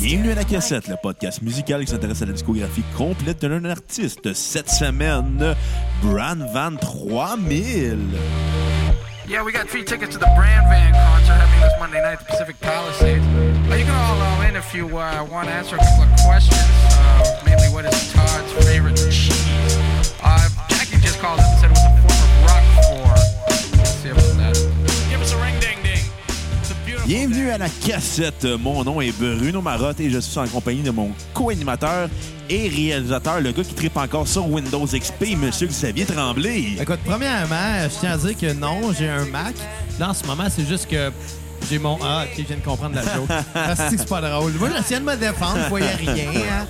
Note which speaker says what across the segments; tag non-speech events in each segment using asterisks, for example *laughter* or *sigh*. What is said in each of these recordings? Speaker 1: Bienvenue à la cassette, le podcast musical qui s'intéresse à la discographie complète d'un artiste. Cette semaine, Bran Van 3000.
Speaker 2: Yeah, we got three tickets to the Brand Van concert happening this Monday night at the Pacific Palisades. Uh, you can all all in if you uh, want to answer a couple of questions, uh, mainly what is Todd's favorite cheese. Uh, Jackie just called up and said it was a form of rock for. Let's see if it's that. Give us a ring ding ding. It's a beautiful
Speaker 1: Bienvenue à la cassette. Mon nom est Bruno Marotte et je suis en compagnie de mon co-animateur et réalisateur, le gars qui tripe encore sur Windows XP, Monsieur Xavier Tremblay.
Speaker 3: Écoute, premièrement, je tiens à dire que non, j'ai un Mac. Là, en ce moment, c'est juste que j'ai mon Ah, ok, je viens de comprendre la *laughs* joke. Parce que c'est pas drôle. Moi, j'essayais de me défendre, je voyais rien. hein.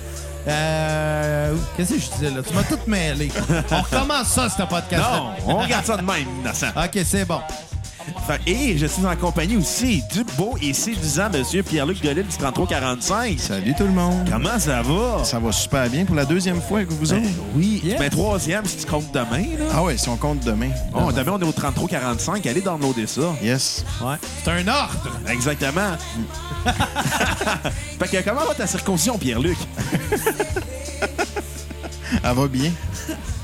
Speaker 3: Euh, Qu'est-ce que je disais là? Tu m'as tout mêlé. On recommence ça, ce podcast
Speaker 1: Non, on regarde ça de même, innocent.
Speaker 3: Ok, c'est bon.
Speaker 1: Fait- Et je suis en compagnie aussi du beau et séduisant Monsieur Pierre-Luc Delisle du 3345.
Speaker 4: Salut tout le monde.
Speaker 1: Comment ça va?
Speaker 4: Ça va super bien pour la deuxième fois que vous autres.
Speaker 1: Oui,
Speaker 3: Yes.
Speaker 1: mais troisième si tu comptes demain. Là.
Speaker 4: Ah ouais, si on compte demain.
Speaker 1: Bon, demain, Oh, on est au 33-45. Allez downloader ça.
Speaker 4: Yes.
Speaker 3: Ouais. C'est un ordre.
Speaker 1: Exactement. fait que comment va ta circoncision, Pierre-Luc?
Speaker 4: Elle va bien.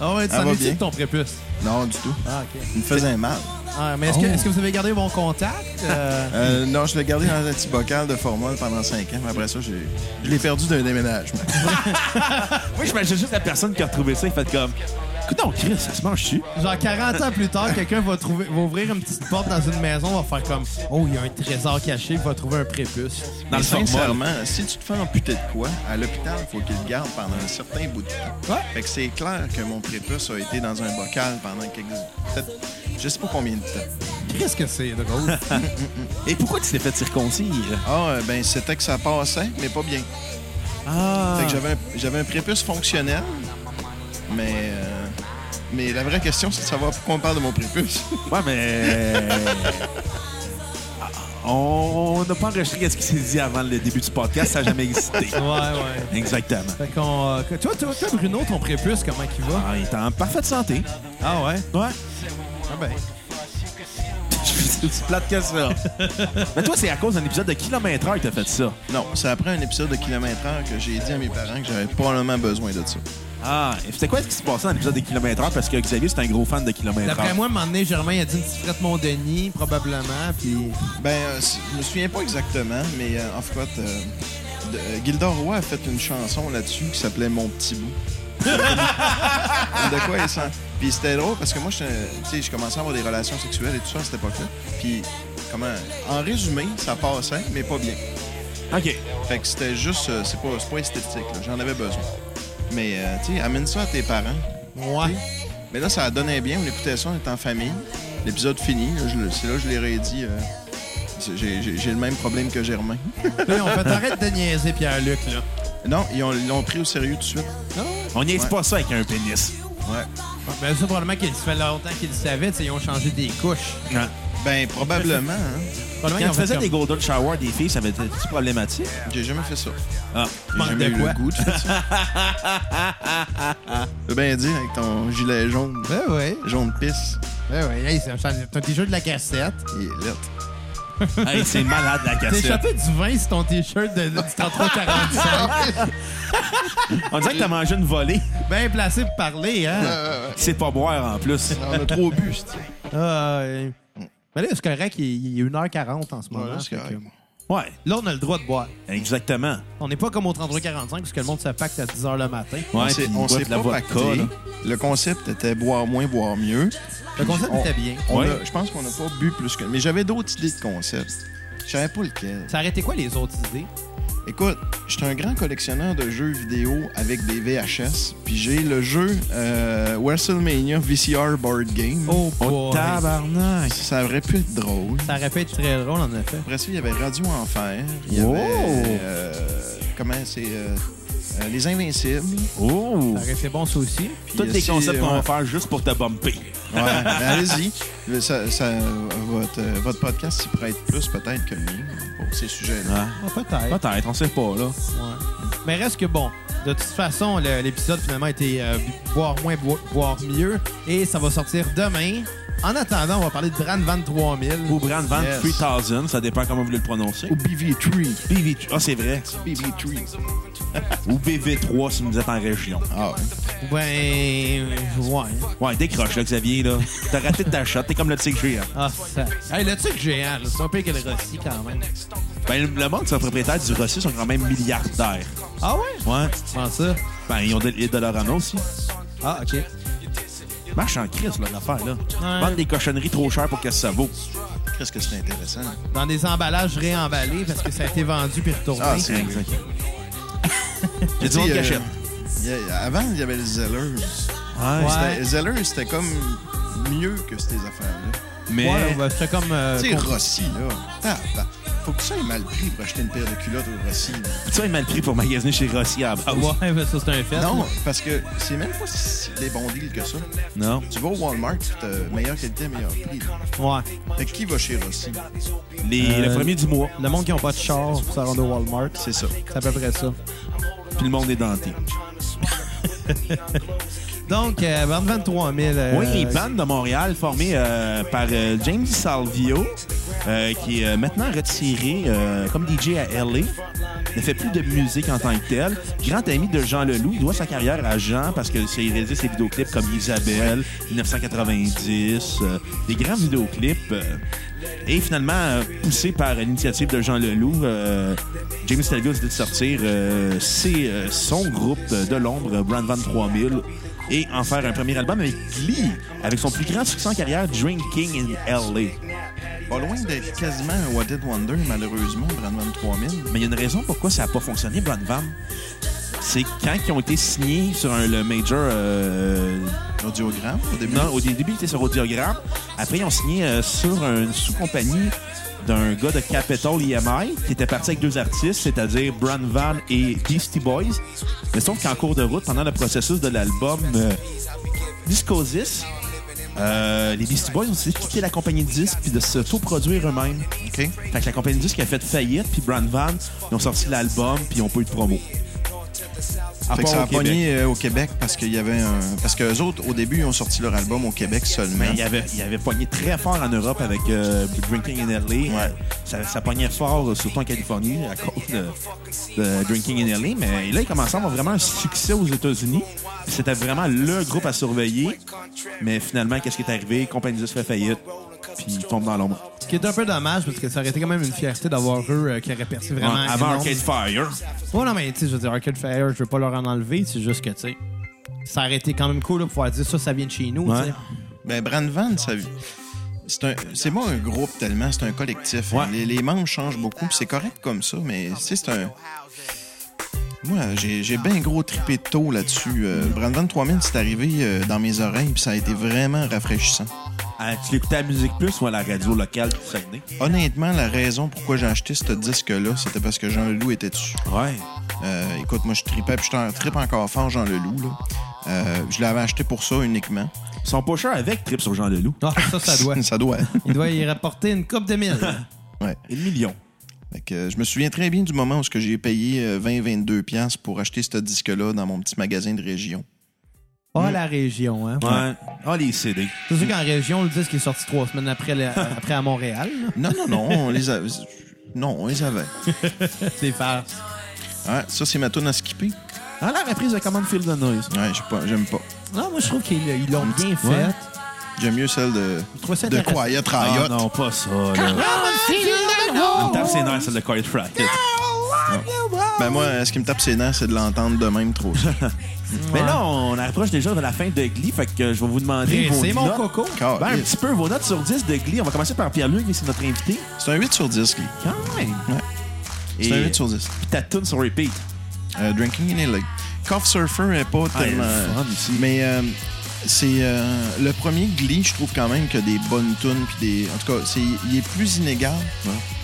Speaker 3: Ah ouais, tu
Speaker 4: Ah,
Speaker 3: t'en
Speaker 4: va
Speaker 3: es-tu
Speaker 4: bien.
Speaker 3: de ton prépuce.
Speaker 4: Non, du tout.
Speaker 3: Ah, ok.
Speaker 4: Il me faisait mal.
Speaker 3: Ah, mais est-ce que,
Speaker 4: Oh.
Speaker 3: est-ce que vous avez gardé mon contact? Euh,
Speaker 4: Euh, non, je l'ai gardé dans un petit bocal de formol pendant cinq ans. mais Après ça, j'ai- je l'ai perdu d'un déménagement.
Speaker 1: Moi, j'imagine juste la personne qui a retrouvé ça et fait comme... Écoute, non, Chris, ça se mange-tu?
Speaker 3: Genre 40 ans plus tard, quelqu'un va, trouver- va ouvrir une petite porte dans une maison, va faire comme Oh, il y a un trésor caché, il va trouver un prépuce.
Speaker 1: Dans
Speaker 4: Mais
Speaker 1: le formol.
Speaker 4: sincèrement, si tu te fais amputer de quoi, à l'hôpital, il faut qu'il le garde pendant un certain bout de temps.
Speaker 3: Ouais.
Speaker 4: Fait que c'est clair que mon prépuce a été dans un bocal pendant quelques... peut-être- Je sais pas combien de temps.
Speaker 3: Qu'est-ce que c'est *laughs* drôle?
Speaker 1: Et pourquoi tu t'es fait circoncire?
Speaker 4: Ah, euh, ben c'était que ça passait, mais pas bien.
Speaker 1: Ah!
Speaker 4: Fait que j'avais un, j'avais un prépuce fonctionnel, mais, euh, mais la vraie question, c'est de savoir pourquoi on parle de mon prépuce.
Speaker 1: Ouais, mais... *laughs* Ah, on n'a pas enregistré quest ce qui s'est dit avant le début du podcast. Ça n'a jamais existé.
Speaker 3: ouais, ouais.
Speaker 1: Exactement.
Speaker 3: Fait qu'on. euh, que- toi, toi, toi, Bruno, ton prépuce, comment qu'il va?
Speaker 1: Ah, il est en parfaite santé.
Speaker 3: Ah ouais?
Speaker 1: Ouais.
Speaker 3: Ah ben.
Speaker 1: *laughs* Je suis aussi plate que ça. mais toi, c'est à cause d'un épisode de kilomètre heure que t'as fait ça.
Speaker 4: non, c'est après un épisode de kilomètre heure que j'ai dit à mes parents que j'avais probablement besoin de ça.
Speaker 1: Ah, et c'était quoi ce qui se passait dans l'épisode des kilomètres heure? Parce que Xavier, c'est un gros fan de kilomètre
Speaker 3: D'après
Speaker 1: heure.
Speaker 3: moi, à un moment donné, Germain il a dit une petite frette Mont-Denis, probablement, puis.
Speaker 4: Ben, euh, c- je me souviens pas exactement, mais euh, en fait, euh, de- euh, Gilda Roy a fait une chanson là-dessus qui s'appelait Mon petit bout. *laughs* de quoi il sent. Puis c'était drôle parce que moi, j'étais- tu sais, je commençais à avoir des relations sexuelles et tout ça à cette époque-là. Puis, comment. En résumé, ça passait, mais pas bien.
Speaker 1: OK.
Speaker 4: Fait que c'était juste, euh, c'est pas, c'est pas esthétique, là. j'en avais besoin. Mais, euh, tu sais, amène ça à tes parents.
Speaker 3: Ouais.
Speaker 4: Mais là, ça donnait bien, on écoutait ça, on était en famille. L'épisode fini, là, je le- c'est là que je l'ai rédit. euh, c'est- j'ai- J'ai j'ai le même problème que Germain.
Speaker 3: Là, on
Speaker 4: *laughs*
Speaker 3: fait arrête de niaiser Pierre-Luc, là.
Speaker 4: Non, ils ont- ils l'ont pris au sérieux tout de suite.
Speaker 3: Ah,
Speaker 1: On n'y
Speaker 4: Ouais.
Speaker 1: pas ça avec un pénis.
Speaker 4: Ouais.
Speaker 3: Ben, ça, probablement qu'il ça fait longtemps qu'il le savait, tu sais, ils ont changé des couches.
Speaker 4: Ben, probablement, hein.
Speaker 3: Probablement qu'ils
Speaker 1: Quand
Speaker 3: ont
Speaker 1: tu
Speaker 3: fait
Speaker 1: faisais
Speaker 3: comme-
Speaker 1: des golden shower des filles, ça avait été problématique?
Speaker 4: J'ai jamais fait ça.
Speaker 1: Ah.
Speaker 4: J'ai
Speaker 3: Manque
Speaker 4: jamais
Speaker 3: de
Speaker 4: eu
Speaker 3: quoi.
Speaker 4: le goût de faire
Speaker 3: *laughs*
Speaker 4: ça. Tu veux bien dire avec ton gilet jaune,
Speaker 3: Ben oui,
Speaker 4: jaune pisse,
Speaker 3: ben oui, hey, c'est un chan- ton t-shirt de la cassette.
Speaker 4: il est lettre.
Speaker 1: Ah. hey, c'est malade,
Speaker 4: *laughs*
Speaker 1: la
Speaker 3: T'es
Speaker 1: cassette.
Speaker 3: échappé du vin sur ton t-shirt de, du 33-45.
Speaker 4: *laughs*
Speaker 1: On dirait que t'as mangé une volée.
Speaker 3: Bien placé pour parler, hein?
Speaker 4: Euh.
Speaker 1: C'est pas boire, en plus.
Speaker 4: On a trop bu, c'est-
Speaker 3: Ah, euh, Mais là, c'est correct, il il est 1h40 en ce moment.
Speaker 4: Ouais, c'est
Speaker 3: fait
Speaker 4: correct.
Speaker 1: Ouais,
Speaker 3: que- Là, on a le droit de boire.
Speaker 1: exactement.
Speaker 3: On n'est pas comme au 33-45 parce que le monde se pacte à 10h le matin.
Speaker 1: Ouais,
Speaker 4: on s'est-
Speaker 1: puis
Speaker 4: on
Speaker 1: boit
Speaker 4: s'est
Speaker 1: de la
Speaker 4: pas
Speaker 1: vodka,
Speaker 4: pacté.
Speaker 1: là.
Speaker 4: Le concept était boire moins, boire mieux.
Speaker 3: Le concept
Speaker 4: On-
Speaker 3: était bien.
Speaker 4: On
Speaker 1: Ouais.
Speaker 4: a- je pense qu'on n'a pas bu plus que. Mais j'avais d'autres idées de concept. Je savais pas lequel.
Speaker 3: Ça arrêtait quoi les autres idées?
Speaker 4: Écoute, je suis un grand collectionneur de jeux vidéo avec des VHS. Puis j'ai le jeu euh, WrestleMania VCR Board Game.
Speaker 3: Oh,
Speaker 1: Oh,
Speaker 3: boy.
Speaker 1: tabarnak.
Speaker 4: Ça aurait pu être drôle.
Speaker 3: Ça aurait pu être très drôle, en effet.
Speaker 4: Après ça, il y avait Radio Enfer. Il y
Speaker 1: Oh!
Speaker 4: avait. euh, comment c'est. euh, euh, les Invincibles.
Speaker 1: Oh!
Speaker 3: Ça aurait été bon, ça aussi.
Speaker 4: Puis,
Speaker 1: Tous
Speaker 4: euh,
Speaker 1: les
Speaker 4: si-
Speaker 1: concepts qu'on
Speaker 4: ouais.
Speaker 1: va faire juste pour te bumper.
Speaker 4: *laughs* Ouais, ben, allez-y. Le- ça- ça- votre, euh, votre podcast s'y prête plus peut-être que le mien pour ces sujets-là.
Speaker 1: Ah.
Speaker 3: Ah, peut-être.
Speaker 1: Peut-être, on sait pas, là.
Speaker 3: Ouais. Mais reste que bon, de toute façon, le- l'épisode finalement a été euh, boire moins, boi- boire mieux. Et ça va sortir demain. En attendant, on va parler de Brand 23000.
Speaker 1: Ou Brand Van
Speaker 4: Yes.
Speaker 1: 3000, ça dépend comment vous voulez le prononcer.
Speaker 4: Ou BV3.
Speaker 1: BV3. Ah, c'est vrai.
Speaker 4: BV3.
Speaker 1: *laughs* Ou BV3 si vous êtes en région.
Speaker 4: Ah, ouais.
Speaker 3: Ben. Ouais.
Speaker 1: Ouais, décroche, là, Xavier, là. T'as raté ta shot. T'es comme le hein. tigre géant.
Speaker 3: Ah, ça. Hey, le truc géant, là, c'est un peu que le Rossi quand même.
Speaker 1: Ben, le monde qui sont propriétaires du Rossi sont quand même milliardaires.
Speaker 3: Ah ouais?
Speaker 1: Ouais.
Speaker 3: Comment ça?
Speaker 1: Ben, ils ont de l'île de Lorano aussi.
Speaker 3: Ah, ok.
Speaker 1: Marche en crise, là, l'affaire, là. Vendre des cochonneries trop chères pour qu'est-ce que ça vaut.
Speaker 4: Qu'est-ce que c'est intéressant.
Speaker 3: Dans des emballages réemballés parce que ça a été vendu puis retourné.
Speaker 4: Ah, c'est-
Speaker 1: Exact.
Speaker 3: *laughs*
Speaker 1: J'ai du monde qui
Speaker 4: Tu sais,
Speaker 1: achète.
Speaker 4: euh, il y a- Avant, il y avait le Zeller.
Speaker 1: Ouais.
Speaker 4: C'était- Zeller, c'était comme mieux que ces affaires-là.
Speaker 1: Mais.
Speaker 3: Ouais, ben, c'était comme. euh,
Speaker 4: Tu sais,
Speaker 3: con-
Speaker 4: Rossi, là. tabarnak. Faut que ça ait mal pris pour acheter une paire de culottes au Rossi. là.
Speaker 1: Tu sais, mal pris pour magasiner chez Rossi à la base.
Speaker 3: Ouais, *laughs* ben, ça, c'est un fait.
Speaker 4: Non,
Speaker 3: là.
Speaker 4: parce que c'est même pas si des bons deals que ça.
Speaker 1: Non.
Speaker 4: Tu vas au Walmart, t'as meilleure qualité, meilleur prix.
Speaker 3: Ouais.
Speaker 4: Fait que qui va chez Rossi?
Speaker 1: Les,
Speaker 3: Euh,
Speaker 1: le premier du mois,
Speaker 3: Le monde qui n'a pas de char pour se rendre au Walmart,
Speaker 4: C'est ça.
Speaker 3: c'est à peu près ça.
Speaker 1: puis le monde est denté.
Speaker 3: Donc, euh, 23 000. euh,
Speaker 1: Oui, ben- band de Montréal formé euh, par euh, James Salvio, euh, qui est euh, maintenant retiré euh, comme DJ à LA. Ne fait plus de musique en tant que tel. Grand ami de Jean Leloup, il doit sa carrière à Jean parce que c'est- il réalise ses vidéoclips comme Isabelle, 1990, euh, des grands vidéoclips. euh, et finalement, euh, poussé par l'initiative de Jean Leloup, euh, James Salvio a décidé de sortir euh, ses, euh, son groupe de l'ombre, Brand Van 3000, et en faire un premier album avec Glee, avec son plus grand succès en carrière, Drinking in L.A.
Speaker 4: Pas loin d'être quasiment un What Did Wonder, malheureusement, Brandman 3000.
Speaker 1: Mais il y a une raison pourquoi ça n'a pas fonctionné, Brand Van. C'est quand ils ont été signés sur un- le major euh,
Speaker 4: L'audiogramme, au début.
Speaker 1: Non, au début, ils étaient sur Audiogramme. Après, ils ont signé euh, sur une sous-compagnie d'un gars de Capitol EMI qui était parti avec deux artistes, c'est-à-dire Bran Van et Beastie Boys. Mais sauf qu'en cours de route, pendant le processus de l'album euh, Discosis, euh, les Beastie Boys ont décidé de quitter la compagnie de disques puis de s'auto-produire eux-mêmes.
Speaker 4: OK.
Speaker 1: Fait que la compagnie de disques a fait faillite, puis Bran Van, ils ont sorti l'album, puis ils n'ont pas eu de promo. À
Speaker 4: Fait que
Speaker 1: part
Speaker 4: ça
Speaker 1: au
Speaker 4: a
Speaker 1: Québec.
Speaker 4: pogné euh, au Québec parce qu'il y avait un. Parce qu'eux autres, au début, ils ont sorti leur album au Québec seulement.
Speaker 1: Mais Ben, il avait, il avait pogné très fort en Europe avec euh, Drinking in LA.
Speaker 4: Ouais.
Speaker 1: Ça, ça pognait fort, euh, surtout en Californie, à cause de, de Drinking in LA. Mais là, il commençait à avoir vraiment un succès aux États-Unis. Puis C'était vraiment le groupe à surveiller. Mais finalement, qu'est-ce qui est arrivé? Compagnie se fait faillite. Puis ils tombent dans l'ombre.
Speaker 3: Ce qui est un peu dommage parce que ça aurait été quand même une fierté d'avoir eux euh, qui auraient percé vraiment.
Speaker 1: Ouais, avant
Speaker 3: énorme.
Speaker 1: Arcade Fire.
Speaker 3: Ouais, non, mais tu sais, je veux dire, Arcade Fire, je veux pas leur en enlever, c'est juste que, tu sais, ça aurait été quand même cool là, pour pouvoir dire ça, ça vient de chez nous,
Speaker 1: Ouais.
Speaker 3: tu sais.
Speaker 4: Ben, Brand Van, ça. C'est un- c'est pas un groupe tellement, c'est un collectif.
Speaker 1: Ouais.
Speaker 4: Les, les membres changent beaucoup, puis c'est correct comme ça, mais tu sais, c'est un. Moi, j'ai j'ai bien gros tripé de tôt là-dessus. Euh, Brand Van 3000, c'est arrivé euh, dans mes oreilles, puis ça a été vraiment rafraîchissant.
Speaker 1: Ah, tu l'écoutais à Musique Plus ou à la radio locale de Saguenay?
Speaker 4: Honnêtement, la raison pourquoi j'ai acheté ce disque-là, c'était parce que Jean Leloup était dessus.
Speaker 1: Ouais.
Speaker 4: Euh, écoute, moi, je tripais, puis je t'en tripe encore fort, Jean Leloup. Là. Euh, je l'avais acheté pour ça uniquement.
Speaker 1: Son pocheur avec Trip sur Jean Leloup.
Speaker 3: Ah, ça, ça
Speaker 1: *laughs*
Speaker 3: doit.
Speaker 4: *laughs* ça doit.
Speaker 3: Il doit y rapporter une coupe de mille.
Speaker 4: ouais.
Speaker 1: Et le million.
Speaker 4: Fait que, euh, je me souviens très bien du moment où ce que j'ai payé 20-22$ piastres pour acheter ce disque-là dans mon petit magasin de région.
Speaker 3: Ah, la région, hein.
Speaker 1: Mm. Ouais. Ah, les CD.
Speaker 3: C'est sûr qu'en région, le disque est sorti trois semaines après, le- après à Montréal. là.
Speaker 1: *laughs*
Speaker 4: Non, non, non, on les avait. *laughs* Non, on les avait.
Speaker 3: C'est farce.
Speaker 4: Ouais, ça, c'est ma toune à skipper.
Speaker 1: Ah, la reprise de Command Field the Noise.
Speaker 4: Ouais, j'ai pas- j'aime pas.
Speaker 3: Non, moi, je trouve qu'ils ils l'ont bien fait.
Speaker 1: Ouais.
Speaker 4: J'aime mieux celle de,
Speaker 3: Je trouve ça
Speaker 4: de
Speaker 3: intéressant.
Speaker 4: Quiet
Speaker 1: Ah,
Speaker 4: Riot.
Speaker 1: non, pas ça, là.
Speaker 3: Ah,
Speaker 1: Il me tape ses nerfs, celle de Quiet Riot.
Speaker 4: ben, moi, euh, ce qui me tape ses nerfs, c'est de l'entendre de même trop. ça.
Speaker 1: Mais là, on approche déjà de la fin de Glee, fait que je vais vous demander
Speaker 3: Et
Speaker 1: vos
Speaker 3: C'est mon
Speaker 1: notes.
Speaker 3: coco.
Speaker 4: Car-
Speaker 1: Ben, un petit peu vos notes sur 10 de Glee. On va commencer par Pierre-Luc, qui c'est notre invité.
Speaker 4: c'est un 8 sur 10, Guy.
Speaker 1: Quand même.
Speaker 4: Ouais. C'est un
Speaker 1: Et
Speaker 4: 8 sur 10.
Speaker 1: puis ta tune sur repeat.
Speaker 4: Euh, Drinking in LA. Cough Surfer est pas
Speaker 1: Ah,
Speaker 4: tellement.
Speaker 1: elle est fun aussi.
Speaker 4: Mais euh, c'est euh, le premier Glee, je trouve quand même qu'il y a des bonnes tunes puis des. En tout cas, c'est il est plus inégal.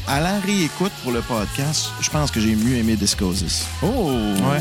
Speaker 4: À la réécoute pour le podcast, je pense que j'ai mieux aimé Discosis.
Speaker 1: Oh.
Speaker 4: Ouais.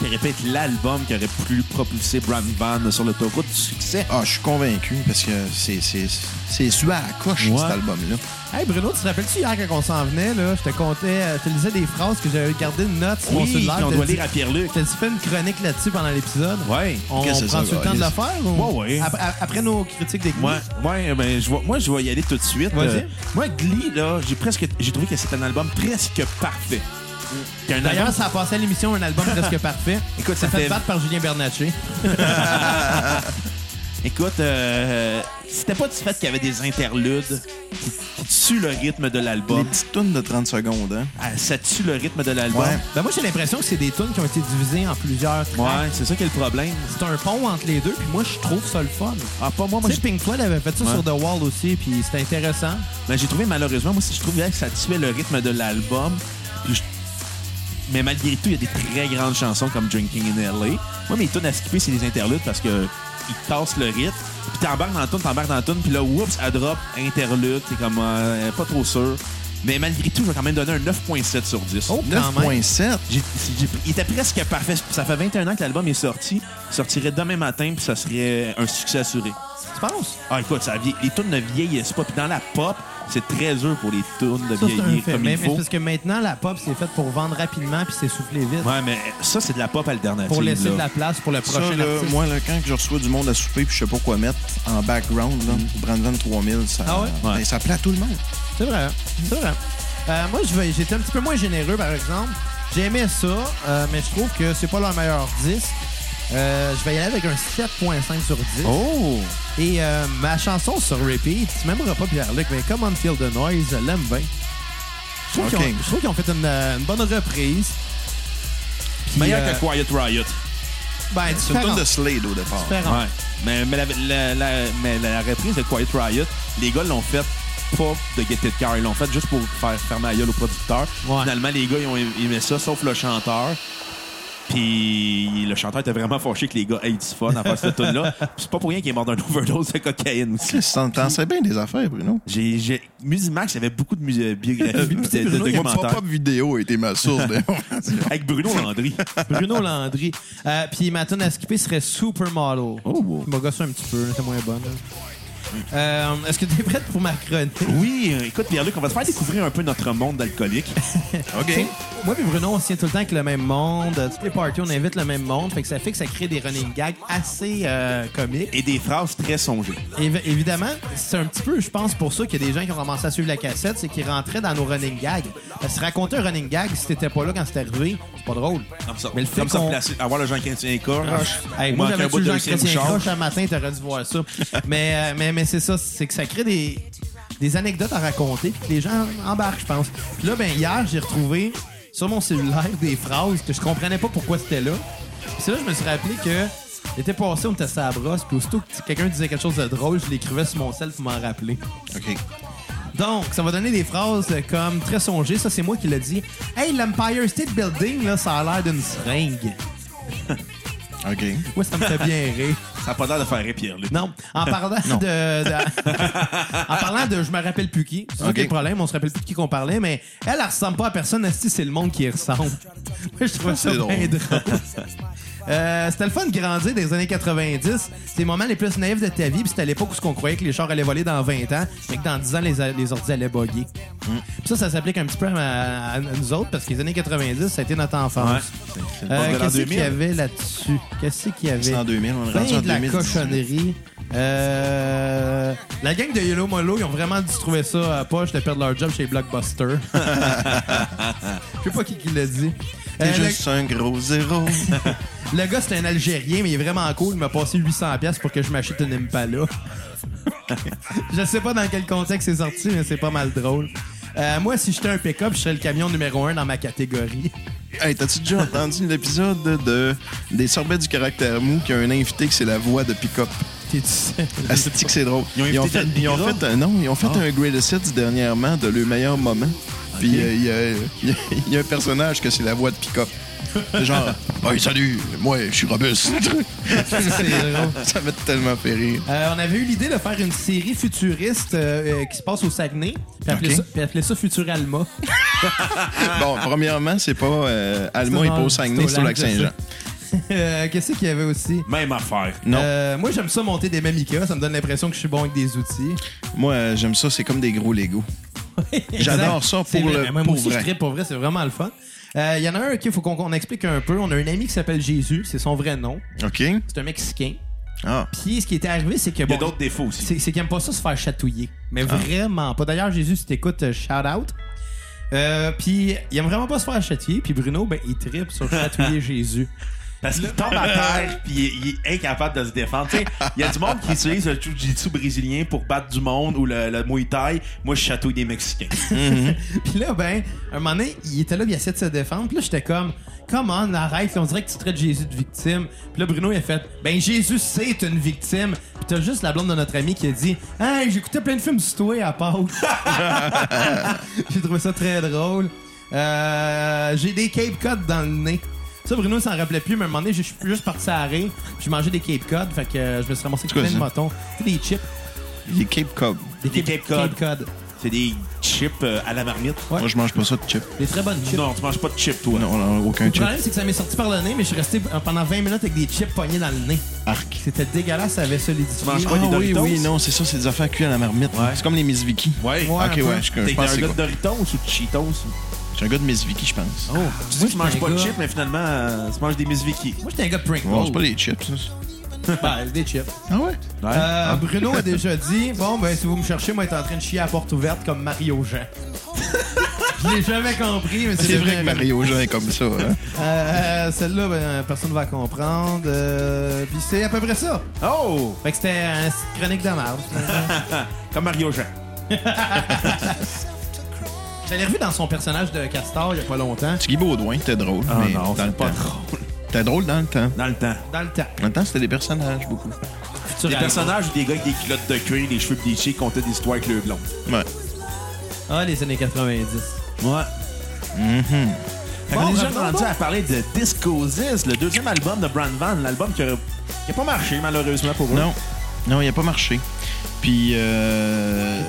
Speaker 1: qui aurait pu être l'album qui aurait pu propulser Brown Van sur l'autoroute du succès.
Speaker 4: Ah, je suis convaincu parce que c'est c'est- c'est sué à la coche,
Speaker 1: Ouais.
Speaker 4: cet album-là.
Speaker 3: Hey Bruno, tu te rappelles-tu hier quand on s'en venait, là, je te comptais, euh, je te lisais des phrases que j'avais gardées de notes sur mon
Speaker 1: Oui,
Speaker 3: cellulaire.
Speaker 1: qu'on
Speaker 3: Je te
Speaker 1: doit
Speaker 3: dis-
Speaker 1: lire à Pierre-Luc.
Speaker 3: je te dis, fais une chronique là-dessus pendant l'épisode.
Speaker 1: Ouais.
Speaker 3: On
Speaker 4: Qu'est-ce que
Speaker 3: prend
Speaker 4: c'est ça,
Speaker 3: le temps de le
Speaker 4: Alice?
Speaker 3: faire ou...
Speaker 1: Ouais, ouais.
Speaker 3: Après, après nos critiques des
Speaker 1: Moi, ouais, ben, je vois- moi, je vais y aller tout de suite.
Speaker 3: Vas-y.
Speaker 1: Euh, moi, Glee, là, j'ai presque, j'ai trouvé que c'est un album presque parfait. Qu'un
Speaker 3: D'ailleurs,
Speaker 1: album-
Speaker 3: ça a passé à l'émission un album
Speaker 1: *laughs*
Speaker 3: presque parfait.
Speaker 1: Écoute,
Speaker 3: ça
Speaker 1: ça
Speaker 3: fait
Speaker 1: fait-
Speaker 3: battre par Julien Bernatchez.
Speaker 1: écoute, euh, c'était pas du fait qu'il y avait des interludes qui, qui tuent le rythme de
Speaker 4: Les
Speaker 1: l'album.
Speaker 4: petites tunes de 30 secondes, hein?
Speaker 1: Ah, ça tue le rythme de l'album.
Speaker 4: Ouais.
Speaker 3: Ben moi, j'ai l'impression que c'est des tunes qui ont été divisées en plusieurs tracks.
Speaker 1: Ouais, c'est ça qui est le problème.
Speaker 3: C'est un pont entre les deux, puis moi, je trouve ça le fun.
Speaker 1: Ah, pas moi, moi,
Speaker 3: Moi,
Speaker 1: j'ai-
Speaker 3: Pink Floyd avait fait ça
Speaker 1: Ouais.
Speaker 3: sur The Wall aussi, puis c'était intéressant.
Speaker 1: Ben, j'ai trouvé malheureusement, moi aussi, je trouvais que ça tuait le rythme de l'album. Puis je- Mais malgré tout, il y a des très grandes chansons comme Drinking in LA. Moi, mes tunes à skipper, c'est les interludes parce que ils tassent le rythme. Puis t'embarques dans la tune, t'embarques dans la tune, puis là, oups, elle drop, interlude, t'es comme euh, pas trop sûr. Mais malgré tout, je vais quand même donner un 9.7 sur 10.
Speaker 3: Oh, quand même.
Speaker 4: 9.7.
Speaker 1: J'ai- j'ai- il était presque parfait. Ça fait 21 ans que l'album est sorti. Il sortirait demain matin, puis ça serait un succès assuré.
Speaker 3: Tu penses?
Speaker 1: Ah, écoute, ça vie- les tunes ne vieillissent pas. Puis dans la pop, c'est très dur pour les tunes de
Speaker 3: Ça, c'est un
Speaker 1: vieillir
Speaker 3: fait.
Speaker 1: comme
Speaker 3: Mais,
Speaker 1: il
Speaker 3: mais
Speaker 1: faut.
Speaker 3: c'est parce que maintenant, la pop, c'est faite pour vendre rapidement, puis c'est soufflé vite.
Speaker 1: Ouais, mais ça, c'est de la pop alternative.
Speaker 3: Pour laisser
Speaker 1: là.
Speaker 3: de la place pour le
Speaker 4: Ça,
Speaker 3: prochain
Speaker 4: là,
Speaker 3: artiste.
Speaker 4: moi, là, quand je reçois du monde à souper puis je sais pas quoi mettre en background, là, Brandon 3000, ça,
Speaker 3: Mm. Ah ouais?
Speaker 1: Ouais.
Speaker 4: ben, ça plaît à tout le monde.
Speaker 3: C'est vrai. C'est vrai. Euh, moi, je vais- j'étais un petit peu moins généreux, par exemple. J'aimais ça, euh, mais je trouve que c'est pas leur meilleur disque. Euh, je vais y aller avec un 7.5 sur 10.
Speaker 1: Oh!
Speaker 3: Et euh, ma chanson sur repeat, tu m'aimeras pas Pierre-Luc, mais Come on Feel the Noise, je l'aime bien. Je trouve qu'ils
Speaker 4: Ok.
Speaker 3: ont- je trouve qu'ils ont, fait une, euh, une bonne reprise. Puis,
Speaker 1: Meilleur
Speaker 3: euh,
Speaker 1: que Quiet Riot.
Speaker 3: Ben,
Speaker 4: C'est une
Speaker 3: différent.
Speaker 4: tonne de Slade au départ.
Speaker 3: différent.
Speaker 1: Ouais. Mais, mais la, la- la- mais la reprise de Quiet Riot, les gars l'ont fait pas de Get It Car. Ils l'ont fait juste pour faire fermer la gueule au producteur.
Speaker 3: Ouais.
Speaker 1: Finalement, les gars, ils ont aimé ça, sauf le chanteur. Puis le chanteur était vraiment fâché que les gars aient du fun à faire cette tune-là. Puis c'est pas pour rien qu'il est mort d'un overdose de cocaïne aussi.
Speaker 4: Chris, T'en t'en sais bien des affaires, Bruno.
Speaker 1: J'ai, j'ai... Musimax avait beaucoup de mu- euh, biographies pis de, de
Speaker 4: Moi,
Speaker 1: documentaires.
Speaker 4: pop-up vidéo a été ma source d'information.
Speaker 1: Avec Bruno Landry.
Speaker 3: Bruno Landry. Euh, puis ma tune à skipper serait Supermodel.
Speaker 1: Oh, wow.
Speaker 3: Je m'a gossé un petit peu, là, c'est moins bonne. là. Euh, Est-ce que tu es prête pour ma chronique?
Speaker 1: oui, euh, écoute, Pierre-Luc, on va te faire découvrir un peu notre monde d'alcoolique.
Speaker 4: OK.
Speaker 3: Moi et Bruno, on se tient tout le temps avec le même monde. Toutes les parties, on invite le même monde. Fait que ça fait que ça crée des running gags assez euh, comiques.
Speaker 1: Et des phrases très songées.
Speaker 3: Évi- évidemment, c'est un petit peu, je pense, pour ça qu'il y a des gens qui ont commencé à suivre la cassette, c'est qu'ils rentraient dans nos running gags. Parce que raconter un running gag, si t'étais pas là quand c'est arrivé, c'est pas drôle.
Speaker 1: Comme ça.
Speaker 3: Mais le fait
Speaker 1: Comme ça,
Speaker 3: qu'on- Ah,
Speaker 1: placer- avoir le Jean-Chrétien Coche.
Speaker 3: Hey,
Speaker 1: ou
Speaker 3: moi,
Speaker 1: manquer
Speaker 3: j'avais
Speaker 1: un bout
Speaker 3: tué
Speaker 1: de
Speaker 3: Jean-Chrétien
Speaker 1: Lucien Bouchard.
Speaker 3: Croche un matin, t'aurais dû voir ça. mais euh, mais, mais c'est ça, c'est que ça crée des, des anecdotes à raconter, puis que les gens embarquent, je pense. Puis là, ben, hier, j'ai retrouvé sur mon cellulaire des phrases que je comprenais pas pourquoi c'était là. Puis c'est là que je me suis rappelé que l'été passé, on était sur la brosse, puis aussitôt que quelqu'un disait quelque chose de drôle, je l'écrivais sur mon cell pour m'en rappeler.
Speaker 4: OK.
Speaker 3: Donc, ça va donner des phrases euh, comme très songées. Ça, c'est moi qui l'ai dit. Hey, l'Empire State Building, là, ça a l'air d'une seringue.
Speaker 4: OK.
Speaker 3: Moi, ça me fait bien rire.
Speaker 1: Ça n'a pas l'air de faire rire Pierre-Luc.
Speaker 3: Non, en parlant de, *laughs* de- en parlant de, je me rappelle plus qui. C'est ça
Speaker 4: Ok.
Speaker 3: qui est le problème, on se rappelle plus de qui qu'on parlait, mais elle, elle ressemble pas à personne. Si c'est le monde qui y ressemble. *laughs* Moi, je trouve ça
Speaker 4: C'est drôle.
Speaker 3: bien drôle. Euh, c'était le fun de grandir dans les années 90. C'était les moments les plus naïfs de ta vie. Puis c'était à l'époque où on croyait que les chars allaient voler dans 20 ans. Fait que dans 10 ans, les, a- les ordi allaient bugger. Puis ça, ça s'applique un petit peu à, à- à nous autres parce que les années 90, ça a été notre
Speaker 1: Ouais.
Speaker 3: enfance.
Speaker 1: C'est le
Speaker 3: Euh,
Speaker 1: bord de l'an
Speaker 3: Qu'est-ce qu'il y
Speaker 1: 2000.
Speaker 3: avait là-dessus? Qu'est-ce qu'il y avait?
Speaker 4: C'est en 2000, on est
Speaker 3: Plein
Speaker 4: rendu en
Speaker 3: de la
Speaker 4: 2018.
Speaker 3: cochonnerie. Euh, la gang de Yellow Molo, ils ont vraiment dû trouver ça à poche de perdre leur job chez
Speaker 4: *laughs*
Speaker 3: Blockbuster. Je sais pas qui, qui l'a dit. Euh,
Speaker 4: T'es
Speaker 3: le-
Speaker 4: juste un gros zéro.
Speaker 3: le, gars, c'est un Algérien, mais il est vraiment cool. Il m'a passé 800$ piastres pour que je m'achète une
Speaker 4: *laughs*
Speaker 3: Impala. je sais pas dans quel contexte c'est sorti, mais c'est pas mal drôle. Euh, moi, si j'étais un pick-up, je serais le camion numéro un dans ma catégorie. *laughs*
Speaker 4: Hey, t'as-tu déjà entendu l'épisode de des sorbets du caractère mou qui a un invité que c'est la voix de Pick-up?
Speaker 3: T'es-tu
Speaker 4: *laughs*
Speaker 3: sérieux?
Speaker 4: Asti que c'est drôle.
Speaker 1: Ils ont invité
Speaker 4: fait,
Speaker 1: Ted
Speaker 4: ils ont
Speaker 1: Pigra?
Speaker 4: fait un non, ils ont fait
Speaker 1: Ah.
Speaker 4: un greatest hits dernièrement de le meilleur moment. Puis euh, il y a- il y, a- il y a un personnage que c'est la voix de Pick-up. C'est genre, hey, salut, moi je suis robuste.
Speaker 3: C'est drôle.
Speaker 4: *laughs* ça m'a tellement fait rire.
Speaker 3: Euh, on avait eu l'idée de faire une série futuriste euh, euh, qui se passe au Saguenay, puis appeler,
Speaker 4: Ok.
Speaker 3: ça, puis appeler ça Futuralma.
Speaker 4: Bon, premièrement, c'est pas euh, Alma et pas au Saguenay, c'est au Lac-Saint-Jean.
Speaker 3: *laughs* Euh, Qu'est-ce qu'il y avait aussi?
Speaker 1: Même affaire.
Speaker 4: Non.
Speaker 3: Euh, moi, j'aime ça monter des mêmes Ikea. Ça me donne l'impression que je suis bon avec des outils.
Speaker 4: Moi, euh, j'aime ça, c'est comme des gros Legos. J'adore ça
Speaker 3: C'est
Speaker 4: pour
Speaker 3: vrai.
Speaker 4: le-
Speaker 3: Mais moi
Speaker 4: pour
Speaker 3: aussi,
Speaker 4: vrai.
Speaker 3: je trippe pour vrai. C'est vraiment le fun. Euh, Il y en a un qu'il faut qu'on qu'on explique un peu. On a un ami qui s'appelle Jésus. C'est son vrai nom.
Speaker 4: OK?
Speaker 3: C'est un Mexicain.
Speaker 4: Ah.
Speaker 3: Puis ce qui était arrivé, c'est que...
Speaker 1: Il y a
Speaker 3: bon,
Speaker 1: d'autres défauts aussi. Ah.
Speaker 3: C'est c'est qu'il aime pas ça se faire chatouiller. Mais vraiment pas. D'ailleurs, Jésus, si t'écoutes, euh, shout out. Euh, puis il aime vraiment pas se faire chatouiller. Puis Bruno, ben, il tripe
Speaker 1: *laughs*
Speaker 3: sur chatouiller Jésus.
Speaker 1: Parce qu'il tombe à
Speaker 3: Euh.
Speaker 1: terre puis il, est- il est incapable de se défendre. Tu sais, il y a du monde qui utilise le jiu-jitsu brésilien pour battre du monde ou le, le Muay Thai. Moi, je chatouille des Mexicains.
Speaker 3: Puis là, ben, un moment donné, il était là, puis il essayait de se défendre. Puis là, j'étais comme, come on, arrête, on dirait que tu traites Jésus de victime. Puis là, Bruno, il a fait, ben, Jésus, c'est une victime. Puis t'as juste la blonde de notre ami qui a dit, hey, j'écoutais plein de films sur toi à Pâques. *laughs* J'ai trouvé ça très drôle. Euh, J'ai des Cape Cod dans le nez. Ça, Bruno, il s'en rappelait plus, mais à un moment donné, je suis juste parti à la rire, puis j'ai mangé des Cape Cod, fait que euh, je me suis ramassé avec
Speaker 4: quoi
Speaker 3: plein de
Speaker 4: ça?
Speaker 3: motons. Tu sais, des chips.
Speaker 4: Les Cape Cod.
Speaker 1: Des Cape Cod.
Speaker 3: Cod.
Speaker 1: C'est des chips euh, à la marmite.
Speaker 3: Ouais.
Speaker 4: Moi, je mange pas ça de chips.
Speaker 3: Des très bonnes chips.
Speaker 1: Non, tu manges pas de chips, toi.
Speaker 4: Non, non, aucun
Speaker 3: Le
Speaker 4: chip.
Speaker 3: problème, c'est que ça m'est sorti par le nez, mais je suis resté pendant 20 minutes avec des chips pognés dans le nez.
Speaker 4: Arc.
Speaker 3: C'était dégueulasse, ça avait solidifié.
Speaker 1: Tu manges
Speaker 4: Ah
Speaker 1: pas des
Speaker 4: oui,
Speaker 1: Doritos?
Speaker 4: oui, non, c'est ça, c'est des affaires cuites à la marmite. C'est comme les Miss Vicky.
Speaker 1: Ouais.
Speaker 3: Ouais, un
Speaker 4: ok,
Speaker 3: peu.
Speaker 4: ouais, je, je
Speaker 1: T'es
Speaker 4: pense que
Speaker 1: un
Speaker 4: c'est
Speaker 1: gars de
Speaker 4: quoi.
Speaker 1: Doritos ou de Cheetos? ou-
Speaker 4: Je suis un gars de Miss Vicky, je pense.
Speaker 3: Oh,
Speaker 1: Tu
Speaker 3: moi,
Speaker 1: sais, tu manges pas de chips,
Speaker 3: Moi,
Speaker 1: mais finalement, euh, tu manges des Miss Vicky.
Speaker 3: j'étais un gars de Pringles.
Speaker 4: On mange pas les chips, ça.
Speaker 3: Ben, des chips.
Speaker 1: Hein?
Speaker 4: Ah ouais?
Speaker 3: Oh. Euh, Bruno a
Speaker 4: *laughs*
Speaker 3: déjà dit Bon, ben, si vous me cherchez, moi, être en train de chier à porte ouverte comme Mario Jean. je l'ai jamais compris, mais
Speaker 4: C'est
Speaker 3: devenu
Speaker 4: vrai que
Speaker 1: ben.
Speaker 3: un-
Speaker 4: Mario Jean est comme ça. hein.
Speaker 3: Euh, euh, Celle-là, ben, personne ne va comprendre. Euh, Puis c'est à peu près ça.
Speaker 1: Oh!
Speaker 3: Fait que c'était un chronique de marde.
Speaker 1: Comme Mario Jean.
Speaker 3: J'allais revu dans son personnage de Castor il y a pas longtemps.
Speaker 4: C'est Guy Baudouin, t'es drôle.
Speaker 1: Ah
Speaker 4: mais
Speaker 1: non,
Speaker 4: dans
Speaker 1: c'est
Speaker 4: le
Speaker 1: pas
Speaker 4: temps.
Speaker 1: drôle.
Speaker 4: T'es drôle dans le temps.
Speaker 1: Dans le temps.
Speaker 3: Dans le temps.
Speaker 4: Dans le temps, c'était des personnages, beaucoup.
Speaker 3: Futur
Speaker 1: Des
Speaker 3: Alpha.
Speaker 1: personnages ou des gars avec des culottes de cuir, des cheveux bleachés, qui contaient des histoires avec le blond.
Speaker 4: Ouais.
Speaker 3: Ah, les années 90.
Speaker 1: Ouais. Mm-hmm. Fait qu'on
Speaker 3: Bon,
Speaker 1: est déjà
Speaker 3: revenons
Speaker 1: rendu
Speaker 3: donc.
Speaker 1: à parler de Disco Zis, le deuxième album de Brand Van, l'album qui n'a pas marché malheureusement pour eux.
Speaker 4: Non, non, il a pas marché. Puis euh,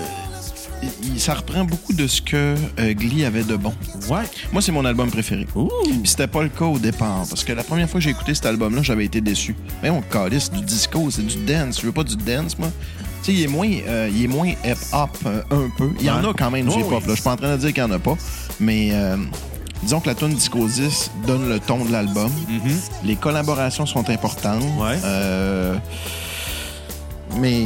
Speaker 4: il- ça reprend beaucoup de ce que euh, Glee avait de bon.
Speaker 1: Ouais.
Speaker 4: Moi, c'est mon album préféré. Puis c'était pas le cas au départ, parce que la première fois que j'ai écouté cet album-là, j'avais été déçu. Mais on calisse du disco, c'est du dance. Je veux pas du dance, moi. Tu sais, il est moins, euh, il est moins hip-hop euh, un peu. Il y en
Speaker 1: Ouais.
Speaker 4: a quand même du
Speaker 1: Oh,
Speaker 4: hip-hop.
Speaker 1: oui.
Speaker 4: là. Je suis pas en train de dire qu'il y en a pas, mais euh, disons que la tune disco 10 donne le ton de l'album. Les collaborations sont importantes.
Speaker 1: Mhm. Ouais.
Speaker 4: Euh, mais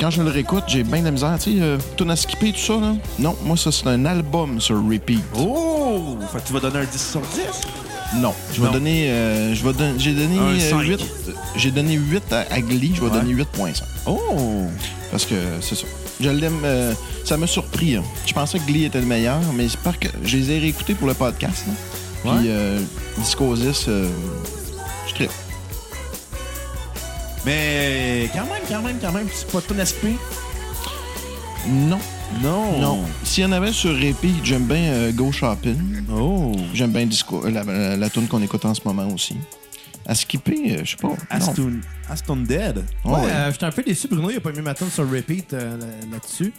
Speaker 4: quand je le réécoute, j'ai bien de la misère. Tu sais, euh, tune à skipper, tout ça, là. Non, moi, ça, c'est un album sur repeat.
Speaker 1: Oh! Fait que tu vas donner un 10 sur 10?
Speaker 4: Non, je vais
Speaker 1: Non.
Speaker 4: donner. euh, je vais don- J'ai donné,
Speaker 1: Un
Speaker 4: euh,
Speaker 1: cinq.
Speaker 4: 8. J'ai donné 8 à, à Glee, je vais
Speaker 1: Ouais.
Speaker 4: donner 8.5.
Speaker 1: Oh!
Speaker 4: Parce que c'est ça. Je l'aime. euh, ça m'a surpris. hein. Je pensais que Glee était le meilleur, mais c'est parce que je les ai réécoutés pour le podcast. là. Puis euh, Disco 10, euh, je trippe.
Speaker 1: Mais quand même, quand même, quand même, c'est pas ton aspect?
Speaker 4: Non.
Speaker 1: Non.
Speaker 4: Non. S'il y en avait sur repeat, j'aime bien euh, Go Shopping.
Speaker 1: Oh!
Speaker 4: J'aime bien Disco, euh, la, la, la tune qu'on écoute en ce moment aussi. À skipper, euh, je sais pas. Non.
Speaker 1: Aston, Aston Dead?
Speaker 4: Oh,
Speaker 3: Ouais,
Speaker 4: ouais.
Speaker 3: euh, j'étais un peu déçu. Bruno, il a pas mis ma tune sur repeat euh, là- là-dessus.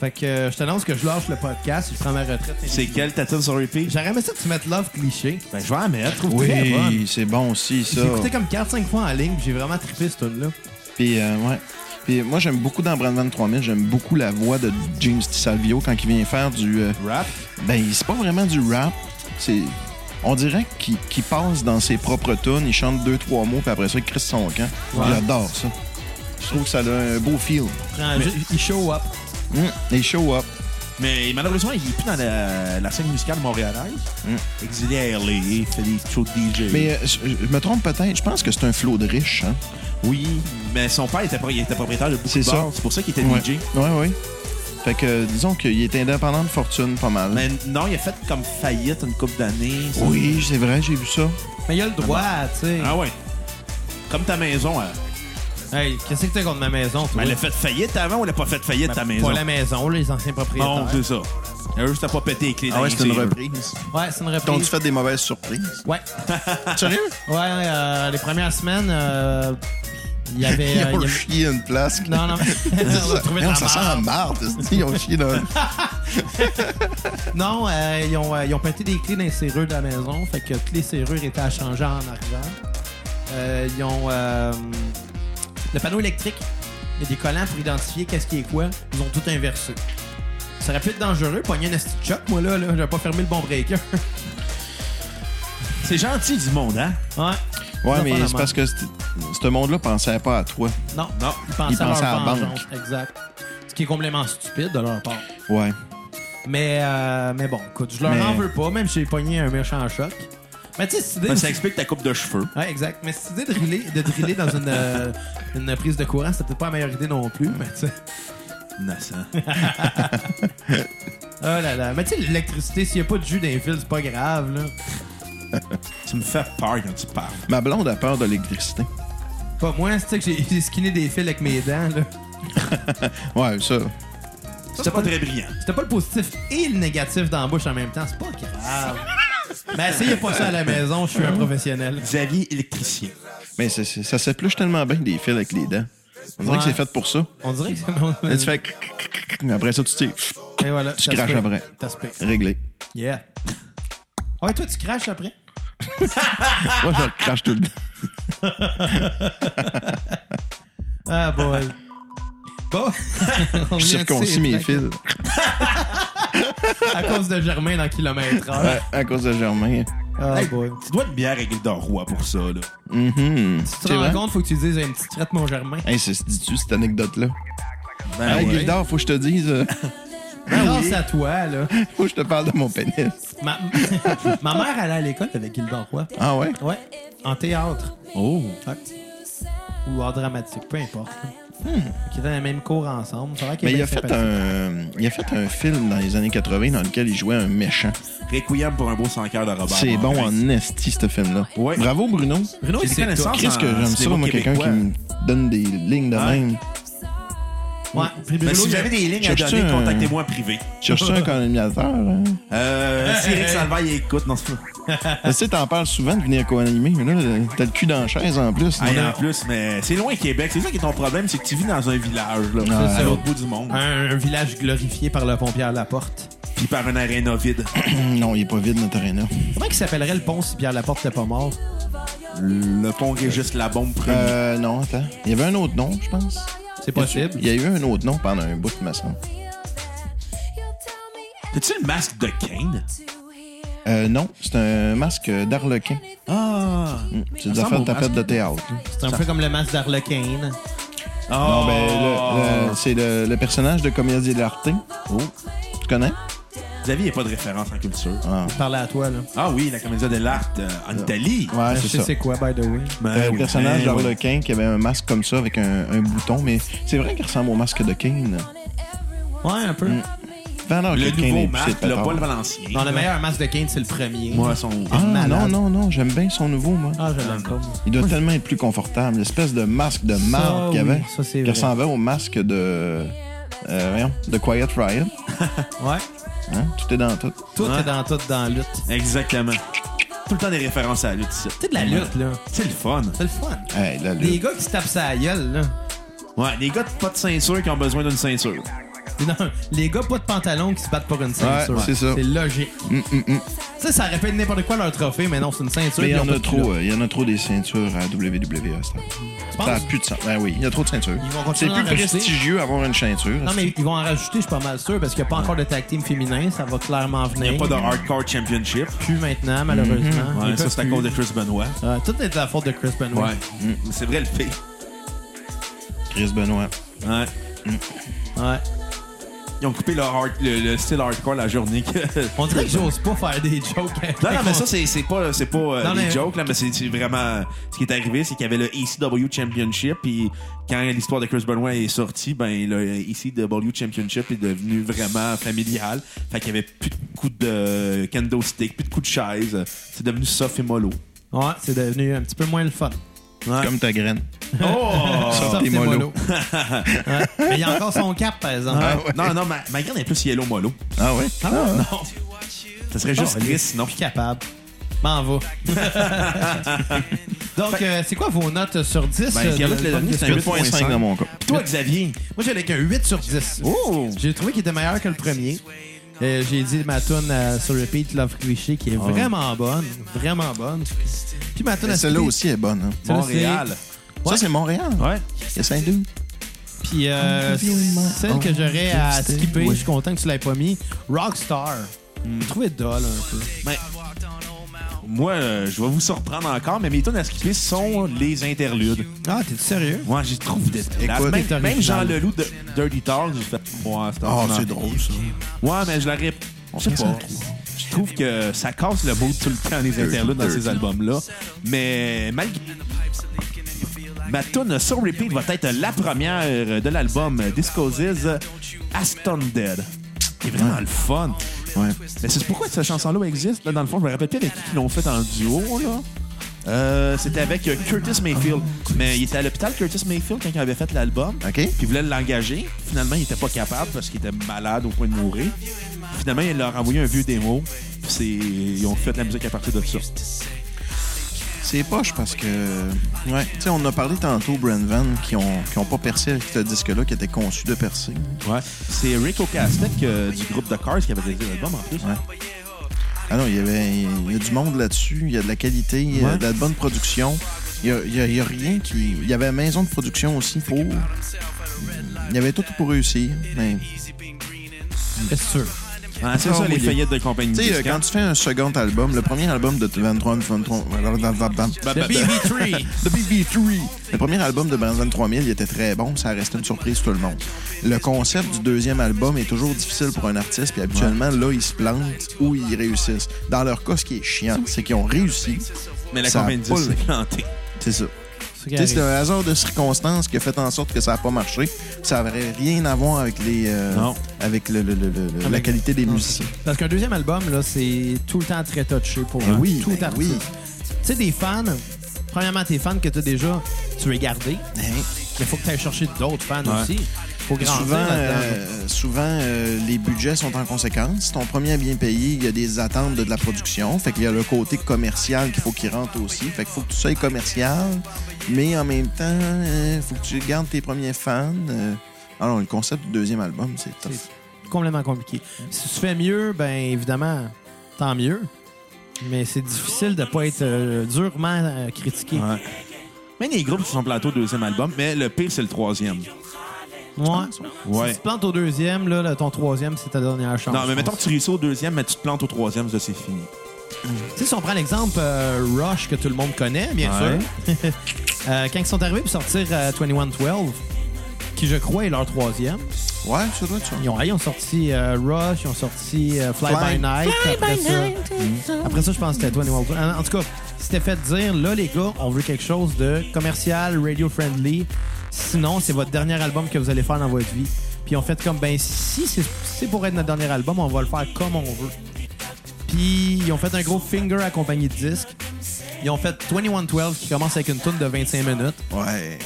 Speaker 3: Fait que euh, je t'annonce que je lâche le podcast, je prends ma retraite.
Speaker 1: C'est quel ta tune sur repeat?
Speaker 3: J'aurais aimé ça que tu mettes Love Cliché.
Speaker 1: Ben, je vais en mettre. Je trouve très bonne.
Speaker 4: Oui, c'est bon aussi, ça.
Speaker 3: J'ai écouté comme 4-5 fois en ligne, puis j'ai vraiment trippé cette tune là
Speaker 4: Puis, euh, ouais. Puis moi, j'aime beaucoup dans Brandon 3000, j'aime beaucoup la voix de James DiSalvio quand il vient faire du... euh,
Speaker 1: Rap?
Speaker 4: ben, c'est pas vraiment du rap. C'est... On dirait qu'il, qu'il passe dans ses propres tunes, il chante deux, trois mots, puis après ça, il crisse son camp.
Speaker 3: Ouais.
Speaker 4: J'adore ça. Je trouve que ça a un beau feel.
Speaker 3: Il show up.
Speaker 4: Mm. Et show up.
Speaker 1: Mais malheureusement, il est plus dans la, la scène musicale montréalaise.
Speaker 4: Mm.
Speaker 1: Exilé à LA, il fait des shows de DJ.
Speaker 4: Mais euh, je je me trompe peut-être, je pense que c'est un flow de riche. Hein?
Speaker 1: oui, mais son père était, pro- il était propriétaire de beaucoup
Speaker 4: C'est
Speaker 1: de
Speaker 4: ça.
Speaker 1: bars. C'est pour ça qu'il était
Speaker 4: Ouais.
Speaker 1: DJ.
Speaker 4: Ouais, ouais. Fait que, disons qu'il est indépendant de fortune pas mal.
Speaker 1: Mais non, il a fait comme faillite une couple d'années. ça.
Speaker 4: Oui, c'est vrai, j'ai vu ça.
Speaker 3: Mais il a le droit, tu sais.
Speaker 1: Ah ouais. Comme ta maison. elle.
Speaker 3: Hey, qu'est-ce que t'as contre ma maison, toi?
Speaker 1: Mais elle a fait faillite avant ou elle a pas fait faillite ta maison?
Speaker 3: Pas la maison, là, les anciens propriétaires.
Speaker 1: Non, c'est ça. Eux, c'était pas pété les clés
Speaker 4: Ah
Speaker 1: E. dans les serrures.
Speaker 4: reprise.
Speaker 3: Ouais, c'est une
Speaker 4: T'as-tu
Speaker 3: reprise.
Speaker 4: fait des mauvaises surprises?
Speaker 3: Ouais.
Speaker 4: Sérieux?
Speaker 3: Ouais, euh, les premières semaines, euh, Il y avait.
Speaker 4: Ils
Speaker 3: euh, il y
Speaker 4: ont
Speaker 3: avait-
Speaker 4: chié une place.
Speaker 3: Non, *laughs*
Speaker 4: *laughs*
Speaker 3: non, mais- on a trouvé de
Speaker 4: Non,
Speaker 3: la
Speaker 4: ça sent
Speaker 3: merde.
Speaker 4: la marde. Ils ont chié dans.
Speaker 3: Non, euh, ils, ont, euh, ils ont pété des clés dans les serrures de la maison. Fait que toutes les serrures étaient à changer en arrivant. Euh, ils ont. euh, le panneau électrique, il y a des collants pour identifier qu'est-ce qui est quoi. Ils ont tout inversé. Ça aurait pu être dangereux, pogner un esti de choc, moi là, là j'aurais pas fermé le bon breaker.
Speaker 1: C'est gentil du monde, hein?
Speaker 3: ouais.
Speaker 4: *laughs* Ouais,
Speaker 3: Non,
Speaker 4: mais
Speaker 3: pas la
Speaker 4: c'est
Speaker 3: marde.
Speaker 4: parce que c'est- ce monde-là pensait pas à toi.
Speaker 3: Non.
Speaker 1: Non.
Speaker 3: Ils pensaient,
Speaker 4: Ils pensaient
Speaker 3: à
Speaker 4: à
Speaker 3: leur
Speaker 4: la
Speaker 3: vengeance. Exact. Ce qui est complètement stupide de leur part.
Speaker 4: Ouais.
Speaker 3: Mais, euh, mais bon, écoute, je leur
Speaker 4: Mais-
Speaker 3: en veux pas, même si j'ai pogné un méchant choc. Mais tu sais, c'est
Speaker 1: Ben, ça explique ta coupe de cheveux.
Speaker 3: Ouais, exact. Mais cette idée de driller, de driller dans une, euh, une prise de courant, c'était peut-être pas la meilleure idée non plus, mais tu sais.
Speaker 1: Innocent.
Speaker 3: Oh là là. Mais tu sais, l'électricité, s'il n'y a pas de jus dans les fils, c'est pas grave, là.
Speaker 1: tu me fais peur quand tu parles.
Speaker 4: Ma blonde a peur de l'électricité.
Speaker 3: Pas moi, c'est que j'ai j'ai skinné des fils avec mes dents, là.
Speaker 4: Ouais, ça.
Speaker 1: C'était pas très brillant.
Speaker 3: C'était pas le positif et le négatif dans la bouche en même temps, c'est pas grave. Mais essayez pas ça à la maison, je suis un professionnel.
Speaker 1: Xavier, électricien.
Speaker 4: Mais c'est- c'est- ça s'épluche tellement bien des fils avec les dents. On dirait
Speaker 3: Ouais.
Speaker 4: que c'est fait pour ça.
Speaker 3: On dirait que c'est
Speaker 4: Là, tu fais. cric, cric, cric, cric, mais Après ça, tu t'es
Speaker 3: Et voilà,
Speaker 4: tu
Speaker 3: ça se
Speaker 4: craches
Speaker 3: fait.
Speaker 4: après.
Speaker 3: Ça se fait.
Speaker 4: réglé.
Speaker 3: Yeah. Ouais, toi, tu craches après?
Speaker 4: Moi, je le crache tout le temps.
Speaker 3: Ah, boy. Bon. *laughs* On vient
Speaker 4: Je
Speaker 3: de
Speaker 4: circoncis
Speaker 3: ces
Speaker 4: mes
Speaker 3: plaques.
Speaker 4: fils
Speaker 3: À cause de Germain dans Kilomètre Heure.
Speaker 4: Ouais, à cause de Germain.
Speaker 3: Ah,
Speaker 1: Hey,
Speaker 3: boy.
Speaker 1: Tu dois être bien réglé d'un roi pour ça, là.
Speaker 3: Tu
Speaker 4: Mhm. C'est
Speaker 3: te
Speaker 4: vrai?
Speaker 3: rends compte, faut que tu dises un petit traite, mon Germain.
Speaker 4: Hey, c'est dis-tu cette anecdote-là?
Speaker 1: Ben,
Speaker 3: Ah
Speaker 4: Hey,
Speaker 1: ouais.
Speaker 4: Gildor, faut que je te dise, euh, *laughs*
Speaker 3: Grâce à toi, là.
Speaker 4: faut que je te parle de mon pénis.
Speaker 3: Ma, *laughs* ma mère allait à l'école avec Gilbert Roy.
Speaker 4: Ah ouais?
Speaker 3: Ouais. En théâtre.
Speaker 1: Oh.
Speaker 3: Ouais. Ou en dramatique, peu importe. Hmm. Qui étaient dans le même cours ensemble. C'est vrai qu'il
Speaker 4: Mais il
Speaker 3: est
Speaker 4: a, fait
Speaker 3: sympathique.
Speaker 4: un, il a fait un film dans les années 80 dans lequel il jouait un méchant.
Speaker 1: Requiem pour un beau sans cœur de Robert.
Speaker 4: C'est bon hein.
Speaker 1: Morin.
Speaker 4: en esti, ce film-là.
Speaker 1: Bah, Ouais.
Speaker 4: Bravo, Bruno.
Speaker 3: Bruno,
Speaker 1: J'ai
Speaker 3: il
Speaker 1: des
Speaker 3: sait que toi.
Speaker 1: connaissances.
Speaker 4: Qu'est-ce que
Speaker 1: en
Speaker 4: j'aime ça,
Speaker 1: cinéma
Speaker 4: moi, quelqu'un qui
Speaker 1: québécois.
Speaker 4: me donne des lignes de
Speaker 1: Ouais.
Speaker 4: même.
Speaker 3: Ouais. Puis Bruno,
Speaker 1: Ben, si
Speaker 3: il-
Speaker 1: vous avez des lignes à
Speaker 4: Cherche-tu
Speaker 1: donner,
Speaker 4: un-
Speaker 1: contactez-moi en privé. *laughs*
Speaker 4: Cherche-tu un co-animateur? hein?
Speaker 1: Euh, si Eric Salvaille écoute, non, c'est pas.
Speaker 4: Tu sais, t'en parles souvent de venir co-animer, mais là, t'as le cul dans la chaise en plus.
Speaker 1: Hey, en plus, mais c'est loin Québec. C'est ça qui est ton problème, c'est que tu vis dans un village, là.
Speaker 3: ça.
Speaker 1: à l'autre bout du monde.
Speaker 3: un, un village glorifié par le pompier à la porte.
Speaker 1: Puis par un aréna
Speaker 4: *coughs*
Speaker 1: vide.
Speaker 4: Non, il est pas vide, notre aréna.
Speaker 1: *laughs*
Speaker 3: Comment il s'appellerait le pont si Pierre Laporte n'était pas mort?
Speaker 1: Le pont juste la bombe premier.
Speaker 4: Euh, non, attends. Il y avait un autre nom, je pense.
Speaker 3: C'est possible.
Speaker 4: Il y a eu un autre nom pendant un bout, de me semble.
Speaker 1: T'as-tu le masque de Kane?
Speaker 4: Euh, non, c'est un masque d'arlequin.
Speaker 1: Ah!
Speaker 4: Mm, C'est des
Speaker 1: Ça ressemble au
Speaker 4: affaires de tapette
Speaker 1: masque.
Speaker 4: de théâtre. là.
Speaker 3: C'est un peu comme le masque d'Arlequin.
Speaker 4: Non, ben, le- le- c'est le, le personnage de Comédie dell'Arte. Oh. Tu connais?
Speaker 1: Oh! Xavier, il n'y a pas de référence en culture.
Speaker 4: Ah.
Speaker 3: Je parlais à toi, là.
Speaker 1: Ah oui, la comédie de l'art euh, en Italie.
Speaker 4: Ouais,
Speaker 3: je
Speaker 4: c'est
Speaker 3: sais
Speaker 4: ça.
Speaker 3: c'est quoi, by the way.
Speaker 1: Ben
Speaker 4: Euh,
Speaker 1: oui,
Speaker 4: le personnage
Speaker 1: ben oui.
Speaker 4: d'Arlequin qui avait un masque comme ça avec un, un bouton, mais c'est vrai qu'il ressemble au masque de Kane.
Speaker 3: Ouais, un peu.
Speaker 4: Mm. Pendant
Speaker 1: Le nouveau masque, le Paul Valencien.
Speaker 3: Non, le meilleur masque de Kane, c'est le premier.
Speaker 1: Moi, son.
Speaker 4: Ah non,
Speaker 3: Malade.
Speaker 4: non, non, j'aime bien son nouveau, moi.
Speaker 3: Ah, je l'aime pas.
Speaker 4: Il doit tellement être plus confortable. L'espèce de masque de marde qu'il y
Speaker 3: oui,
Speaker 4: avait.
Speaker 3: ça, c'est
Speaker 4: qui
Speaker 3: vrai.
Speaker 4: ressemblait au masque de. euh, voyons, de Quiet Riot.
Speaker 3: Ouais.
Speaker 4: Hein? Tout est dans tout.
Speaker 3: Tout
Speaker 1: Ouais.
Speaker 3: est dans tout dans la lutte.
Speaker 1: Exactement. Tout le temps des références à la lutte ici.
Speaker 3: C'est de la lutte, là.
Speaker 1: C'est le fun.
Speaker 3: C'est le fun.
Speaker 4: Hey, la
Speaker 3: Des
Speaker 4: lutte.
Speaker 3: gars qui se tapent sa gueule, là. *laughs*
Speaker 1: Ouais, les gars de pas de ceinture qui ont besoin d'une ceinture.
Speaker 3: Non, les gars pas de pantalon qui se battent pour une ceinture.
Speaker 4: c'est ça.
Speaker 3: C'est logique.
Speaker 1: Mm,
Speaker 3: Ça, ça répète n'importe quoi leur trophée, mais non, c'est une ceinture.
Speaker 4: Mais il
Speaker 3: puis
Speaker 4: y en
Speaker 3: ils ont
Speaker 4: a
Speaker 3: pas de culotte.
Speaker 4: trop, euh, il y en a trop des ceintures à WWE. Ça
Speaker 3: Tu
Speaker 4: Ça a
Speaker 3: penses?
Speaker 4: plus de sens. Ben oui, il y a trop de ceintures.
Speaker 3: Ils vont
Speaker 4: C'est
Speaker 3: continuer à
Speaker 4: plus
Speaker 3: en rajouter.
Speaker 4: prestigieux avoir une ceinture.
Speaker 3: Non, mais ils vont en rajouter, je suis pas mal sûr, parce qu'il n'y a pas encore de tag team féminin. Ça va clairement venir.
Speaker 1: Il n'y a pas de hardcore championship.
Speaker 3: plus maintenant, malheureusement.
Speaker 1: Ouais,
Speaker 3: Ils
Speaker 1: ça,
Speaker 3: peuvent
Speaker 1: c'est à
Speaker 3: plus.
Speaker 1: cause de Chris Benoit.
Speaker 3: Euh, tout est de la faute de Chris Benoit.
Speaker 1: Ouais. Mm. C'est vrai, le fait.
Speaker 4: Chris Benoit.
Speaker 1: Ouais.
Speaker 3: Ouais.
Speaker 1: Ils ont coupé le, hard- le- le style hardcore la journée. que-
Speaker 3: *laughs* On dirait que j'ose pas faire des jokes.
Speaker 1: Non, non, mais ça, c'est c'est pas, c'est pas euh,
Speaker 3: Non,
Speaker 1: des
Speaker 3: mais-
Speaker 1: jokes, là, mais c'est c'est vraiment. Ce qui est arrivé, c'est qu'il y avait le ECW Championship, puis quand l'histoire de Chris Benoit est sortie, ben, le ECW Championship est devenu vraiment familial. Fait qu'il y avait plus de coups de kendo stick, plus de coups de chaise. C'est devenu soft et mollo.
Speaker 3: Ouais, c'est devenu un petit peu moins le fun.
Speaker 1: Ouais.
Speaker 4: Comme ta graine.
Speaker 1: Oh!
Speaker 4: Soft
Speaker 3: Soft
Speaker 4: et
Speaker 3: et
Speaker 4: mollo.
Speaker 3: mollo. *laughs* Ouais. Mais il y a encore son cap, par exemple.
Speaker 1: Ouais.
Speaker 4: Ah ouais.
Speaker 1: Non, non, ma, ma graine est plus yellow mollo.
Speaker 4: Ah ouais?
Speaker 3: Ah ouais?
Speaker 1: Ça serait juste
Speaker 3: Oh,
Speaker 1: Chris,
Speaker 3: Alice.
Speaker 1: sinon.
Speaker 3: Plus capable. M'en va.
Speaker 1: *laughs*
Speaker 3: Donc, euh, c'est quoi vos notes sur 10?
Speaker 1: Ben,
Speaker 3: euh,
Speaker 1: Pierre-Luc
Speaker 3: de-
Speaker 1: Lelonier,
Speaker 3: de-
Speaker 1: c'est un
Speaker 4: 8.5 dans mon cas.
Speaker 1: Puis Toi, Xavier.
Speaker 3: Moi, j'allais qu'un 8 sur 10.
Speaker 1: Oh!
Speaker 3: J'ai trouvé qu'il était meilleur que le premier. Euh, J'ai dit ma tune euh, sur Repeat Love Cliché qui est
Speaker 1: Ah.
Speaker 3: vraiment bonne. Vraiment bonne. Puis ma tune
Speaker 4: Mais
Speaker 3: à
Speaker 4: Celle-là
Speaker 3: skipper-
Speaker 4: aussi est bonne. hein.
Speaker 3: Celle-là,
Speaker 1: Montréal.
Speaker 4: Ça, c'est Montréal.
Speaker 1: Ouais.
Speaker 4: Il y a Saint-Denis.
Speaker 3: Puis euh, celle que j'aurais à skipper, je suis content que tu l'aies pas mis. Rockstar. Je trouvais dol un peu.
Speaker 1: Ben, Moi, euh, je vais vous surprendre encore, mais mes tunes à skipper sont les interludes.
Speaker 3: Ah, t'es sérieux?
Speaker 1: Moi, j'y trouve des la-
Speaker 4: Écoute,
Speaker 1: Même,
Speaker 3: t'es
Speaker 1: même Jean
Speaker 3: original.
Speaker 1: Leloup de Dirty Talk, j'ai fait. Ouais,
Speaker 4: Ah,
Speaker 1: ordinaire.
Speaker 4: c'est drôle, ça.
Speaker 1: Ouais, mais je la rép- Je sais
Speaker 4: vient
Speaker 1: pas. Je trouve que ça casse le beau tout le temps, les interludes dans ces albums-là. Mais malgré. Ma tune sur repeat va être la première de l'album Disco Ziz, Aston Dead. C'est vraiment le fun.
Speaker 4: Ouais.
Speaker 1: Mais c'est pourquoi cette chanson-là existe. Là, dans le fond, je me rappelle plus avec qui ils l'ont fait en duo. là. Euh, C'était avec euh, Curtis Mayfield. Mais il était à l'hôpital, Curtis Mayfield, quand il avait fait l'album.
Speaker 4: OK.
Speaker 1: Puis il voulait l'engager. Finalement, il était pas capable parce qu'il était malade au point de mourir. Finalement, il leur a envoyé un vieux démo. Puis c'est- ils ont fait de la musique à partir de ça.
Speaker 4: C'est poche parce que. Ouais. Tu sais, on a parlé tantôt, Brand Van, qui ont, qui ont pas percé avec ce disque-là, qui était conçu de percer.
Speaker 1: Ouais. C'est Rick Ocastek euh, du groupe The Cars qui avait réalisé l'album en plus.
Speaker 4: Ah non, il y, avait, il y a du monde là-dessus, il y a de la qualité, il y a
Speaker 1: Ouais.
Speaker 4: de la bonne production. Il y a, il y a- il y a rien qui. Il y avait maison de production aussi pour. Il y avait tout pour réussir. Mais,
Speaker 3: C'est sûr.
Speaker 1: Ah, c'est ça, les feuillettes de compagnie.
Speaker 4: tu sais, euh,
Speaker 1: disquante.
Speaker 4: quand tu fais un second album, le premier album de 23 23 euh,
Speaker 3: Le BB3.
Speaker 4: The BB3. Le premier album de Brandon 3000, il était très bon, ça restait une surprise tout le monde. Le concept du deuxième album est toujours difficile pour un artiste, puis habituellement, là, ils se plantent ou ils réussissent. Dans leur cas, ce qui est chiant, c'est qu'ils ont réussi.
Speaker 1: *laughs* Mais la
Speaker 4: ça a
Speaker 1: compagnie
Speaker 4: pas
Speaker 1: disque s'est plantée.
Speaker 4: C'est ça.
Speaker 3: C'est
Speaker 4: Tu sais, C'est un hasard de circonstances qui a fait en sorte que ça n'a pas marché. Ça n'avait rien à voir avec les, euh,
Speaker 1: Non.
Speaker 4: avec le, le- le- le- le- la qualité des musiciens.
Speaker 3: Parce qu'un deuxième album, là, c'est tout le temps très touché pour
Speaker 1: Ah
Speaker 4: Ben
Speaker 3: un
Speaker 4: oui,
Speaker 3: tout
Speaker 4: ben
Speaker 3: artiste.
Speaker 4: oui.
Speaker 3: Tu sais, des fans, premièrement, tes fans que tu as déjà, tu veux garder, mais
Speaker 4: Hein?
Speaker 3: il faut que tu ailles chercher d'autres fans
Speaker 1: Ouais.
Speaker 3: aussi. faut
Speaker 4: Puis
Speaker 3: grandir
Speaker 4: Souvent,
Speaker 3: là-dedans.
Speaker 4: euh, souvent euh, les budgets sont en conséquence. Ton premier est bien payé, il y a des attentes de, de la production. Fait qu'il y a le côté commercial qu'il faut qu'il rentre aussi. Fait qu'il faut que tu sois commercial, mais en même temps, il faut que tu gardes tes premiers fans. Euh, alors, le concept du deuxième album, c'est tough.
Speaker 3: C'est complètement compliqué. Si tu fais mieux, ben évidemment, tant mieux. Mais c'est difficile de pas être euh, durement euh, critiqué.
Speaker 1: Ouais. Même les groupes se sont plantés au deuxième album, mais le pire, c'est le troisième.
Speaker 3: Moi,
Speaker 1: Ouais.
Speaker 3: si tu te plantes au deuxième, là, là, ton troisième, c'est ta dernière chance.
Speaker 1: Non, mais
Speaker 3: je
Speaker 1: mettons que
Speaker 3: pense.
Speaker 1: tu réussis au deuxième, mais tu te plantes au troisième, ça, c'est fini.
Speaker 3: Tu sais, si on prend l'exemple euh, Rush que tout le monde connaît, bien
Speaker 1: Ouais.
Speaker 3: sûr. *laughs* Euh, quand ils sont arrivés pour sortir euh, 2112, qui je crois est leur troisième,
Speaker 4: Ouais, ça doit être ça.
Speaker 3: ils ont, ah, ils ont sorti euh, Rush, ils ont sorti euh, Fly,
Speaker 4: Fly.
Speaker 3: by Night. après, ça, Mm. après ça, je pense que c'était 2112. En, en tout cas, c'était fait dire là, les gars, on veut quelque chose de commercial, radio friendly. Sinon, c'est votre dernier album que vous allez faire dans votre vie. Puis on fait comme, ben si c'est c'est pour être notre dernier album, on va le faire comme on veut. Puis ils ont fait un gros finger accompagné de disques. Ils ont fait 2112 qui commence avec une tune de 25 minutes.
Speaker 4: Ouais.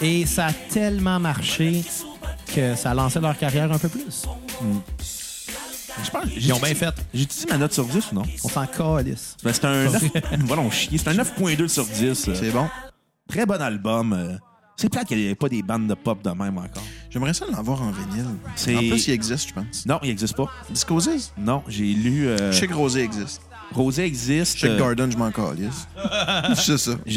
Speaker 3: Et ça a tellement marché que ça a lancé leur carrière un peu plus.
Speaker 1: Je pense,
Speaker 3: Ils ont bien fait.
Speaker 1: J'ai utilisé ma note sur 10 ou non?
Speaker 3: On s'en calisse.
Speaker 1: Ben, c'est un 9... *laughs* voilà, on chie. C'est un 9.2 sur 10. euh.
Speaker 4: C'est bon.
Speaker 1: Très bon album. euh. C'est plate qu'il n'y ait pas des bandes de pop de même encore.
Speaker 4: J'aimerais ça l'avoir en vinyle. En
Speaker 1: C'est-
Speaker 4: plus, il existe, je pense.
Speaker 1: Non, il n'existe pas.
Speaker 4: Discosis?
Speaker 1: Non, j'ai lu... euh,
Speaker 4: Chez Rosé existe.
Speaker 1: Rosé existe.
Speaker 4: Chez
Speaker 1: euh,
Speaker 4: Garden, je m'en
Speaker 1: *laughs*
Speaker 4: calisse. c'est ça.
Speaker 1: je,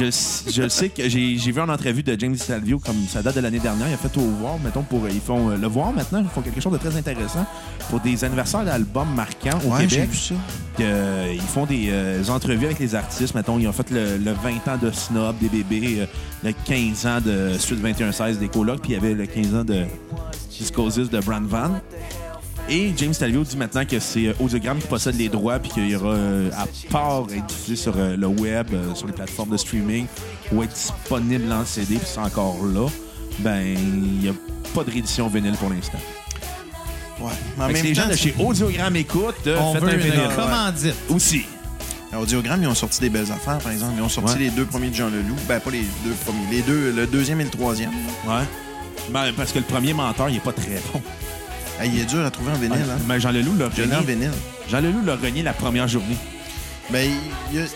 Speaker 1: je le sais que j'ai j'ai vu en entrevue de James Salvio, comme ça date de l'année dernière, il a fait au voir, mettons, pour ils font euh, le voir maintenant, ils font quelque chose de très intéressant pour des anniversaires d'albums marquants au
Speaker 4: Ouais, j'ai
Speaker 1: Québec.
Speaker 4: vu ça.
Speaker 1: Euh, ils font des euh, entrevues avec les artistes. Mettons, ils ont fait le, le 20 ans de Snob, des bébés, euh, le 15 ans de Suite 21-16 des colocs, puis il y avait le 15 ans de Discosis de Brand Van. Et James Talio dit maintenant que c'est euh, Audiogramme qui possède les droits, puis qu'il y aura, euh, à part être diffusé sur euh, le web, euh, sur les plateformes de streaming, ou être disponible en CD, puis c'est encore là, ben, il n'y a pas de réédition vinyle pour l'instant.
Speaker 4: Ouais. Mais en
Speaker 1: Fait que
Speaker 4: même
Speaker 1: si les
Speaker 4: temps,
Speaker 1: gens de chez Audiogramme écoutent, euh,
Speaker 3: On
Speaker 1: faites
Speaker 3: veut
Speaker 1: un
Speaker 3: une
Speaker 1: vinyle.
Speaker 3: commandite.
Speaker 1: Aussi.
Speaker 4: Audiogramme, ils ont sorti des belles affaires, par exemple. Ils ont sorti
Speaker 1: Ouais.
Speaker 4: les deux premiers de Jean Leloup. Ben, pas les deux premiers. Les deux, le deuxième et le troisième.
Speaker 1: Ouais. Ben, parce que le premier menteur, il est pas très bon.
Speaker 4: Hey, il est dur à trouver en vinyle, hein?
Speaker 1: Mais Jean Leloup l'a
Speaker 4: Je l'ai en
Speaker 1: renié.
Speaker 4: vinyle.
Speaker 1: Jean Leloup l'a renié la première journée.
Speaker 4: Ben, il y a-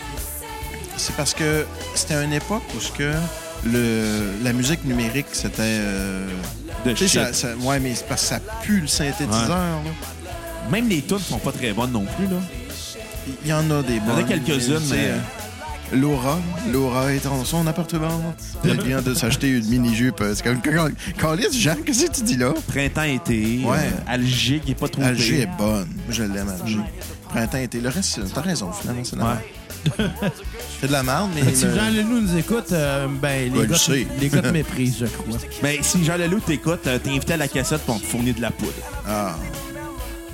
Speaker 4: c'est parce que c'était une époque où ce que le, la musique numérique, c'était. euh,
Speaker 1: De
Speaker 4: tu
Speaker 1: shit.
Speaker 4: sais, ça, ça- ouais, mais c'est parce que ça pue le synthétiseur. là.
Speaker 1: Même les tunes sont pas très bonnes non plus, là.
Speaker 4: Il y en a des bonnes.
Speaker 1: en a quelques-unes,
Speaker 4: tu sais,
Speaker 1: mais-
Speaker 4: euh, Laura, Laura est en son appartement. Elle vient de s'acheter une mini-jupe. C'est comme. quand- quand Calisse, Jean, qu'est-ce que tu dis là?
Speaker 1: Printemps-été,
Speaker 4: Ouais.
Speaker 1: euh, Alger qui est pas trop
Speaker 4: Alger est
Speaker 1: pire.
Speaker 4: bonne. Moi, je l'aime, Alger. Printemps, été. Le reste, t'as raison, finalement. C'est de la merde. *laughs* C'est de la merde, mais.
Speaker 3: Si
Speaker 4: le-
Speaker 3: Jean Leloup nous écoute, euh, ben, les,
Speaker 4: Ben, il
Speaker 3: gars,
Speaker 4: sait.
Speaker 3: les *laughs* gars te méprisent, je crois.
Speaker 1: Mais Ben, si Jean Leloup t'écoute, euh, t'es invité à la cassette pour te fournir de la poudre.
Speaker 4: Ah.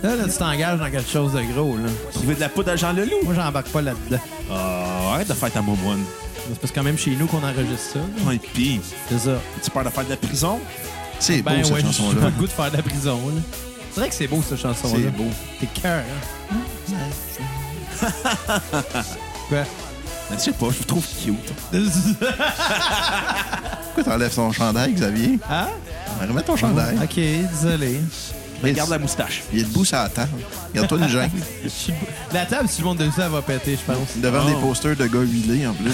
Speaker 3: Là, là, tu t'engages dans quelque chose de gros, là.
Speaker 1: Tu veux de la poudre à Jean Leloup?
Speaker 3: Moi, j'embarque pas là-dedans.
Speaker 1: Ah, arrête de faire ta mauboine.
Speaker 3: C'est parce que quand même chez nous qu'on enregistre ça. là.
Speaker 1: Ouais, pis,
Speaker 3: C'est ça.
Speaker 1: tu pars de faire de la prison?
Speaker 4: C'est beau,
Speaker 3: Ben
Speaker 4: cette
Speaker 3: ouais, j'ai
Speaker 4: chanson-là.
Speaker 3: pas le goût de faire de la prison, là. C'est vrai que c'est beau, cette chanson-là.
Speaker 4: C'est beau.
Speaker 3: T'es cœur, hein? *laughs* Quoi?
Speaker 1: Ben, je sais pas, je vous trouve cute.
Speaker 4: Pourquoi t'enlèves ton chandail, Xavier?
Speaker 3: Ah?
Speaker 4: Remets ton chandail.
Speaker 3: Ok, désolé.
Speaker 1: Regarde la moustache.
Speaker 4: Il est debout sur la table. Regarde-toi une gêne.
Speaker 3: Je suis- La table, si le monde de ça, elle va péter, je pense.
Speaker 4: Devant
Speaker 1: Oh.
Speaker 4: des posters de gars huilés, en plus.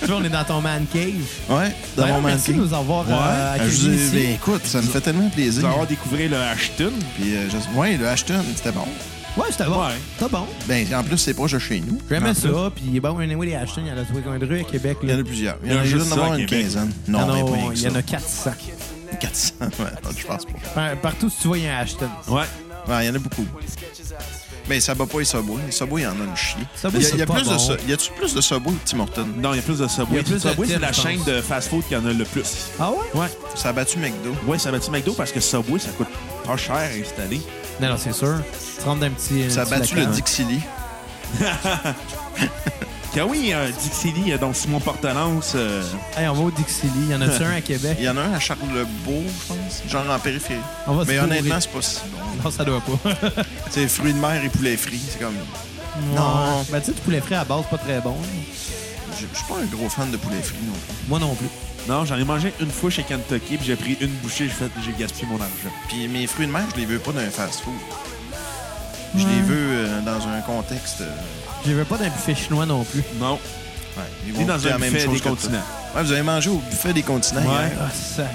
Speaker 3: Tu vois, on est dans ton man cave.
Speaker 4: Ouais, dans
Speaker 3: D'ailleurs,
Speaker 4: mon
Speaker 3: Ben merci de
Speaker 4: mannequin.
Speaker 3: nous avoir
Speaker 1: Ouais,
Speaker 3: euh,
Speaker 4: Ah, je
Speaker 3: accueillis
Speaker 4: dis, ben,
Speaker 3: ici.
Speaker 4: écoute, ça me fait tellement
Speaker 1: Tu vas
Speaker 4: plaisir.
Speaker 1: avoir découvert le Ashton.
Speaker 4: Puis, euh, je- ouais, le Ashton, c'était bon.
Speaker 3: Ouais, c'était bon.
Speaker 1: Ouais.
Speaker 3: C'était bon.
Speaker 4: Ben, en plus, c'est proche de chez nous.
Speaker 3: J'aimais ça. Puis, bon, anyway, les Ashton, il y en a trouvé combien de rues à Québec?
Speaker 4: Il y
Speaker 3: là?
Speaker 4: en a plusieurs. Il y
Speaker 1: Il y
Speaker 4: en
Speaker 1: en
Speaker 4: a
Speaker 1: a
Speaker 4: juste
Speaker 1: juste
Speaker 4: d'en avoir
Speaker 1: ça à
Speaker 4: une
Speaker 1: Québec.
Speaker 4: quinzaine.
Speaker 3: Il y
Speaker 4: Non,
Speaker 3: en a-
Speaker 4: mais pas rien que
Speaker 3: il y
Speaker 4: ça.
Speaker 3: en a 400.
Speaker 4: *laughs* 400, ouais, je pense pas.
Speaker 3: Par- Partout, si tu vois, il y a un Ashton.
Speaker 1: Ouais.
Speaker 4: Ouais, il y en a beaucoup. Mais ça bat pas les Subway. Les Subway, il y en a une chier.
Speaker 3: Subway,
Speaker 4: Il y a-
Speaker 3: c'est
Speaker 4: il y a
Speaker 3: pas
Speaker 4: plus de
Speaker 3: bon.
Speaker 4: ça. Y a-tu plus de Subway que Tim Hortons?
Speaker 1: Non, il y a plus de Subway.
Speaker 3: Il y a plus de
Speaker 1: Subway, c'est
Speaker 3: Tim,
Speaker 1: la
Speaker 3: je
Speaker 1: chaîne
Speaker 3: pense.
Speaker 1: de fast-food qui en a le plus.
Speaker 3: Ah ouais?
Speaker 1: Ouais.
Speaker 4: Ça a battu McDo.
Speaker 1: Ouais, ça m'a-tu McDo parce que Subway, ça coûte pas cher à installer.
Speaker 3: Non, non, c'est sûr. Tu rentres d'un petit.
Speaker 4: Ça a
Speaker 3: petit
Speaker 4: battu le
Speaker 3: lacan.
Speaker 4: Dixili.
Speaker 1: Car oui, euh, Dixili, euh, donc Simon Portelance. euh,
Speaker 3: Hey, on va au Dixili. Il y en a-tu un à Québec?
Speaker 4: *laughs* Il y en a un à Charlebourg, je pense. Genre en périphérie.
Speaker 3: On va se
Speaker 4: Mais
Speaker 3: bourrer.
Speaker 4: honnêtement, c'est pas si bon.
Speaker 3: Non, ça doit pas.
Speaker 4: C'est fruits de mer et poulet frit. C'est comme.
Speaker 3: non. *laughs* Ben, tu sais, du poulet frais à base, pas très bon.
Speaker 4: Je je suis pas un gros fan de poulet frit non plus.
Speaker 3: Moi non plus.
Speaker 1: Non, j'en ai mangé une fois chez Kentucky, puis j'ai pris une bouchée, j'ai fait, j'ai gaspillé mon argent.
Speaker 4: Puis mes fruits de mer, je les veux pas d'un fast-food. Je les veux euh, dans un contexte. euh,
Speaker 3: Je veux pas d'un buffet chinois non plus.
Speaker 1: Non,
Speaker 4: ouais, ils
Speaker 1: ni dans
Speaker 4: goûter
Speaker 1: un buffet des
Speaker 4: que toi.
Speaker 1: continents.
Speaker 4: Ouais, vous avez mangé au buffet des continents.
Speaker 1: Ouais.
Speaker 4: hier.
Speaker 3: Ah, sac.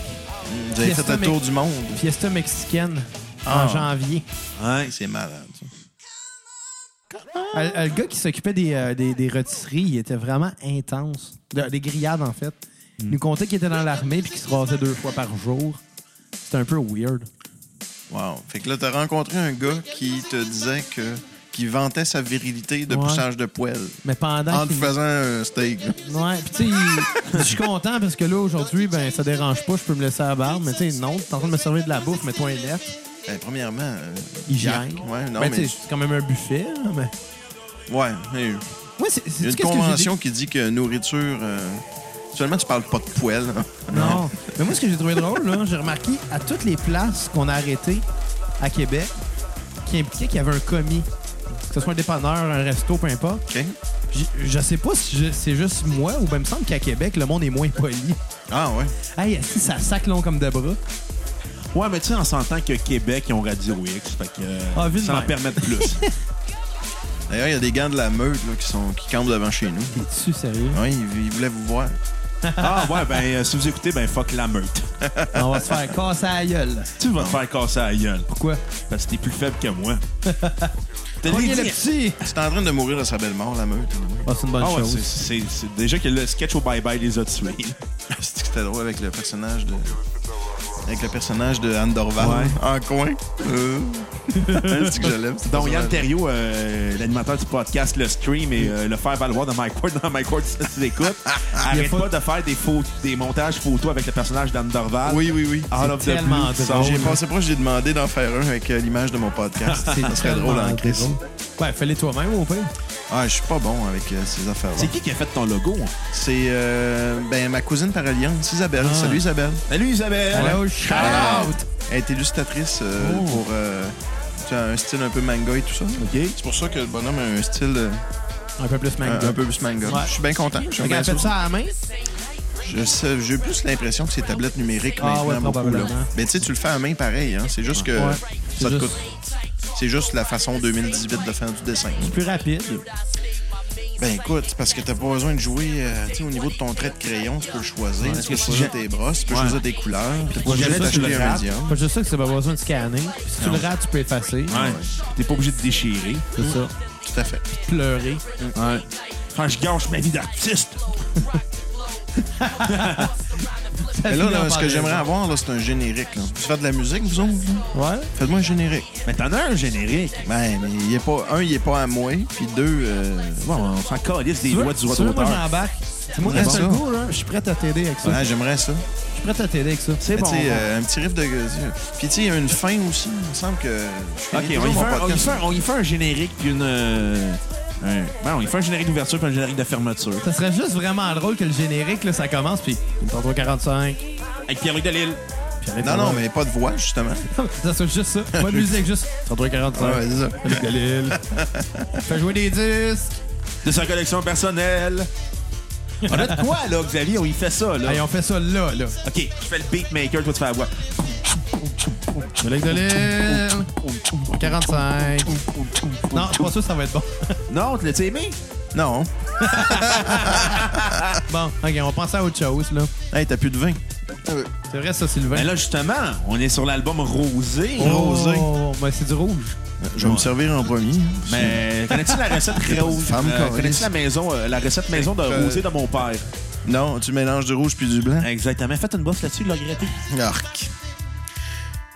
Speaker 4: Vous avez
Speaker 3: Fiesta
Speaker 4: fait le tour
Speaker 3: Mex-
Speaker 4: du monde.
Speaker 3: Fiesta mexicaine
Speaker 4: Ah.
Speaker 3: en janvier.
Speaker 1: Ouais.
Speaker 4: C'est malade. ça.
Speaker 3: Euh, euh, le gars qui s'occupait des, euh, des, des rôtisseries, il était vraiment intense. De- des grillades, en fait. Il nous contait qu'il était dans l'armée puis qu'il se rasait deux fois par jour. C'était un peu weird.
Speaker 4: Wow. Fait que là, t'as rencontré un gars qui te disait que. qui vantait sa virilité de
Speaker 3: Ouais.
Speaker 4: poussage de poêle.
Speaker 3: Mais pendant
Speaker 4: En te
Speaker 3: qu'il...
Speaker 4: faisant un steak. là.
Speaker 3: Ouais, puis tu sais, il- je suis content parce que là, aujourd'hui, ben, ça dérange pas, je peux me laisser à la barbe, mais tu sais, non, t'es en train de me servir de la bouffe, mets-toi un lait,
Speaker 4: Ben, premièrement. euh,
Speaker 3: hygiène.
Speaker 4: Yark. Ouais, non,
Speaker 3: Ben, tu
Speaker 4: mais.
Speaker 3: sais, c'est quand même un buffet, là, mais.
Speaker 4: Ouais, mais
Speaker 3: Ouais, c'est, c'est
Speaker 4: Il y a une
Speaker 3: qu'est-ce que j'ai
Speaker 4: convention qui dit que nourriture. euh, Seulement, tu parles pas de poêle. hein?
Speaker 3: dé- Non. mais moi, ce que j'ai trouvé drôle, là, j'ai remarqué à toutes les places qu'on a arrêtées à Québec qui impliquaient qu'il y avait un commis, que ce soit un dépanneur, un resto, peu importe.
Speaker 4: Ah, OK?
Speaker 3: J- Je sais pas si je- c'est juste moi ou ben, il me semble qu'à Québec, le monde est moins poli.
Speaker 4: Ah, ouais.
Speaker 3: Hey, si ça sac long comme de bras.
Speaker 1: Ouais, mais tu sais, on s'entend que Québec, ils ont Radio X, fait que euh,
Speaker 3: Ah, vu de
Speaker 1: ça en
Speaker 3: même.
Speaker 1: permet de
Speaker 3: *laughs*
Speaker 1: plus.
Speaker 4: D'ailleurs, il y a des gants de la meute là, qui, sont, qui campent devant chez nous.
Speaker 3: T'es-tu sérieux?
Speaker 4: Ouais, ils, ils voulaient vous voir.
Speaker 1: ah ouais, ben euh, si vous écoutez, ben fuck la meute.
Speaker 3: *laughs* On va se faire casser à la gueule.
Speaker 1: Tu vas te faire casser à la gueule,
Speaker 3: Pourquoi?
Speaker 1: parce que t'es plus faible que
Speaker 3: *laughs*
Speaker 1: moi. T'as
Speaker 3: Prenez
Speaker 1: dit...
Speaker 3: le petit!
Speaker 4: C'est en train de mourir de sa belle mort, la meute. là. *laughs*
Speaker 3: Ah, c'est une bonne
Speaker 1: Ah ouais, c'est-
Speaker 3: chose.
Speaker 1: c'est c'est- déjà que le sketch au bye-bye les a tués.
Speaker 4: C'est que c'était drôle avec le personnage de. Avec le personnage de Anne Dorval
Speaker 1: Ouais.
Speaker 4: en coin. Euh. C'est que je l'aime. ce
Speaker 1: Donc Yann
Speaker 4: personnage.
Speaker 1: Terriot, euh, l'animateur du podcast Le Stream et euh, le faire valoir de Mike Ward *laughs* dans Mike Ward si tu
Speaker 3: *laughs*
Speaker 1: l'écoutes, arrête
Speaker 3: pas-
Speaker 1: pas de faire des, faux- des montages photos avec le personnage d'Anne Dorval.
Speaker 4: Oui, oui, oui.
Speaker 1: Out of the blue,
Speaker 3: tellement
Speaker 1: tu
Speaker 3: drôle.
Speaker 1: sors.
Speaker 4: J'ai pensé proche, j'ai demandé d'en faire un avec euh, l'image de mon podcast. Ça serait drôle en crise.
Speaker 3: Ouais, fais-les toi-même au pire.
Speaker 4: Ah, je suis pas bon avec euh, ces affaires-là.
Speaker 1: C'est qui qui a fait ton logo? hein?
Speaker 4: C'est euh, ben, ma cousine par alliance, Isabelle. Salut Isabelle.
Speaker 3: Ben,
Speaker 4: Euh,
Speaker 1: Salut Isabelle!
Speaker 3: Hello, shout
Speaker 4: Ah!
Speaker 3: out!
Speaker 4: Elle est illustratrice euh,
Speaker 1: Oh.
Speaker 4: pour euh, tu as un style un peu manga et tout ça.
Speaker 1: OK.
Speaker 4: C'est pour ça que le bonhomme a un style euh,
Speaker 3: Un peu plus
Speaker 4: un,
Speaker 3: manga.
Speaker 4: un peu plus manga.
Speaker 3: Ouais.
Speaker 4: Je suis bien content. Je suis bien
Speaker 3: Regarde, fais
Speaker 4: sûr.
Speaker 3: ça à la main.
Speaker 4: Je sais- J'ai plus l'impression que c'est tablette numérique
Speaker 3: Ah ouais,
Speaker 4: maintenant beaucoup. Là. Ben,
Speaker 3: probablement.
Speaker 4: Mais tu sais, tu le fais à main pareil. Hein. C'est juste que
Speaker 3: Ouais.
Speaker 4: ça
Speaker 3: C'est
Speaker 4: te
Speaker 3: juste-
Speaker 4: coûte. C'est juste la façon 2018 de faire du dessin.
Speaker 3: Plus rapide.
Speaker 4: Ben écoute, c'est parce que t'as pas besoin de jouer euh, tu sais, au niveau de ton trait de crayon, tu peux le choisir. tu peux
Speaker 1: que si
Speaker 4: choisir
Speaker 1: j'ai-
Speaker 4: tes brosses, tu peux
Speaker 1: Ouais.
Speaker 4: choisir tes couleurs. Tu peux
Speaker 1: jamais
Speaker 4: choisir
Speaker 1: touché
Speaker 4: d'acheter
Speaker 1: le
Speaker 4: un
Speaker 1: rap.
Speaker 4: médium.
Speaker 3: Pas juste ça que c'est pas besoin de scanner. Puis si tu
Speaker 1: Non.
Speaker 4: Ah.
Speaker 3: le rates, tu peux effacer.
Speaker 1: Ouais. T'es pas obligé de déchirer.
Speaker 3: C'est ça.
Speaker 4: Tout à fait.
Speaker 3: Pleurer.
Speaker 1: Ouais. Quand je gâche ma vie d'artiste.
Speaker 4: Mais là, là, ce que j'aimerais avoir, là, c'est un générique. Là. Tu fais de la musique, vous autres? là?
Speaker 3: Ouais.
Speaker 4: Faites-moi un générique.
Speaker 1: Mais t'en as un générique.
Speaker 4: Ben, mais il est pas, un, il est pas à moi, puis deux, euh,
Speaker 1: Bon, on s'en calisse des
Speaker 3: Tu veux-
Speaker 1: droits du droit
Speaker 3: tu veux, Moi,
Speaker 1: d'auteur.
Speaker 3: j'embarque. C'est moi qui
Speaker 4: Ouais,
Speaker 3: reste
Speaker 4: ça.
Speaker 3: le goût, là. Je suis prêt à t'aider avec ça.
Speaker 4: ouais, j'aimerais ça.
Speaker 3: Je suis prêt à t'aider avec ça. hein.
Speaker 1: C'est
Speaker 4: Mais
Speaker 1: bon.
Speaker 4: tu sais, euh, un petit riff de. Puis tu sais, il y a une fin aussi. Il me semble que. je
Speaker 1: OK,
Speaker 4: finis
Speaker 1: on y,
Speaker 4: toujours
Speaker 1: fait
Speaker 4: mon
Speaker 1: un, on, y
Speaker 4: podcast.
Speaker 1: fait, un- on y fait un générique puis une... euh, un- ben, on y fait un générique d'ouverture puis un générique de fermeture.
Speaker 3: Ça serait juste vraiment drôle que le générique, là, ça commence, puis... 43-45.
Speaker 1: Avec Pierre-Luc Delisle.
Speaker 4: Non, non, mais pas de voix, justement.
Speaker 3: *laughs* ça soit juste ça. Pas de musique, juste 43-45.
Speaker 4: Ouais, c'est ça.
Speaker 3: *laughs* Avec
Speaker 4: *laughs*
Speaker 3: Galil. Fais jouer des disques.
Speaker 1: De sa collection personnelle. On a de quoi, là, Xavier? On y fait ça, là.
Speaker 3: Hey, on fait ça là, là.
Speaker 1: OK, je fais le beatmaker, toi, tu fais la voix.
Speaker 3: Avec Galil. 45. Non, je suis pas sûr que ça va être bon.
Speaker 1: Non, tu l'as-tu aimé?
Speaker 4: Non.
Speaker 3: Bon, OK, on pensait à autre chose, là.
Speaker 4: Hey, t'as plus de vin.
Speaker 3: C'est vrai, ça, Sylvain.
Speaker 1: Mais Ben là, justement, on est sur l'album Rosé.
Speaker 3: Oh,
Speaker 4: rosé.
Speaker 3: mais c'est du rouge.
Speaker 4: Je vais me servir en premier.
Speaker 1: Mais connais-tu la
Speaker 3: *laughs*
Speaker 1: recette rose?
Speaker 4: Femme,
Speaker 1: Euh,
Speaker 4: câlisse.
Speaker 1: connais-tu la maison, euh, la recette maison de
Speaker 4: Euh,
Speaker 1: rosé de mon père?
Speaker 4: Non, tu mélanges du rouge puis du blanc.
Speaker 1: Exactement. Faites une bosse là-dessus, le regretter.
Speaker 4: Arc.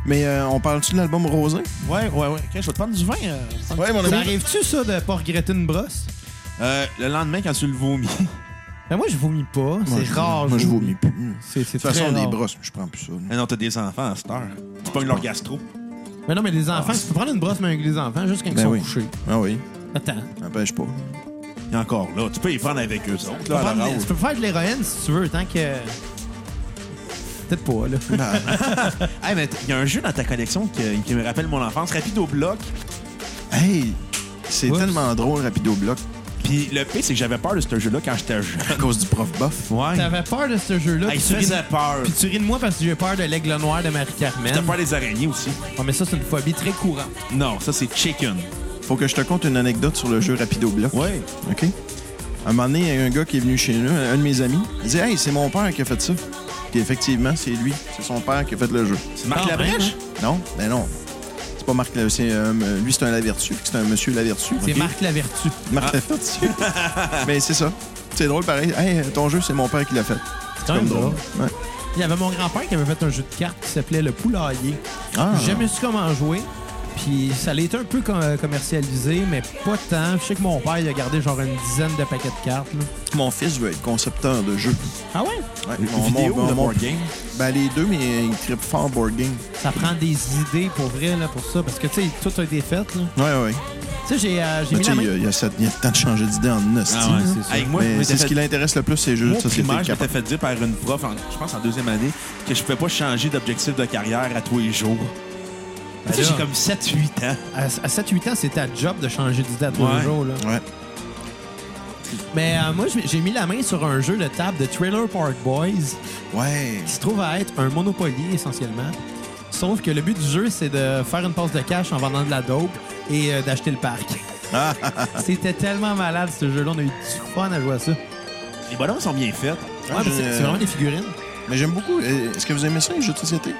Speaker 4: Mais euh, on parle-tu de l'album Rosé?
Speaker 1: Ouais, ouais, ouais. je vais te prendre du vin.
Speaker 3: euh,
Speaker 4: Ouais, mon
Speaker 3: Ça arrive-tu, ça, de pas regretter une brosse?
Speaker 1: Euh, le lendemain, quand tu le vomis. *laughs*
Speaker 3: Ben, moi, je vomis pas. C'est rare.
Speaker 4: Moi, je vomis plus. De
Speaker 3: C'est c'est
Speaker 4: toute façon,
Speaker 3: très
Speaker 4: des
Speaker 3: rare.
Speaker 4: brosses, je prends plus ça.
Speaker 1: Mais Ah non, t'as des enfants à cette heure. Tu pognes leur gastro.
Speaker 3: Mais non, mais les enfants, tu peux prendre une brosse, mais avec les enfants, juste quand ils
Speaker 4: Ben
Speaker 3: sont
Speaker 4: oui.
Speaker 3: couchés.
Speaker 4: Ah oui,
Speaker 3: Attends.
Speaker 4: empêche pas.
Speaker 1: Et encore là, tu peux y prendre avec eux autres, là,
Speaker 3: Tu peux
Speaker 1: à
Speaker 3: prendre-
Speaker 1: la rose.
Speaker 3: tu peux faire de l'héroïne si tu veux, tant que. Peut-être pas,
Speaker 4: *laughs*
Speaker 3: là.
Speaker 4: Ben,
Speaker 1: Hey, mais t- il y a un jeu dans ta collection qui, qui me rappelle mon enfance. Rapido Bloc.
Speaker 4: Hey, c'est
Speaker 3: Oups.
Speaker 4: tellement drôle, Rapido Bloc,
Speaker 1: Puis le pire, c'est que j'avais peur de ce jeu-là quand j'étais jeune.
Speaker 4: à cause du prof Boff.
Speaker 1: Ouais.
Speaker 3: T'avais peur de ce jeu-là.
Speaker 1: Hey,
Speaker 3: puis
Speaker 1: tu
Speaker 3: tu ris-
Speaker 1: faisais peur.
Speaker 3: puis tu ris de moi parce que j'ai peur de l'aigle noir de
Speaker 1: T'as
Speaker 3: Marie-Carmen.
Speaker 1: peur des araignées aussi.
Speaker 3: Ouais, mais ça, c'est une phobie très courante.
Speaker 1: Non, ça, c'est chicken.
Speaker 4: Faut que je te conte une anecdote sur le jeu Rapido Bloc.
Speaker 1: Ouais.
Speaker 4: OK? À un moment donné, il y a un gars qui est venu chez nous, un de mes amis. Il dit Hey, c'est mon père qui a fait ça. Puis effectivement, c'est lui. C'est son père qui a fait le jeu.
Speaker 1: Tu marques
Speaker 3: Quand
Speaker 1: la
Speaker 3: même,
Speaker 1: brèche?
Speaker 4: Non? Ben non. C'est pas Marc Lavertu. c'est, euh, lui, c'est un Lavertu. puis C'est un monsieur Lavertu.
Speaker 3: C'est
Speaker 4: Ok?
Speaker 3: Marc la vertu.
Speaker 4: Marc Lavertu. Mais c'est ça. C'est drôle, pareil. Hey, ton jeu, c'est mon père qui l'a fait.
Speaker 3: C'est un drôle.
Speaker 4: Ouais.
Speaker 3: Il y avait mon grand-père qui avait fait un jeu de cartes qui s'appelait Le Poulailler.
Speaker 4: Ah.
Speaker 3: J'ai jamais su comment jouer. Puis ça l'a été un peu com- commercialisé, mais pas tant. Je sais que mon père, il a gardé genre une dizaine de paquets de cartes. là.
Speaker 4: Mon fils veut être concepteur de jeux.
Speaker 3: Ah ouais?
Speaker 4: Ouais.
Speaker 1: Une vidéo de board game?
Speaker 4: Ben, les deux, mais il tripe fort board game.
Speaker 3: Ça prend des idées pour vrai, là, pour ça. Parce que, tu sais, tout a été fait, là.
Speaker 4: Ouais, ouais.
Speaker 3: Tu sais, j'ai euh, j'ai
Speaker 4: Mais
Speaker 3: mis
Speaker 4: tu sais,
Speaker 3: la
Speaker 4: il
Speaker 3: main...
Speaker 4: y a- il y, a sept- il y a le temps de changer d'idée en hostie.
Speaker 1: Ah ouais,
Speaker 4: là.
Speaker 1: c'est ça. Avec moi, je
Speaker 4: Mais
Speaker 1: m'étais
Speaker 4: c'est ce
Speaker 1: fait-
Speaker 4: qui l'intéresse le plus, c'est juste
Speaker 1: Moi,
Speaker 4: ça.
Speaker 1: au
Speaker 4: c'est
Speaker 1: primaire, je m'étais fait dire par une prof, en- je pense en deuxième année, que je pouvais pas changer d'objectif de carrière à tous les jours. Ben Tu sais,
Speaker 3: là.
Speaker 1: j'ai comme 7-8 ans.
Speaker 3: À, 7-8 ans, c'est ta job de changer d'idée à tous
Speaker 1: Ouais.
Speaker 3: les jours, là.
Speaker 4: Ouais.
Speaker 3: Mais euh, moi, j'ai j'ai mis la main sur un jeu de table de Trailer Park Boys
Speaker 4: Ouais.
Speaker 3: qui se trouve à être un Monopoly, essentiellement. Sauf que le but du jeu, c'est de faire une passe de cash en vendant de la dope et euh, d'acheter le
Speaker 4: *laughs*
Speaker 3: parc. C'était tellement malade, ce jeu-là. On a eu du fun à jouer à ça. Ouais,
Speaker 1: Les bonhommes sont bien faits.
Speaker 4: Ah,
Speaker 3: mais
Speaker 4: je-
Speaker 3: c'est c'est vraiment des figurines.
Speaker 4: Mais j'aime beaucoup. Euh, Est-ce que vous aimez ça, les jeux de société?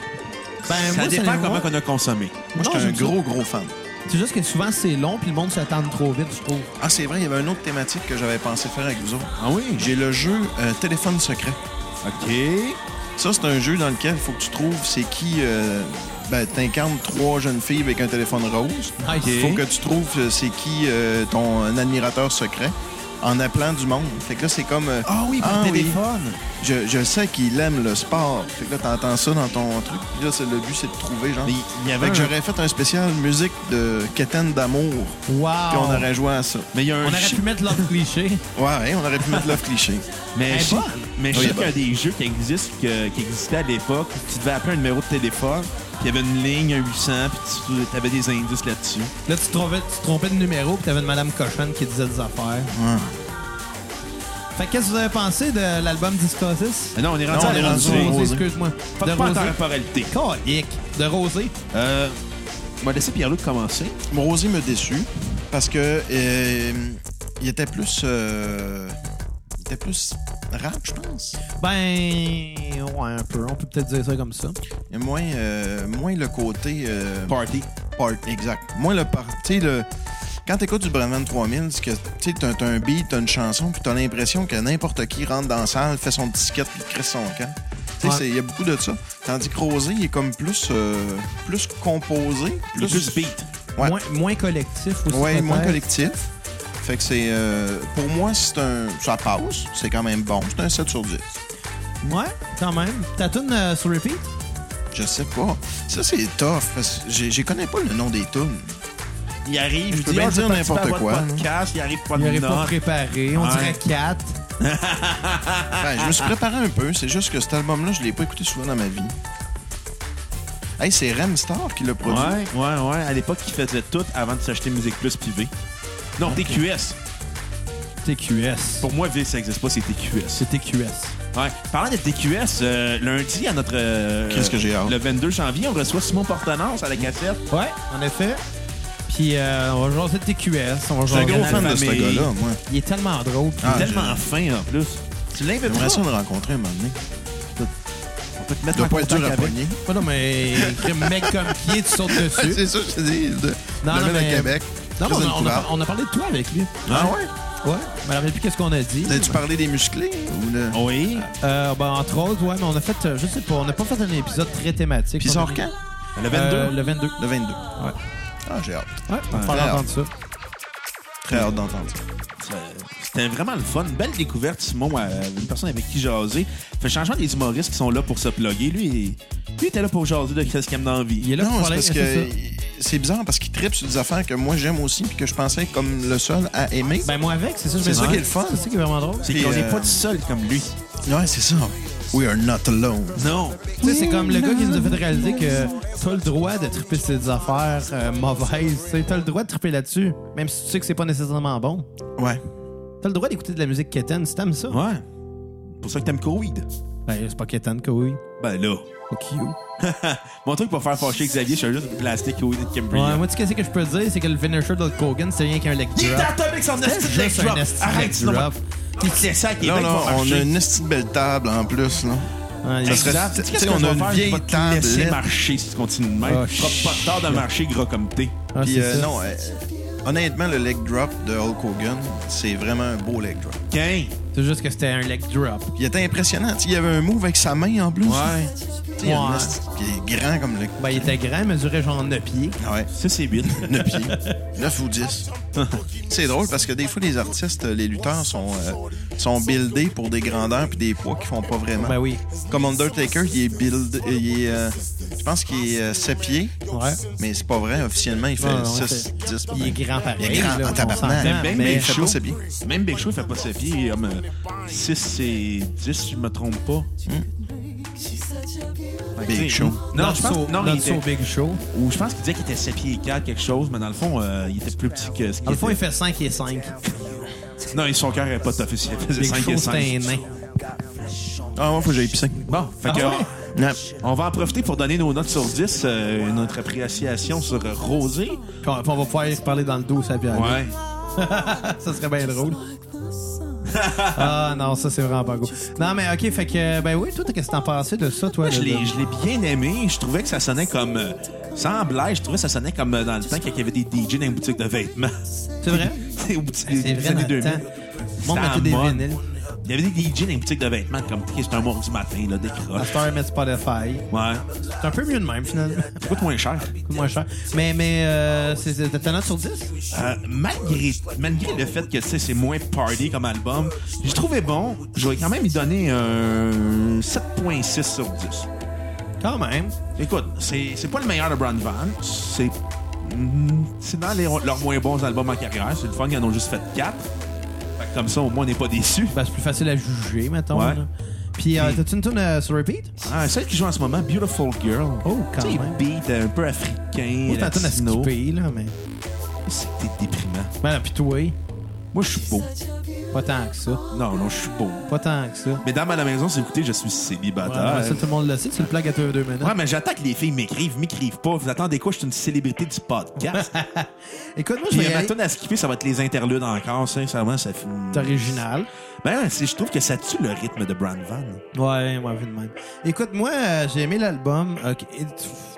Speaker 3: Ben,
Speaker 1: ça
Speaker 3: moi,
Speaker 1: dépend
Speaker 3: ça-
Speaker 1: comment
Speaker 3: moi-
Speaker 1: qu'on a consommé.
Speaker 3: Non,
Speaker 4: Moi, j'étais un
Speaker 3: j'aime ça.
Speaker 4: gros, gros fan.
Speaker 3: C'est juste que souvent, c'est long puis le monde s'attend trop vite, je trouve.
Speaker 4: Ah, c'est vrai, il y avait une autre thématique que j'avais pensé faire avec vous autres.
Speaker 1: Ah oui?
Speaker 4: J'ai le jeu euh, Téléphone secret.
Speaker 1: OK.
Speaker 4: Ça, c'est un jeu dans lequel il faut que tu trouves c'est qui. euh, ben, t'incarnes trois jeunes filles avec un téléphone rose.
Speaker 3: Nice.
Speaker 1: Ok.
Speaker 4: Faut que tu trouves euh, c'est qui euh, ton admirateur secret en appelant du monde. Fait que là, c'est comme. euh,
Speaker 1: Ah oui, par
Speaker 4: Ah oui.
Speaker 1: téléphone.
Speaker 4: je, je sais qu'il aime le sport. Fait que là, t'entends ça dans ton truc. Puis là, c'est- le but, c'est de trouver, genre. Ah.
Speaker 1: Mais il y avait
Speaker 4: Fait
Speaker 1: un-
Speaker 4: que j'aurais fait un spécial musique de Quétaine d'amour.
Speaker 3: Wow!
Speaker 4: Puis on aurait joué à ça.
Speaker 1: Mais il y a
Speaker 3: On
Speaker 1: un...
Speaker 3: aurait
Speaker 1: chi-
Speaker 3: pu mettre l'autre cliché.
Speaker 4: Ouais, on aurait pu mettre l'offre *laughs* cliché.
Speaker 1: Mais
Speaker 3: Elle est
Speaker 1: je sais-
Speaker 3: bonne.
Speaker 1: mais je
Speaker 4: Oui,
Speaker 1: sais qu'il y a
Speaker 4: elle
Speaker 1: des jeux qui existent, que- qui existaient à l'époque. Tu devais appeler un numéro de téléphone, puis il y avait une ligne, un 800, puis tu avais des indices là-dessus.
Speaker 3: Là, tu te trompais, tu te trompais de numéro, puis t'avais une Madame Cochonne qui disait des affaires. Fait que qu'est-ce que vous avez pensé de l'album Discosis?
Speaker 1: Mais non, on est rendu
Speaker 4: Non,
Speaker 1: à
Speaker 4: on est
Speaker 1: la
Speaker 4: rendu
Speaker 1: rosée.
Speaker 4: au- Rosé.
Speaker 3: excuse-moi.
Speaker 1: Pas
Speaker 3: De
Speaker 1: de
Speaker 3: Rosé.
Speaker 1: temporalité.
Speaker 3: Calique. De Rosé.
Speaker 1: Euh, On va laisser Pierre-Luc commencer.
Speaker 4: Rosie me déçu parce que euh, il était plus. euh, il était plus rap, je pense.
Speaker 3: Ben, ouais, un peu. On peut peut-être dire ça comme ça.
Speaker 4: Il y a moins, euh, moins le côté. euh,
Speaker 1: Party.
Speaker 4: part- exact. Moins le part. Tu sais, le. Quand t'écoutes du Brandman 3000, c'est que tu sais, t'as t'as un beat, t'as une chanson, puis t'as l'impression que n'importe qui rentre dans la salle, fait son petit skate, puis crisse son camp. Tu sais,
Speaker 3: Ouais.
Speaker 4: c'est- il y a beaucoup de ça. Tandis que Rosé, il est comme plus, euh, plus composé,
Speaker 1: Plus, plus beat.
Speaker 4: Ouais.
Speaker 3: Moins, moins collectif aussi.
Speaker 4: Ouais, moins
Speaker 3: peut-être.
Speaker 4: collectif. Fait que c'est. euh, pour moi, c'est un. Ça passe, c'est quand même bon. C'est un 7 sur 10.
Speaker 3: Ouais, quand même. Ta tune euh, sur repeat?
Speaker 4: Je sais pas. Ça, c'est tough, parce que j'ai- j'y connais pas le nom des tunes.
Speaker 1: Il arrive,
Speaker 4: Je
Speaker 1: il
Speaker 4: peux
Speaker 1: dit,
Speaker 4: bien
Speaker 1: Ah, je
Speaker 4: dire
Speaker 1: vais participer
Speaker 4: n'importe
Speaker 1: à votre
Speaker 4: quoi, là.
Speaker 1: Podcast, il arrive
Speaker 4: Ah,
Speaker 1: pas
Speaker 3: Il
Speaker 1: de
Speaker 3: aurait pas
Speaker 1: note.
Speaker 3: préparé. On
Speaker 1: Ouais.
Speaker 3: dirait 4. Ah,
Speaker 4: Ben, je me suis préparé un peu, c'est juste que cet album-là, je l'ai pas écouté souvent dans ma vie. Hey, c'est Rem Star qui l'a produit.
Speaker 1: Ouais, ouais, ouais. À l'époque, il faisait tout avant de s'acheter Musique Plus puis V. Non, TQS.
Speaker 3: TQS.
Speaker 1: Pour moi, V, ça n'existe pas, c'est TQS.
Speaker 3: C'est TQS.
Speaker 1: Ouais. Parlant de TQS, euh, lundi, à notre. euh,
Speaker 4: Qu'est-ce que j'ai hâte.
Speaker 1: Le 22 janvier, on reçoit Simon Portenance à la cassette.
Speaker 3: Ouais, en effet. Puis euh, on va jouer cette TQS. On va
Speaker 4: Je suis un
Speaker 3: jaser
Speaker 4: gros
Speaker 3: de
Speaker 4: fan de
Speaker 3: la
Speaker 4: ce
Speaker 3: famille.
Speaker 4: gars-là, moi.
Speaker 3: Il est tellement drôle. puis
Speaker 1: Il est
Speaker 4: Ah,
Speaker 1: tellement fin, en plus. Tu l'invites
Speaker 4: J'aimerais ça
Speaker 1: pas?
Speaker 4: le rencontrer un moment donné.
Speaker 1: On peut te
Speaker 4: Il
Speaker 1: mettre en
Speaker 4: doit pas être
Speaker 1: contact
Speaker 4: dur à
Speaker 1: avec.
Speaker 4: pogner.
Speaker 3: Ouais, non, mais un mec comme qui est, tu
Speaker 4: *laughs*
Speaker 3: sautes dessus.
Speaker 4: ça que je te dis. Le,
Speaker 3: Non, non,
Speaker 4: mec
Speaker 3: mais-
Speaker 4: à Québec.
Speaker 3: Non, mais on
Speaker 4: Chris de
Speaker 3: a- on, a,
Speaker 4: Coulard.
Speaker 3: on a parlé de toi avec lui.
Speaker 4: Ah ouais?
Speaker 3: Ouais. Je me rappelle plus qu'est-ce qu'on a dit.
Speaker 4: T'as-tu parlé des musclés? Ou le...
Speaker 1: Oui.
Speaker 3: Euh, ben, entre autres, ouais, mais on a fait, euh, je sais pas, on n'a pas fait un épisode très thématique.
Speaker 4: Puis il sort quand?
Speaker 1: Le 22.
Speaker 3: Euh, le 22.
Speaker 4: Le 22.
Speaker 3: Ouais.
Speaker 4: Ah, j'ai hâte.
Speaker 3: Ouais, on va
Speaker 4: Très
Speaker 3: entendre ça.
Speaker 4: Très hâte d'entendre ça.
Speaker 1: Euh, C'était vraiment le fun. Belle découverte, Simon, euh, une personne avec qui jaser. Fait changement des humoristes qui sont là pour se plugger. Lui, il- lui il était là pour jaser de qu'est-ce qu'il aime dans la vie.
Speaker 3: Il est là
Speaker 4: non,
Speaker 3: pour
Speaker 4: c'est
Speaker 3: parler
Speaker 4: parce
Speaker 3: c'est
Speaker 4: que
Speaker 3: ça.
Speaker 4: c'est bizarre parce qu'il tripe sur des affaires que moi j'aime aussi puis que je pensais comme le seul à aimer.
Speaker 3: Ben, moi avec, c'est ça, je
Speaker 4: C'est
Speaker 3: me
Speaker 4: ça
Speaker 3: dis.
Speaker 4: qui est le fun.
Speaker 3: C'est ça qui est vraiment drôle.
Speaker 1: C'est
Speaker 4: Puis,
Speaker 1: qu'on n'est
Speaker 4: euh,
Speaker 1: pas tout seul comme lui.
Speaker 3: Ben,
Speaker 4: ouais, c'est ça. We are not alone.
Speaker 1: Non.
Speaker 3: Tu sais, c'est comme le gars qui nous a fait réaliser que t'as le droit de triper sur des affaires euh, mauvaises. Tu sais, T'as le droit de triper là-dessus, même si tu sais que c'est pas nécessairement bon.
Speaker 4: Ouais.
Speaker 3: T'as le droit d'écouter de la musique quétaine si t'aimes ça.
Speaker 1: Ouais. Pour ça que t'aimes Covid.
Speaker 3: Ben, c'est pas quétaine que oui.
Speaker 1: Ben là.
Speaker 3: Fuck you.
Speaker 1: *laughs* Mon truc pour faire fâcher Xavier, je suis juste plastique Covid de Cambridge.
Speaker 3: Ouais, moi, tu sais, qu'est-ce que je peux dire? C'est que le finisher de Kogan, c'est rien qu'un leg
Speaker 1: Il est
Speaker 3: drop.
Speaker 1: atomique, son
Speaker 3: C'est
Speaker 1: esti de
Speaker 3: juste
Speaker 1: leg drop.
Speaker 3: un esti de
Speaker 1: Arrête,
Speaker 3: leg
Speaker 1: sinon.
Speaker 3: drop.
Speaker 1: T'es c'est ça qui est
Speaker 4: Là,
Speaker 3: ben,
Speaker 1: dingue,
Speaker 4: là,
Speaker 1: va
Speaker 4: on a
Speaker 1: marcher.
Speaker 4: une esti de belle table en plus.
Speaker 3: Ouais,
Speaker 4: Là.
Speaker 3: Hein, il-
Speaker 4: Ça serait-
Speaker 1: Exact.
Speaker 4: tu
Speaker 1: Qu'est-ce
Speaker 4: sais,
Speaker 1: que
Speaker 4: on
Speaker 1: je
Speaker 4: a
Speaker 1: vais
Speaker 4: une
Speaker 1: faire?
Speaker 4: vieille
Speaker 1: Je vais te laisser
Speaker 4: tablette.
Speaker 1: marcher si tu continues de même.
Speaker 3: Ah,
Speaker 1: Tu feras pas
Speaker 3: shit.
Speaker 1: tard de marcher gras comme t'es.
Speaker 3: Ah,
Speaker 4: Puis
Speaker 3: c'est
Speaker 4: euh,
Speaker 3: ça.
Speaker 4: non, euh, honnêtement, le leg drop de Hulk Hogan, c'est vraiment un beau leg drop.
Speaker 1: Quin.
Speaker 3: C'est juste que c'était un leg drop.
Speaker 4: Puis Il était impressionnant. Tu sais, Il y avait un move avec sa main en plus.
Speaker 1: Ouais.
Speaker 4: Tu sais, Il y a un
Speaker 3: Ouais.
Speaker 4: esti- puis il est grand comme le.
Speaker 3: Ben, il était grand, il mesurait genre 9 pieds.
Speaker 4: Ouais.
Speaker 1: Ça, c'est
Speaker 3: *laughs*
Speaker 1: vite.
Speaker 4: 9 pieds. 9 ou 10. C'est drôle parce que des fois, les artistes, les lutteurs sont, euh, sont buildés pour des grandeurs puis des poids qui font pas vraiment.
Speaker 3: Ben oui.
Speaker 4: Comme Undertaker, il est build. euh, il est, euh, je pense qu'il est euh, 7 pieds,
Speaker 3: Ouais.
Speaker 4: mais c'est pas vrai. Officiellement, il fait
Speaker 3: Ouais, ouais,
Speaker 4: 6, 10.
Speaker 3: Il est grand pareil.
Speaker 4: Il est grand
Speaker 3: là,
Speaker 4: en
Speaker 3: on
Speaker 4: tabarnak.
Speaker 3: s'entend,
Speaker 1: Même
Speaker 3: Ben,
Speaker 4: Mais
Speaker 1: Big
Speaker 4: il fait
Speaker 1: Show.
Speaker 4: pas ses pieds.
Speaker 1: Même Big Show, il fait pas ses pieds. Il est comme 6 et 10, si je me trompe pas.
Speaker 3: Ben,
Speaker 1: Fait que,
Speaker 4: Big
Speaker 1: tu sais,
Speaker 4: Show.
Speaker 1: Non, je pense, non, il
Speaker 3: Not
Speaker 1: était,
Speaker 3: so big show.
Speaker 1: ou je pense qu'il disait qu'il était 7 pieds et 4, quelque chose, mais dans le fond, euh, il était plus petit que ce qu'il
Speaker 3: Dans le fond, il
Speaker 1: était.
Speaker 3: fait 5
Speaker 1: *laughs*
Speaker 3: et 5.
Speaker 1: Non, et son cœur n'est pas top. Il faisait
Speaker 3: Big
Speaker 1: 5 et
Speaker 3: Show,
Speaker 1: 5.
Speaker 3: c'était un nain.
Speaker 4: Ah, moi, faut que j'aille pisser.
Speaker 1: Bon, fait
Speaker 3: Ah
Speaker 1: que,
Speaker 3: ouais?
Speaker 4: Non.
Speaker 1: on va en profiter pour donner nos notes sur 10, euh, notre appréciation sur euh, Rosé.
Speaker 3: Puis on, puis on va pouvoir y reparler dans le dos, ça, puis aller.
Speaker 1: Ouais.
Speaker 3: *laughs* ça serait bien drôle.
Speaker 1: *laughs*
Speaker 3: ah non, ça c'est vraiment pas cool. Non mais ok, fait que ben oui, toi qu'est-ce que t'en pensais de ça, toi
Speaker 1: Moi, je
Speaker 3: le-
Speaker 1: l'ai
Speaker 3: le-
Speaker 1: je l'ai bien aimé. Je trouvais que ça sonnait comme. euh, sans blague, je trouvais que ça sonnait comme euh, dans le temps qu'il y avait des DJ dans une boutique de vêtements.
Speaker 3: C'est vrai? Ah,
Speaker 1: Au bout *laughs* des
Speaker 3: C'est
Speaker 1: des
Speaker 3: vrai
Speaker 1: années
Speaker 3: dans le
Speaker 1: 2000.
Speaker 3: temps. Le monde
Speaker 1: C'était
Speaker 3: mettait
Speaker 1: en
Speaker 3: des
Speaker 1: mode.
Speaker 3: vinyles.
Speaker 1: Il y avait des DJ dans une boutique de vêtements, comme c'est un mardi matin, là,
Speaker 3: La
Speaker 1: décroche.
Speaker 3: Star met Spotify.
Speaker 1: Ouais.
Speaker 3: C'est un peu mieux de même finalement. *laughs*
Speaker 1: Ça coûte moins cher.
Speaker 3: Coûte moins cher. Mais mais euh, c'est c'est- t'as note sur 10?
Speaker 1: Euh, malgré, malgré le fait que tu sais, c'est moins party comme album, j'ai trouvé bon. Je vais quand même y donner un 7.6 sur 10.
Speaker 3: Quand même.
Speaker 1: Écoute, c'est c'est pas le meilleur de Brand Van. C'est mm, c'est dans les- leurs moins bons albums en carrière. C'est le fun, ils en ont juste fait 4. Comme ça, au moins, on n'est pas déçus.
Speaker 3: Ben, c'est plus facile à juger, mettons.
Speaker 1: Ouais.
Speaker 3: là. Puis, euh, t'as-tu une tune euh, sur repeat?
Speaker 1: Ah, celle qui joue en ce moment, Beautiful Girl.
Speaker 3: Oh, quand
Speaker 1: Tu sais,
Speaker 3: même.
Speaker 1: beat un peu africain.
Speaker 3: Moi, t'as une tune à
Speaker 1: latino.
Speaker 3: skipper, là, mais.
Speaker 1: C'est que t'es déprimant.
Speaker 3: Ben, puis toi.
Speaker 1: Moi, je suis beau.
Speaker 3: Pas tant que ça.
Speaker 1: Non, non, je suis beau.
Speaker 3: Pas tant que ça.
Speaker 1: Mesdames à la maison, si vous écoutez, je suis célibataire.
Speaker 3: Ouais, ça, tout le monde le sait. Tu le plaques à deux deux minutes.
Speaker 1: Ouais, mais j'attends que les filles m'écrivent, m'écrivent pas. Vous attendez quoi? Je suis une célébrité du
Speaker 3: *laughs*
Speaker 1: podcast.
Speaker 3: Écoute, moi, je
Speaker 1: Puis
Speaker 3: vais y
Speaker 1: ma
Speaker 3: aller.
Speaker 1: tune à skipper, ça va être les interludes encore. Sincèrement, ça fait...
Speaker 3: C'est original.
Speaker 1: Ben, c'est- je trouve que ça tue le rythme de Brand Van.
Speaker 3: Ouais, moi, vu de même. Écoute, moi, euh, j'ai aimé l'album. Ok, et-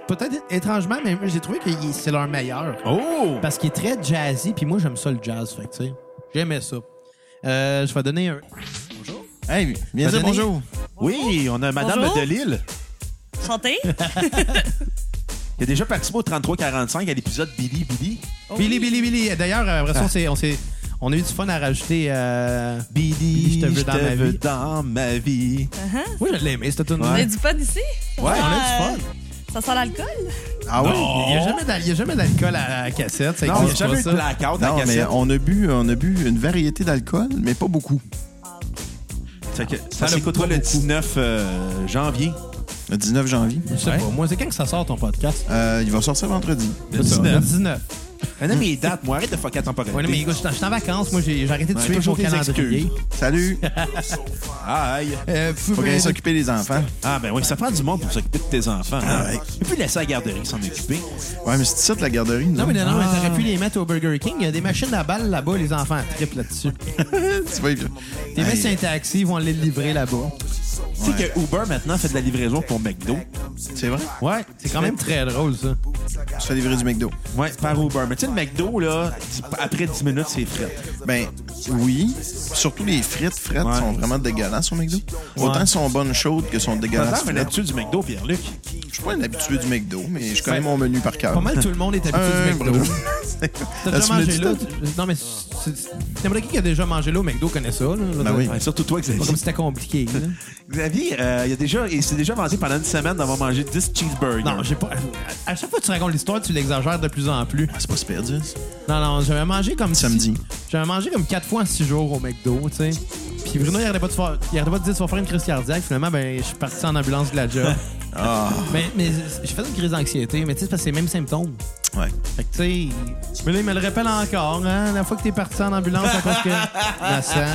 Speaker 3: Peut-être étrangement, mais j'ai trouvé que il- c'est leur meilleur.
Speaker 1: Oh!
Speaker 3: Parce qu'il est très jazzy, puis moi, j'aime ça le jazz. Fait que, tu sais, j'aimais ça. Euh, je vais donner un.
Speaker 4: Hey, viens dire
Speaker 3: Denis.
Speaker 4: bonjour.
Speaker 1: Oui, on a Madame
Speaker 5: Bonjour.
Speaker 1: de Lille
Speaker 5: Santé?
Speaker 1: qui a déjà participé au 33-45 à l'épisode Billy Billy.
Speaker 3: Billy, Billy, Billy. D'ailleurs, euh, après ça, on s'est- on s'est- on a eu du fun à rajouter. euh,
Speaker 1: Billy,
Speaker 3: je te veux dans ma
Speaker 1: veux
Speaker 3: vie.
Speaker 1: dans ma vie.
Speaker 3: Moi, je l'ai aimé, cette tune
Speaker 5: On a
Speaker 1: Ouais.
Speaker 5: du fun ici?
Speaker 1: Ouais, on
Speaker 3: a du
Speaker 5: du fun. Ça sent l'alcool?
Speaker 4: Ah
Speaker 1: Non.
Speaker 3: Il n'y a jamais d'al- il y a jamais d'alcool à la cassette. Ça
Speaker 1: Non, il n'y a
Speaker 3: existe
Speaker 1: jamais eu de
Speaker 3: pas, ça.
Speaker 1: blackout à
Speaker 4: Non, mais
Speaker 1: cassette.
Speaker 4: on a bu, on a bu une variété d'alcool, mais pas beaucoup.
Speaker 1: Fait que Ça
Speaker 3: Ça l'a
Speaker 1: s'écoutera
Speaker 3: pas
Speaker 1: le
Speaker 3: beaucoup.
Speaker 1: 19 euh, janvier.
Speaker 4: Le 19 janvier.
Speaker 3: Je sais pas. Moi, c'est quand que ça sort ton podcast?
Speaker 4: Euh, il va sortir vendredi.
Speaker 1: Le
Speaker 3: Ça,
Speaker 1: 19.
Speaker 3: Le 19.
Speaker 1: Ah non, mais les dates, moi, arrête de fucker la temporalité.
Speaker 3: Oui, Hum. mais écoute, je suis en- je suis en vacances. Moi, j'ai j'ai arrêté de
Speaker 1: Ouais,
Speaker 3: suivre mon
Speaker 1: toujours des
Speaker 3: calendrier.
Speaker 1: excuses.
Speaker 3: *laughs*
Speaker 4: Salut.
Speaker 1: Aïe.
Speaker 3: Euh, faut
Speaker 4: Faut bien s'occuper des enfants.
Speaker 1: Ah, ben oui, ça prend du monde pour s'occuper de tes enfants. hein. Tu peux laisser la garderie s'en occuper.
Speaker 4: Ouais, mais c'est ça de la garderie.
Speaker 3: Non, mais non, non,
Speaker 1: Ah.
Speaker 3: mais t'aurais pu les mettre au Burger King. Il y a des machines à balles là-bas, les enfants trippent là-dessus.
Speaker 4: Tu vas y-
Speaker 3: T'es mis
Speaker 4: Hey.
Speaker 3: sur un taxi, ils vont les livrer là-bas.
Speaker 1: Tu sais que Uber maintenant fait de la livraison pour McDo.
Speaker 4: C'est vrai?
Speaker 1: Ouais,
Speaker 3: C'est quand même très drôle, ça.
Speaker 4: Je fais livrer du McDo.
Speaker 1: Ouais, par Uber. Mais tu sais, le McDo, là, dix- après 10 minutes, c'est frais.
Speaker 4: Ben oui. Surtout les frites frettes
Speaker 1: Ouais.
Speaker 4: sont vraiment dégueulasses au McDo. Autant elles sont bonnes chaudes que sont dégueulasses.
Speaker 1: T'as un
Speaker 4: frettes.
Speaker 1: habitude du McDo, Pierre-Luc.
Speaker 4: Je suis pas un habitué du McDo, mais je connais mon menu par cœur.
Speaker 3: Pas mal tout le monde est habitué
Speaker 4: Un
Speaker 3: du McDo.
Speaker 4: brûlant.
Speaker 3: *laughs* T'as
Speaker 4: Ah, Tu
Speaker 3: déjà
Speaker 4: me
Speaker 3: mangé
Speaker 4: dis
Speaker 3: là?
Speaker 4: tout?
Speaker 3: Non, mais c'est- c'est- n'importe qui qui a déjà mangé là au McDo connaît ça. Là.
Speaker 4: Ben oui.
Speaker 1: Ouais, surtout toi,
Speaker 3: C'est pas
Speaker 1: Xavier.
Speaker 3: comme si c'était compliqué.
Speaker 4: *laughs*
Speaker 3: là.
Speaker 1: Xavier, euh, il, a déjà, il s'est déjà vanté pendant une semaine d'avoir mangé 10 cheeseburgers.
Speaker 3: Non, j'ai pas. À à chaque fois que tu racontes l'histoire, tu l'exagères de plus en plus.
Speaker 4: Ah, c'est pas super dur. ça.
Speaker 3: Non, non, j'avais mangé comme
Speaker 4: Samedi.
Speaker 3: six- J'avais mangé comme quatre fois en six jours au McDo, tu sais. Puis Bruno, il arrêtait pas de faire, il arrêtait pas de dire tu vas faire une crise cardiaque. Finalement, ben, je suis parti en ambulance de la job.
Speaker 4: Ah,
Speaker 3: *laughs* mais, mais j'ai fait une crise d'anxiété, mais tu sais, c'est parce que c'est les mêmes symptômes.
Speaker 4: ouais.
Speaker 3: Fait que, tu sais, mais là, il me le rappelle encore, hein, la fois que t'es parti en ambulance, c'est parce que. Innocent.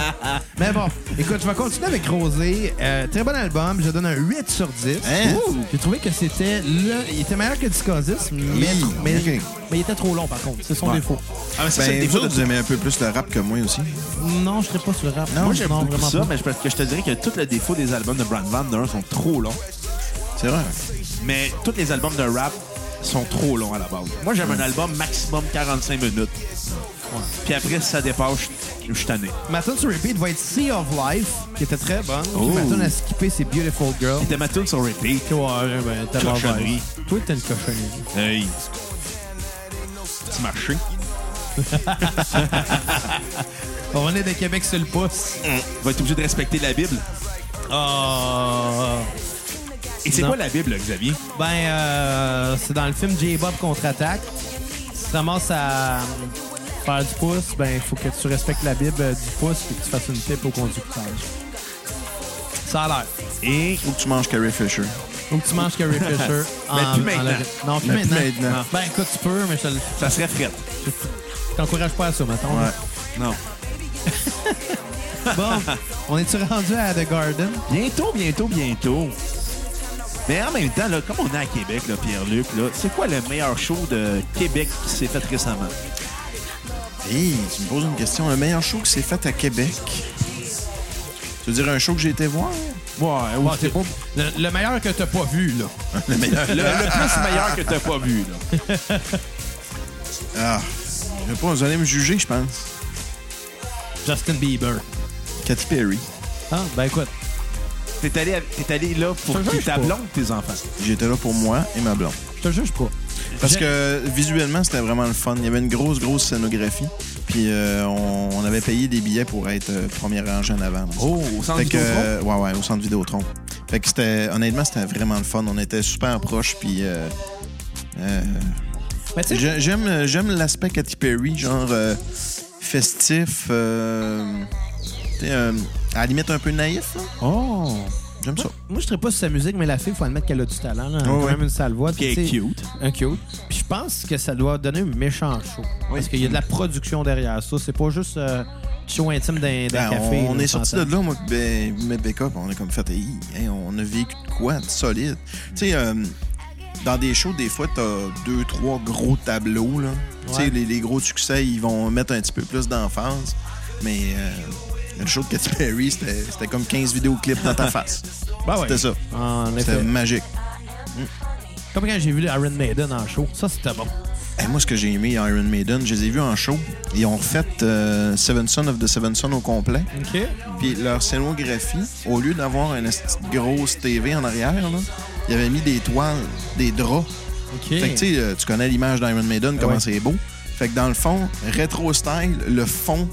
Speaker 3: Mais bon, écoute, je vais continuer avec Rosé. Euh, très bon album, je donne un 8 sur 10.
Speaker 4: Hein?
Speaker 3: Ouh! J'ai trouvé que c'était le. Il était meilleur que Discordisme, mais,
Speaker 4: Hi,
Speaker 3: mais,
Speaker 4: ok.
Speaker 3: mais il était trop long, par contre. C'est son
Speaker 4: Ouais.
Speaker 3: défaut.
Speaker 1: Ah, mais c'est ça,
Speaker 4: Ben,
Speaker 1: des
Speaker 4: vous
Speaker 1: fois,
Speaker 4: autres, vous aimez un peu plus le rap que moi aussi.
Speaker 3: Non, je serais pas sur le rap.
Speaker 4: Non,
Speaker 3: moi,
Speaker 4: j'aime
Speaker 3: non,
Speaker 1: de-
Speaker 3: vraiment
Speaker 1: ça,
Speaker 3: pas.
Speaker 1: mais je- parce que je te dirais que tout le défaut des albums de Brand Van, d'un, sont trop longs.
Speaker 4: C'est vrai.
Speaker 1: Mais tous les albums de rap sont trop longs à la base. Moi, j'aime un album maximum 45 minutes. Puis après, si ça dépasse, je- je suis tanné.
Speaker 3: Ma tune sur repeat va être Sea of Life, qui était très bonne. Puis
Speaker 1: Oh.
Speaker 3: Ma tune à skipper, c'est Beautiful Girl.
Speaker 1: C'était ma tune sur repeat.
Speaker 3: Ouais, ben, t'as
Speaker 1: Cochonnerie.
Speaker 3: mauvaise. Toi, t'es une cochonnerie.
Speaker 1: Hey. Petit marché.
Speaker 3: On venait de Québec sur le pouce.
Speaker 1: Va être obligé de respecter la Bible.
Speaker 3: Oh.
Speaker 1: Et c'est
Speaker 3: Non.
Speaker 1: quoi la Bible, Xavier?
Speaker 3: Ben, euh, c'est dans le film J-Bob contre-attaque. Si tu commences à euh, faire du pouce, ben, il faut que tu respectes la Bible euh, du pouce et que tu fasses une pipe au conducteur. Ça a l'air.
Speaker 1: Et
Speaker 4: Ou que tu manges Carrie Fisher.
Speaker 3: Donc, tu manges
Speaker 1: *laughs*
Speaker 3: Carrie Fisher. en,
Speaker 1: Mais plus
Speaker 3: en- en-
Speaker 1: maintenant.
Speaker 3: non, plus
Speaker 4: Mais plus
Speaker 3: maintenant.
Speaker 4: maintenant.
Speaker 3: Ben, écoute, tu peux, mais je te le-
Speaker 1: ça serait frette.
Speaker 3: je t'encourage pas à ça, maintenant.
Speaker 4: Ouais.
Speaker 1: Non.
Speaker 3: *laughs* Bon, on est-tu rendu à The Garden?
Speaker 1: Bientôt, bientôt, bientôt. Mais en même temps, là, comme on est à Québec, là, Pierre-Luc, là, c'est quoi le meilleur show de Québec qui s'est fait récemment?
Speaker 4: Hey, tu me poses une question. Le meilleur show qui s'est fait à Québec. Tu veux dire un show que j'ai été voir?
Speaker 1: Ouais, ou
Speaker 3: Ah, t'es pas- le, le meilleur que t'as pas vu, là.
Speaker 4: Le meilleur.
Speaker 1: le, le plus meilleur que t'as pas vu, là.
Speaker 4: Ah, je sais pas, vous allez me juger, je pense.
Speaker 3: Justin Bieber.
Speaker 4: Katy Perry.
Speaker 3: Ah, ben écoute.
Speaker 1: T'es allé, à- t'es allé là pour
Speaker 3: Je te
Speaker 1: qui
Speaker 3: juge
Speaker 1: ta
Speaker 3: pas.
Speaker 1: blonde, tes enfants.
Speaker 4: J'étais là pour moi et ma blonde.
Speaker 3: Je te juge pas.
Speaker 4: Parce
Speaker 3: J'ai-
Speaker 4: que euh, visuellement, c'était vraiment le fun. Il y avait une grosse, grosse scénographie. Puis euh, on, on avait payé des billets pour être euh, première rangée en avant. là.
Speaker 1: Oh, au centre
Speaker 4: Fait que,
Speaker 1: Vidéotron?
Speaker 4: euh, ouais, ouais, au centre Vidéotron. Fait que c'était, honnêtement, c'était vraiment le fun. On était super proches, puis euh, euh,
Speaker 3: Mais tu sais,
Speaker 4: j'ai- j'aime, euh, j'aime l'aspect Katy Perry, genre euh, festif, euh, t'sais, euh, à la limite un peu naïf. là.
Speaker 3: Oh!
Speaker 4: J'aime ça.
Speaker 3: Moi, je ne pas sur sa musique, mais la fille, il faut admettre qu'elle a du talent. Là. Elle a
Speaker 4: Ouais,
Speaker 3: quand
Speaker 4: ouais.
Speaker 3: même une sale voix.
Speaker 1: Qui est
Speaker 3: puis, tu sais,
Speaker 1: cute.
Speaker 3: Un cute. Puis je pense que ça doit donner un méchant show. Parce qu'il y a de la production derrière ça. C'est pas juste euh, show intime d'un d'un
Speaker 4: Ben,
Speaker 3: café.
Speaker 4: on, on
Speaker 3: là,
Speaker 4: est sorti de
Speaker 3: s'entend.
Speaker 4: là, moi, ben, mais Becca, puis on a comme fait, Hey, hey, on a vécu de quoi de solide. Tu sais, euh, dans des shows, des fois, t'as deux, trois gros tableaux, là. Tu sais,
Speaker 3: Ouais.
Speaker 4: les, les gros succès, ils vont mettre un petit peu plus d'enfance, mais euh, le show de Katy Perry, c'était c'était comme 15 vidéoclips
Speaker 3: *laughs*
Speaker 4: dans ta face.
Speaker 3: Ben ouais.
Speaker 4: C'était ça.
Speaker 3: En effet.
Speaker 4: C'était magique.
Speaker 3: Comme quand j'ai vu Iron Maiden en show. Ça, c'était bon.
Speaker 4: Hey, moi, ce que j'ai aimé, Iron Maiden, je les ai vus en show. Ils ont refait euh, Seven Son of the Seven Son au complet.
Speaker 3: OK.
Speaker 4: Puis leur scénographie, au lieu d'avoir une esti de grosse TV en arrière, là, ils avaient mis des toiles, des draps.
Speaker 3: OK.
Speaker 4: Fait que tu sais, euh, tu connais l'image d'Iron Maiden, comment
Speaker 3: ouais.
Speaker 4: c'est beau. Fait que dans le fond, rétro style, le fond,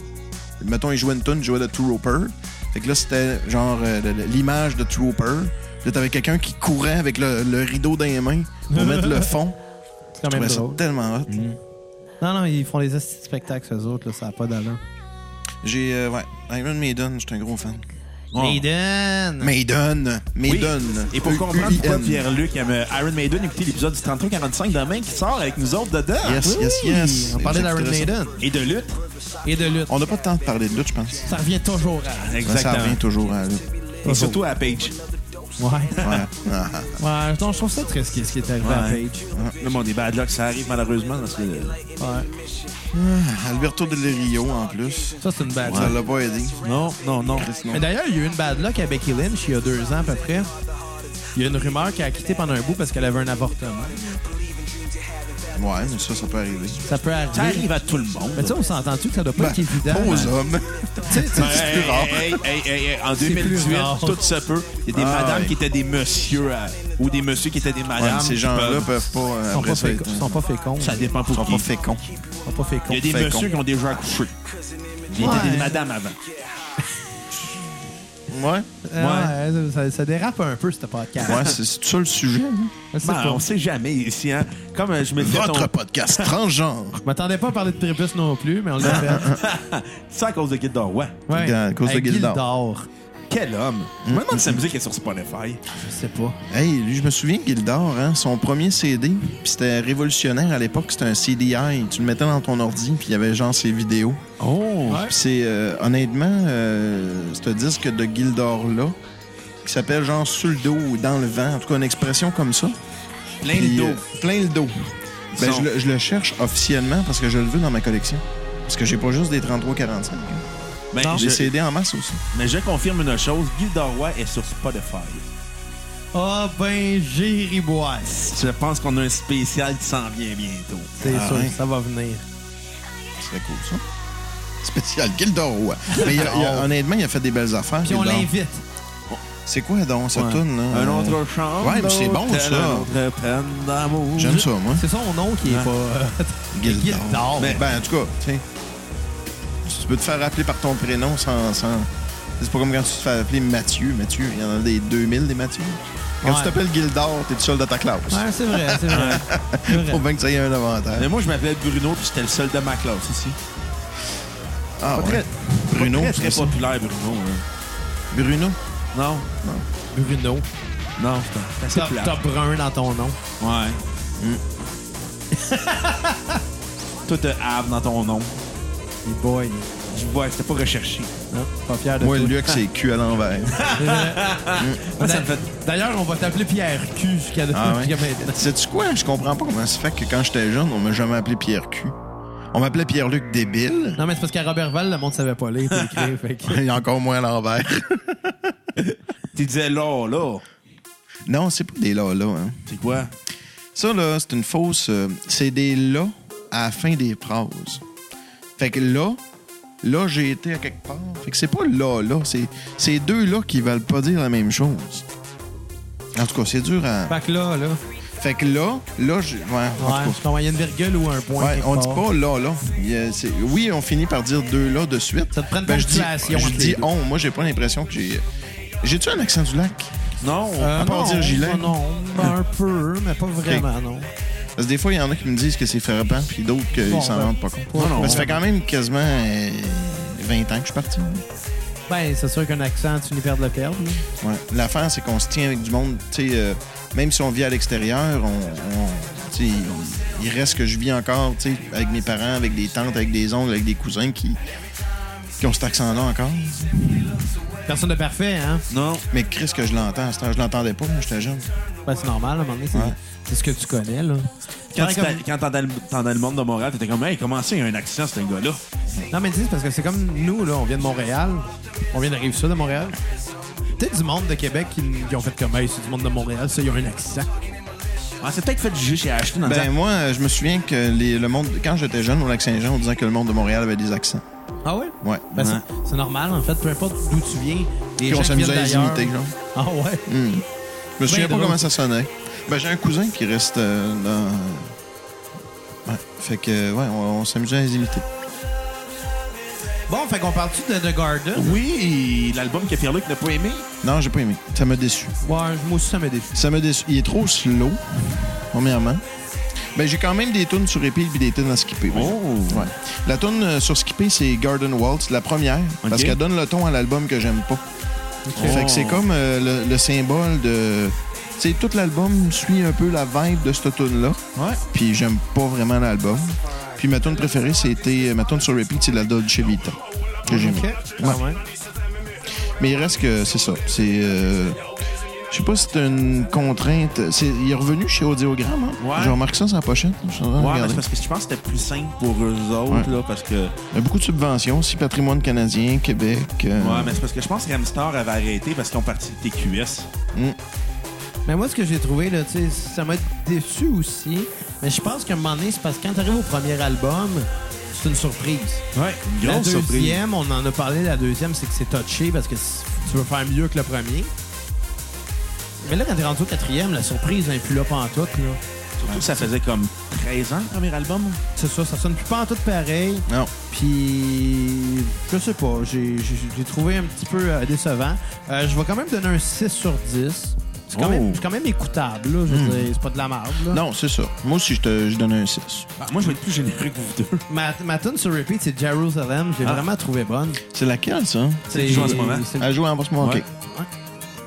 Speaker 4: mettons, ils jouaient une tune, ils jouaient de Trooper. Fait que là, c'était genre euh, le- le- l'image de Trooper. Là, t'avais quelqu'un qui courait avec le, le rideau dans les mains
Speaker 3: *laughs*
Speaker 4: pour mettre le fond.
Speaker 3: C'est
Speaker 4: Je
Speaker 3: quand même
Speaker 4: trouvais ça
Speaker 3: drôle.
Speaker 4: tellement hot.
Speaker 3: Non, non, ils font des hosties de spectacles, eux autres. Là, ça n'a pas d'allure.
Speaker 4: J'ai, euh, ouais, Iron Maiden, j'étais un gros fan. Ah.
Speaker 1: Oh.
Speaker 3: Maiden!
Speaker 4: Maiden,
Speaker 1: Oui.
Speaker 4: Maiden.
Speaker 1: Et pour
Speaker 4: U-
Speaker 1: comprendre pourquoi
Speaker 4: U-I-N.
Speaker 1: Pierre-Luc aime euh, Iron Maiden, écoutez l'épisode du 33-45 demain qui sort avec nous autres dedans.
Speaker 4: Yes, yes, yes.
Speaker 3: On parlait
Speaker 4: Vous
Speaker 3: d'Iron
Speaker 4: écouterez ça.
Speaker 3: Maiden
Speaker 1: Et de lutte.
Speaker 3: et de lutte.
Speaker 4: On n'a pas le temps de parler de lutte, je pense.
Speaker 3: Ça revient toujours à.
Speaker 4: Ça
Speaker 1: Exactement.
Speaker 4: revient toujours à la lutte.
Speaker 1: Et surtout à Page.
Speaker 3: Ouais.
Speaker 4: Ouais. Ah, ah.
Speaker 3: Ouais, non, je trouve ça triste ce qui est arrivé à
Speaker 1: Ouais.
Speaker 3: Page.
Speaker 1: Là, mon débat de luck, ça arrive malheureusement. Parce que, euh,
Speaker 3: Ouais.
Speaker 4: Alberto Del Rio, en plus.
Speaker 3: Ça, c'est une bad
Speaker 4: Ça
Speaker 3: luck.
Speaker 4: l'a pas aidé.
Speaker 1: non, non, non.
Speaker 4: Chris, non.
Speaker 3: Mais d'ailleurs, il y a eu une bad luck à Becky Lynch il y a deux ans à peu près. Il y a une rumeur qu'elle a quitté pendant un bout parce qu'elle avait un avortement.
Speaker 4: Ouais, mais ça, ça peut arriver.
Speaker 3: Ça peut arriver.
Speaker 1: Ça arrive à tout le monde.
Speaker 3: Mais tu sais, on s'entend-tu que ça doit pas être évident?
Speaker 4: Pas aux
Speaker 3: hein?
Speaker 4: Ben, hommes.
Speaker 3: Tu sais, tu-
Speaker 1: Ouais,
Speaker 4: plus rare.
Speaker 1: hey, hey, hey, hey, en
Speaker 3: C'est plus
Speaker 1: 2018,
Speaker 3: rare.
Speaker 1: tout se peut. Il y a des
Speaker 4: Ah,
Speaker 1: madames
Speaker 4: ouais.
Speaker 1: qui étaient des messieurs à- ou des messieurs qui étaient des
Speaker 4: Ouais,
Speaker 1: madames.
Speaker 4: mais ces
Speaker 1: qui
Speaker 4: gens-là
Speaker 1: peuvent-
Speaker 4: peuvent pas. euh,
Speaker 3: Ils sont,
Speaker 4: après
Speaker 3: pas
Speaker 4: ça,
Speaker 3: féconds-
Speaker 4: être-
Speaker 3: ils sont pas féconds.
Speaker 1: Ça dépend
Speaker 4: Ils
Speaker 1: pour
Speaker 4: sont
Speaker 1: qui.
Speaker 4: pas féconds.
Speaker 3: Ils sont pas féconds.
Speaker 1: Il y a des
Speaker 4: Fécond.
Speaker 1: messieurs qui ont déjà accouché. Il y a des-
Speaker 3: Ouais.
Speaker 1: des madames avant.
Speaker 4: Ouais.
Speaker 3: Euh, ouais, ça, ça dérape un peu, ce podcast.
Speaker 4: Ouais, c'est c'est ça le sujet. hein?
Speaker 3: Je sais
Speaker 1: Ben,
Speaker 3: pas.
Speaker 1: on sait jamais ici. Hein. Comme euh, je me disais,
Speaker 4: Votre
Speaker 1: ton-
Speaker 4: podcast transgenre.
Speaker 3: Je m'attendais pas à parler de prépuce non plus, mais on l'a
Speaker 1: *laughs*
Speaker 3: fait.
Speaker 1: c'est à cause de Guild Dor. Ouais.
Speaker 3: Ouais.
Speaker 4: À cause de
Speaker 3: Avec
Speaker 4: Gildor.
Speaker 3: Gildor.
Speaker 1: Quel homme. Je me demande si sa musique est sur Spotify.
Speaker 3: Je sais pas.
Speaker 4: Hey, lui, je me souviens de Gildor, hein, son premier CD, puis c'était révolutionnaire à l'époque, c'était un CDI. Tu le mettais dans ton ordi, puis il y avait genre ses vidéos.
Speaker 1: Oh.
Speaker 3: Ouais.
Speaker 4: Puis c'est euh, honnêtement, euh, ce disque de Gildor là, qui s'appelle genre Sur le dos ou Dans le vent, en tout cas une expression comme ça.
Speaker 1: Plein le
Speaker 4: Puis,
Speaker 1: dos.
Speaker 4: euh, plein le dos. Ben,
Speaker 1: sont-
Speaker 4: je, le, je le cherche officiellement parce que je le veux dans ma collection. Parce que j'ai pas juste des 33-45. hein.
Speaker 1: Ben,
Speaker 3: non,
Speaker 1: je-
Speaker 4: J'ai CD en masse aussi.
Speaker 1: Mais je confirme une chose, Guild Roy est sur Spotify.
Speaker 3: Ah ben, j'ai boire.
Speaker 1: Je pense qu'on a un spécial qui s'en vient bientôt.
Speaker 3: C'est
Speaker 4: Ah
Speaker 3: sûr,
Speaker 4: ouais.
Speaker 3: ça va venir.
Speaker 4: C'est cool ça. Spécial Gildor ouais. Mais il a- il a- honnêtement, il a fait des belles affaires.
Speaker 3: Puis on
Speaker 4: Gildor.
Speaker 3: l'invite.
Speaker 4: C'est quoi donc ça
Speaker 1: Ouais.
Speaker 4: tourne là?
Speaker 1: Un
Speaker 4: Euh,
Speaker 1: autre champ.
Speaker 4: Ouais, mais c'est bon,
Speaker 1: d'hôtel,
Speaker 4: ça.
Speaker 1: Un autre peine d'amour.
Speaker 4: J'aime ça, moi.
Speaker 3: C'est son nom qui est pas.
Speaker 4: Gildor.
Speaker 3: Gildor.
Speaker 4: Mais, ben, en tout cas, tu sais, si tu peux te faire appeler par ton prénom sans. sans- C'est pas comme quand tu te fais appeler Mathieu. Mathieu, il y en a des 2000 des Mathieu. Quand
Speaker 3: Ouais.
Speaker 4: tu t'appelles Gildor, t'es tout seul de ta classe.
Speaker 3: Ouais, c'est vrai, c'est vrai. C'est vrai.
Speaker 4: Faut bien que ça ait un avantage.
Speaker 1: Mais moi, je m'appelle Bruno, puis j'étais le seul de ma classe ici. Pas
Speaker 4: Ah, ouais.
Speaker 1: très,
Speaker 4: Bruno,
Speaker 1: très,
Speaker 4: c'est
Speaker 1: très
Speaker 4: ça.
Speaker 1: populaire, Bruno. hein.
Speaker 4: Bruno.
Speaker 1: Non,
Speaker 3: Bruno.
Speaker 1: non, c'est assez
Speaker 3: T'as
Speaker 1: plat.
Speaker 3: t'as brun dans ton nom.
Speaker 1: Ouais.
Speaker 3: Hmm.
Speaker 1: Toi, t'as Ave dans ton nom.
Speaker 3: Les boy.
Speaker 1: Je vois, c'était pas recherché.
Speaker 3: Hein? Pas fier de
Speaker 4: Moi,
Speaker 3: toi.
Speaker 1: ah.
Speaker 4: Luc, c'est cul à l'envers.
Speaker 1: Moi, ça me fait.
Speaker 3: D'ailleurs, on va t'appeler Pierre Q jusqu'à
Speaker 1: *laughs*
Speaker 4: Ah ouais?
Speaker 3: *laughs* jusqu'à maintenant.
Speaker 4: Sais-tu quoi? Je comprends pas comment ça fait que quand j'étais jeune, on m'a jamais appelé Pierre Q. On m'appelait Pierre-Luc débile. *laughs*
Speaker 3: Non, mais c'est parce qu'à Robert Val, le monde savait pas lire et écrire. fait que-
Speaker 4: Il y a encore moins à l'envers.
Speaker 1: Tu disais là, là.
Speaker 4: Non, c'est pas des là-là. Hein.
Speaker 1: C'est quoi?
Speaker 4: Ça, là, c'est une fausse. euh, c'est des là à la fin des phrases. Fait que là, là, j'ai été à quelque part. Fait que c'est pas là, là. C'est, c'est deux là qui veulent pas dire la même chose. En tout cas, c'est dur à.
Speaker 3: Fait que là, là. Ouais,
Speaker 4: Fait que là, là, j'ai. Ouais, en tout
Speaker 3: je comprends. Il y a une virgule ou un
Speaker 4: cas.
Speaker 3: point.
Speaker 4: Ouais,
Speaker 3: quelque
Speaker 4: on dit
Speaker 3: part.
Speaker 4: pas là, là. Il y a- c'est- oui, on finit par dire deux là de suite. Ben,
Speaker 3: Ça te prend une
Speaker 4: je dis,
Speaker 3: ponctuation
Speaker 4: je
Speaker 3: entre les
Speaker 4: dis
Speaker 3: deux.
Speaker 4: on. Moi, j'ai pas l'impression que j'ai. J'ai-tu un accent du lac?
Speaker 1: Non,
Speaker 3: Euh,
Speaker 4: à part
Speaker 3: non,
Speaker 4: dire gilet.
Speaker 3: Non, ben, un peu, mais pas vraiment, non.
Speaker 4: Parce que des fois, il y en a qui me disent que c'est frappant, puis d'autres qu'ils
Speaker 3: Bon,
Speaker 4: s'en
Speaker 3: ben,
Speaker 4: rendent pas compte.
Speaker 3: Non,
Speaker 1: non.
Speaker 4: Mais ça fait quand même quasiment euh, 20 ans que je suis parti. là.
Speaker 3: Ben, c'est sûr qu'un accent, tu n'y perds de le perdre. là.
Speaker 4: Ouais. L'affaire, c'est qu'on se tient avec du monde. tu sais, euh, même si on vit à l'extérieur, on, on- tu sais, il- il reste que je vis encore tu sais, avec mes parents, avec des tantes, avec des oncles, avec des cousins qui, qui ont cet accent-là encore.
Speaker 3: Personne de parfait, hein?
Speaker 1: Non.
Speaker 4: Mais Chris, que je l'entends. à ce temps, Je l'entendais pas, moi, j'étais jeune.
Speaker 3: Ben, c'est normal, à un moment donné, c'est
Speaker 4: Ouais.
Speaker 3: c'est ce que tu connais, là.
Speaker 1: Quand,
Speaker 3: Pareil
Speaker 1: tu
Speaker 3: comme-
Speaker 1: t'a- quand t'entendais le- t'entendais le monde de Montréal, t'étais comme, hey, comment ça, il y a un accent, ce gars-là?
Speaker 3: Non, mais dis, parce que c'est comme nous, là, on vient de Montréal. On vient d'arriver ça de Montréal. Peut-être du monde de Québec qui, qui ont fait comme, hey, c'est du monde de Montréal, ça, ils ont un accent.
Speaker 1: On s'est Ah, peut-être fait juger chez Ashton en
Speaker 3: Ah,
Speaker 4: Ben,
Speaker 1: disant,
Speaker 4: moi, euh, je me souviens que les- le monde, quand j'étais jeune au Lac-Saint-Jean, on disait que le monde de Montréal avait des accents.
Speaker 3: Ah ouais?
Speaker 4: Ouais.
Speaker 3: Ben,
Speaker 1: Ouais.
Speaker 3: c'est- C'est normal, en fait, peu importe d'où tu viens. Les
Speaker 4: Puis on
Speaker 3: gens qui viennent
Speaker 4: s'amusait à les
Speaker 3: d'ailleurs-
Speaker 4: imiter, genre. Mm.
Speaker 3: Ah ouais?
Speaker 4: Je me souviens pas
Speaker 3: drôle.
Speaker 4: comment ça sonnait. Ben, j'ai un cousin qui reste euh, dans. Ouais. Fait que, ouais, on, on s'amusait à les imiter.
Speaker 3: Bon, fait qu'on parle-tu de The Garden?
Speaker 1: oui, l'album que Pierre-Luc n'a pas aimé.
Speaker 4: Non, j'ai pas aimé. Ça m'a déçu.
Speaker 3: Ouais, moi aussi, ça m'a déçu.
Speaker 4: Ça m'a déçu. Il est trop slow, premièrement. Ben, j'ai quand même des tunes sur repeat puis des tunes à skipper. oui.
Speaker 1: Oh.
Speaker 4: Ouais. La tune euh, sur skipper, c'est Garden Waltz, la première,
Speaker 1: Ok. Oh.
Speaker 4: parce qu'elle donne le ton à l'album que j'aime pas. Fait que c'est comme euh, le, le symbole de. Tu sais, tout l'album suit un peu la vibe de cette tune-là.
Speaker 1: Ouais.
Speaker 4: Puis j'aime pas vraiment l'album. Puis ma tune préférée, c'était. Ma tune sur repeat, c'est la Dolce Vita. Que j'aime.
Speaker 3: Ok. Ah ouais.
Speaker 4: Mais il reste que. C'est ça. C'est. euh, Je sais pas si c'est une contrainte. C'est- Il est revenu chez Audiogramme. Hein?
Speaker 1: Ouais.
Speaker 4: Je remarque ça sur la pochette. Je suis en train de
Speaker 1: Ouais, mais
Speaker 4: regarder.
Speaker 1: c'est parce que je pense que c'était plus simple pour eux autres, là, parce que.
Speaker 4: Il y a beaucoup de subventions aussi. Patrimoine canadien, Québec. euh,
Speaker 1: Ouais, mais c'est parce que je pense que Ramstar avait arrêté parce qu'ils ont parti de TQS.
Speaker 3: Mais moi, ce que j'ai trouvé, là, tu sais, ça m'a déçu aussi. Mais je pense qu'à un moment donné, c'est parce que quand t'arrives au premier album, c'est une surprise.
Speaker 1: Ouais, une
Speaker 3: La
Speaker 1: grosse
Speaker 3: deuxième,
Speaker 1: surprise.
Speaker 3: on en a parlé, la deuxième, c'est que c'est touché parce que si- tu veux faire mieux que le premier. Mais là, quand t'es rendu au quatrième, la surprise n'est plus là pantoute. Là.
Speaker 1: Surtout que ça faisait comme 13 ans, le premier album.
Speaker 3: C'est ça, ça sonne plus pantoute pareil.
Speaker 4: Non.
Speaker 3: Puis, je sais pas, j'ai j'ai- j'ai trouvé un petit peu euh, décevant. Euh, je vais quand même donner un 6 sur 10. C'est quand,
Speaker 1: Oh. Hmm.
Speaker 3: même- c'est quand même écoutable, là. Je veux dire, c'est pas de la merde, là.
Speaker 4: Non, c'est ça. Moi aussi, je te je donne un 6.
Speaker 1: Ah, moi, je vais être plus généreux que vous deux.
Speaker 3: Ma, ma tune sur repeat, c'est Jerusalem. J'ai
Speaker 1: Ah.
Speaker 3: vraiment trouvé bonne.
Speaker 4: C'est laquelle, ça?
Speaker 1: C'est qui joue en ce moment? Ah,
Speaker 3: c'est-
Speaker 4: Elle joue en ce moment.
Speaker 1: Ouais.
Speaker 4: OK.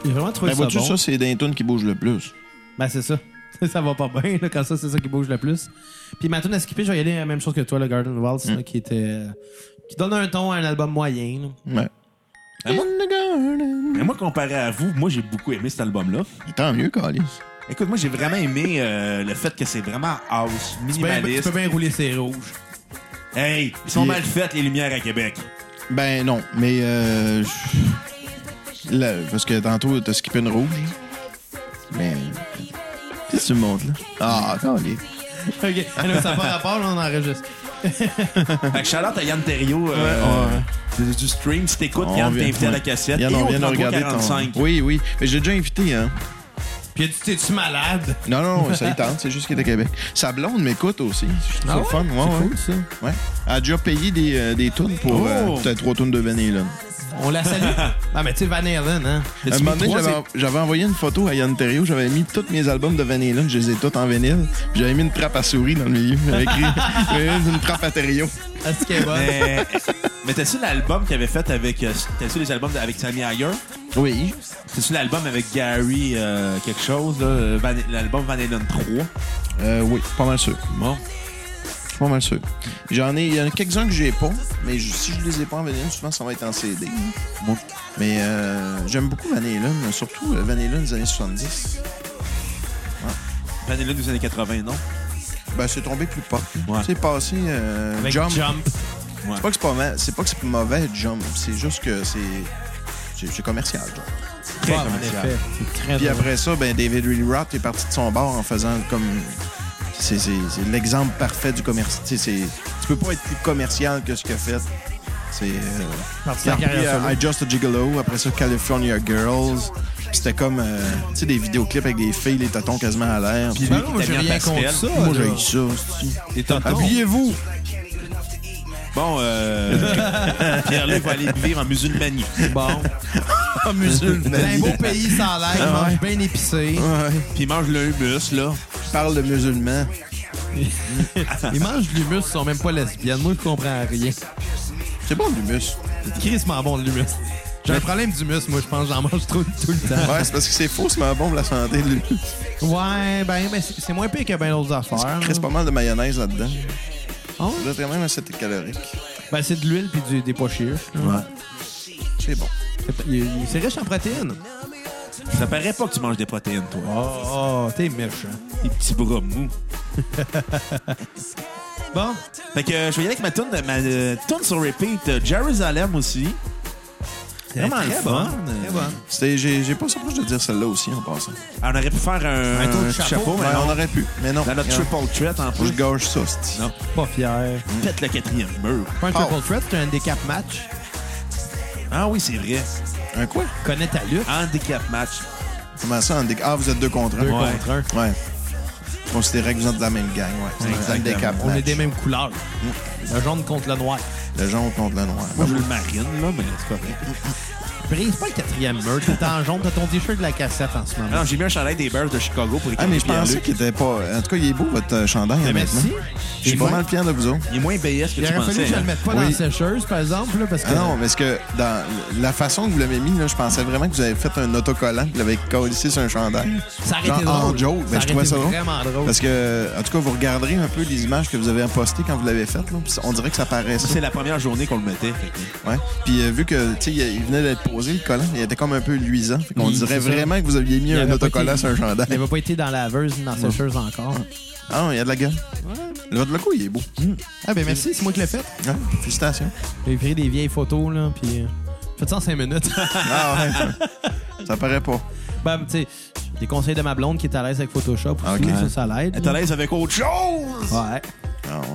Speaker 3: J'ai vraiment trouvé
Speaker 4: Ben,
Speaker 3: ça
Speaker 4: vois-tu,
Speaker 3: bon.
Speaker 4: ça, c'est des tunes qui bougent le plus.
Speaker 3: Ben, c'est ça. *laughs* ça va pas bien, là, quand ça, c'est ça qui bouge le plus. Puis ma tune à skipper, je vais y aller la même chose que toi, le Garden Waltz,
Speaker 4: Mm.
Speaker 3: là, qui était... euh, qui donne un ton à un album moyen, là.
Speaker 4: Ouais.
Speaker 1: Ah bon?
Speaker 4: In the garden.
Speaker 1: Mais moi, comparé à vous, moi, j'ai beaucoup aimé cet album-là.
Speaker 4: Tant mieux, Calis.
Speaker 1: Écoute, moi, j'ai vraiment aimé euh, le fait que c'est vraiment house,
Speaker 3: Ben, tu
Speaker 1: minimaliste.
Speaker 3: peux bien rouler ses rouges. *laughs*
Speaker 1: Hey, ils sont
Speaker 4: Il-
Speaker 1: mal faites, les lumières à Québec.
Speaker 4: Ben non, mais... Euh, je- là, parce que tantôt, t'as skippé une rouge. Ben, Mais... Qu'est-ce que tu me montres, là? Ah, Calis.
Speaker 3: OK. Ah non, ça n'a pas rapport, là, on enregistre.
Speaker 1: Fait que shout-out à Yann Terriot euh,
Speaker 4: Ouais, ouais.
Speaker 1: euh, du- du stream. Si t'écoutes,
Speaker 4: On
Speaker 1: Yann, t'es
Speaker 4: vient-
Speaker 1: invité à la
Speaker 4: ouais.
Speaker 1: cassette.
Speaker 4: Yann,
Speaker 1: et
Speaker 4: on
Speaker 1: au
Speaker 4: vient de regarder ton...
Speaker 1: 33-45.
Speaker 4: Oui, oui. Mais j'ai déjà invité, hein.
Speaker 3: Puis tu t'es-tu malade?
Speaker 4: Non, non, non, ça y tente. C'est juste qu'il est à Québec. Sa blonde m'écoute aussi. Je trouve ça le fun, moi, ouais.
Speaker 3: Ah cool, ça.
Speaker 4: Ouais. Elle a déjà payé des, euh, des tunes pour... euh,
Speaker 1: Oh!
Speaker 4: Peut-être trois tunes de Vanilla.
Speaker 3: On la
Speaker 4: *laughs*
Speaker 3: salue. ah, mais tu sais, Van Halen, hein?
Speaker 4: À un
Speaker 1: T'as-tu
Speaker 4: moment
Speaker 1: mis
Speaker 4: donné,
Speaker 1: trois,
Speaker 4: j'avais, j'avais envoyé une photo à Yann Terrio, j'avais mis tous mes albums de Vanilla, je les ai tous en vinyle, puis j'avais mis une trappe à souris dans le milieu.
Speaker 3: *laughs*
Speaker 4: J'avais écrit j'avais mis une trappe à Terrio.
Speaker 3: Est-ce qu'elle est bonne?
Speaker 1: *laughs* Mais, mais t'as-tu l'album qu'il avait fait avec. euh, T'as-tu les albums avec Sammy Hagar?
Speaker 4: Oui.
Speaker 1: T'as-tu l'album avec Gary euh, quelque chose, là, Van- l'album Van Halen 3?
Speaker 4: Euh, oui, pas mal sûr.
Speaker 1: Bon.
Speaker 4: Pas mal sûr. J'en ai, il y en a quelques-uns que j'ai pas, mais je- si je les ai pas en vinyle, souvent ça va être en CD.
Speaker 1: Bon.
Speaker 4: Mais euh, j'aime beaucoup Vanilla, surtout euh, Vanilla des années 70.
Speaker 1: Van Halen Ben, des années 80, non?
Speaker 4: Ben, c'est tombé plus pop.
Speaker 1: Ouais.
Speaker 4: C'est passé euh,
Speaker 3: Avec
Speaker 4: Jump.
Speaker 3: Jump.
Speaker 4: C'est pas que c'est pas mal, c'est pas que c'est mauvais Jump, c'est juste que c'est c'est, c'est commercial. Jump.
Speaker 1: Très
Speaker 3: Ouais, Ah, en
Speaker 1: commercial.
Speaker 3: effet. C'est Très
Speaker 4: Puis
Speaker 3: drôle.
Speaker 4: après ça, ben, David Lee Roth est parti de son bord en faisant comme. C'est c'est- c'est l'exemple parfait du commerce. Tu sais, c'est- tu peux pas être plus commercial que ce qu'il a fait. C'est. euh,
Speaker 3: Parti
Speaker 4: il a
Speaker 3: en carrière
Speaker 4: repris, euh,
Speaker 3: solo.
Speaker 4: I Just a Gigolo, après ça California Girls. Puis C'était comme euh, tu sais, des vidéoclips avec des filles, les tatons quasiment à l'air.
Speaker 1: Puis
Speaker 3: Ben
Speaker 1: lui
Speaker 3: non,
Speaker 1: qui
Speaker 3: moi,
Speaker 1: t'a
Speaker 3: j'ai
Speaker 1: mis en
Speaker 3: rien
Speaker 1: pastel.
Speaker 3: contre ça.
Speaker 4: Moi,
Speaker 3: là. Ah,
Speaker 4: j'ai eu ça. c'est-tu.
Speaker 3: Les tontons.
Speaker 4: Habillez-vous!
Speaker 1: Ah, Bon, euh, Pierre-Luc va aller vivre en musulmanie.
Speaker 3: Bon.
Speaker 4: Ah, musulman.
Speaker 3: C'est un beau pays sans l'air,
Speaker 4: Ah ouais.
Speaker 3: mange bien épicé.
Speaker 4: Ouais,
Speaker 1: Puis il mange le humus, là.
Speaker 4: parle de musulmans.
Speaker 3: Ils mangent de l'humus, ils sont même pas lesbiennes. Moi, je comprends rien.
Speaker 4: C'est bon, l'humus.
Speaker 3: Crissement bon, de l'humus. J'ai un problème d'humus, moi, je pense. J'en mange trop tout le temps.
Speaker 4: Ouais, c'est parce que c'est faux, c'est pas bon pour la santé, l'humus.
Speaker 3: Ouais, ben, ben, c'est c'est moins pire que bien d'autres affaires.
Speaker 4: Il reste pas mal de mayonnaise là-dedans.
Speaker 3: Ah ouais?
Speaker 4: Vous êtes quand même assez calorique.
Speaker 3: Ben, c'est de l'huile puis du- des pois chiches. là.
Speaker 1: Ouais.
Speaker 4: C'est bon.
Speaker 3: C'est- il- il- C'est riche en protéines.
Speaker 1: Ça paraît pas que tu manges des protéines, toi.
Speaker 3: Oh, oh, t'es méchant.
Speaker 1: Tes petits bras mous.
Speaker 3: Bon,
Speaker 1: Fait que euh, je vais y aller avec ma tune, de- ma euh, tune sur repeat, euh, Jérusalem aussi. C'est vraiment
Speaker 3: très
Speaker 1: le fun.
Speaker 3: bonne, très bonne.
Speaker 4: C'était- Euh, J'ai j'ai pas surpris de dire celle-là aussi en passant.
Speaker 1: Ah, on aurait pu faire un,
Speaker 3: Un tour de
Speaker 1: un
Speaker 3: chapeau,
Speaker 1: mais
Speaker 4: Ouais,
Speaker 1: non.
Speaker 4: on aurait pu, mais non.
Speaker 1: Dans notre
Speaker 4: Regarde,
Speaker 1: triple threat en
Speaker 4: Je
Speaker 1: plus.
Speaker 4: gâche ça, c'ti.
Speaker 1: Non.
Speaker 3: pas fier.
Speaker 1: Pète le quatrième mur.
Speaker 3: Pas un
Speaker 4: Oh.
Speaker 3: triple threat, c'est un handicap match.
Speaker 1: Ah oui, c'est vrai.
Speaker 4: Un quoi?
Speaker 3: Connais ta lutte.
Speaker 1: Handicap match.
Speaker 4: Comment ça, en dé- Ah, vous êtes deux contre un.
Speaker 3: Deux
Speaker 1: Ouais.
Speaker 3: contre un.
Speaker 4: Ouais. Je considérais que vous êtes de la même gang, ouais. C'est un
Speaker 1: Exactement.
Speaker 4: handicap
Speaker 3: On est
Speaker 4: match. Mm.
Speaker 3: des mêmes couleurs. Le jaune contre le noir.
Speaker 4: Le jaune contre le noir.
Speaker 1: Moi, je le marine, là, mais c'est correct.
Speaker 3: Brise pas le quatrième mur. T'es en jaune. T'as ton t-shirt de la cassette en ce
Speaker 1: Ah
Speaker 3: moment.
Speaker 1: non, j'ai mis un chandail des Bears de Chicago pour
Speaker 4: Ah, mais
Speaker 1: écraser
Speaker 4: je pensais
Speaker 1: Pierre-Luc.
Speaker 4: qu'il était pas. En tout cas, il est beau, votre euh, chandail,
Speaker 3: Mais
Speaker 4: honnêtement.
Speaker 3: Eh, merci.
Speaker 4: Je suis
Speaker 3: Il
Speaker 4: pas
Speaker 3: est
Speaker 4: mal fier de vous autres.
Speaker 1: Il est moins BS que
Speaker 3: Il
Speaker 1: tu
Speaker 3: aurait fallu que
Speaker 1: pensais.
Speaker 3: je le
Speaker 1: hein.
Speaker 3: mette pas dans
Speaker 4: Oui.
Speaker 3: la sécheuse, par exemple, là, parce que.
Speaker 4: Ah non, mais est-ce que dans la façon que vous l'avez mis, là, je pensais vraiment que vous avez fait un autocollant, que vous l'avez collé sur un chandail.
Speaker 3: Ça aurait
Speaker 4: Genre
Speaker 3: été drôle.
Speaker 4: en joke, mais
Speaker 3: ça
Speaker 4: je
Speaker 3: aurait
Speaker 4: trouvais
Speaker 3: été
Speaker 4: ça drôle.
Speaker 3: vraiment drôle.
Speaker 4: Parce que, en tout cas, vous regarderez un peu les images que vous avez postées quand vous l'avez faites. là, puis on dirait que ça paraissait.
Speaker 1: C'est la première journée qu'on le mettait. fait que-
Speaker 4: Ouais. Puis euh, vu que, tu sais, il il venait d'être posé, le collant, il était comme un peu luisant. Fait qu'on
Speaker 3: Oui,
Speaker 4: dirait
Speaker 3: c'est ça.
Speaker 4: vraiment que vous aviez mis
Speaker 3: Il
Speaker 4: un
Speaker 3: avait pas
Speaker 4: autocollant
Speaker 3: été-
Speaker 4: sur un chandail.
Speaker 3: Il n'avait pas été dans la laveuse ni dans la sécheuse encore.
Speaker 4: Ah non, il y a de la gueule. Le votre loco, il est beau.
Speaker 3: Ah, ben merci, c'est moi qui l'ai fait.
Speaker 4: Ouais, Félicitations.
Speaker 3: J'ai pris des vieilles photos, là, puis. euh, Faites ça en 5 minutes.
Speaker 4: Ah ouais. ça paraît pas.
Speaker 3: Bam, tu sais, des conseils de ma blonde qui est à l'aise avec Photoshop aussi,
Speaker 4: Ah, ok.
Speaker 3: ça, ça l'aide.
Speaker 1: Elle est à l'aise avec autre chose.
Speaker 3: Ouais,
Speaker 4: Ah ouais.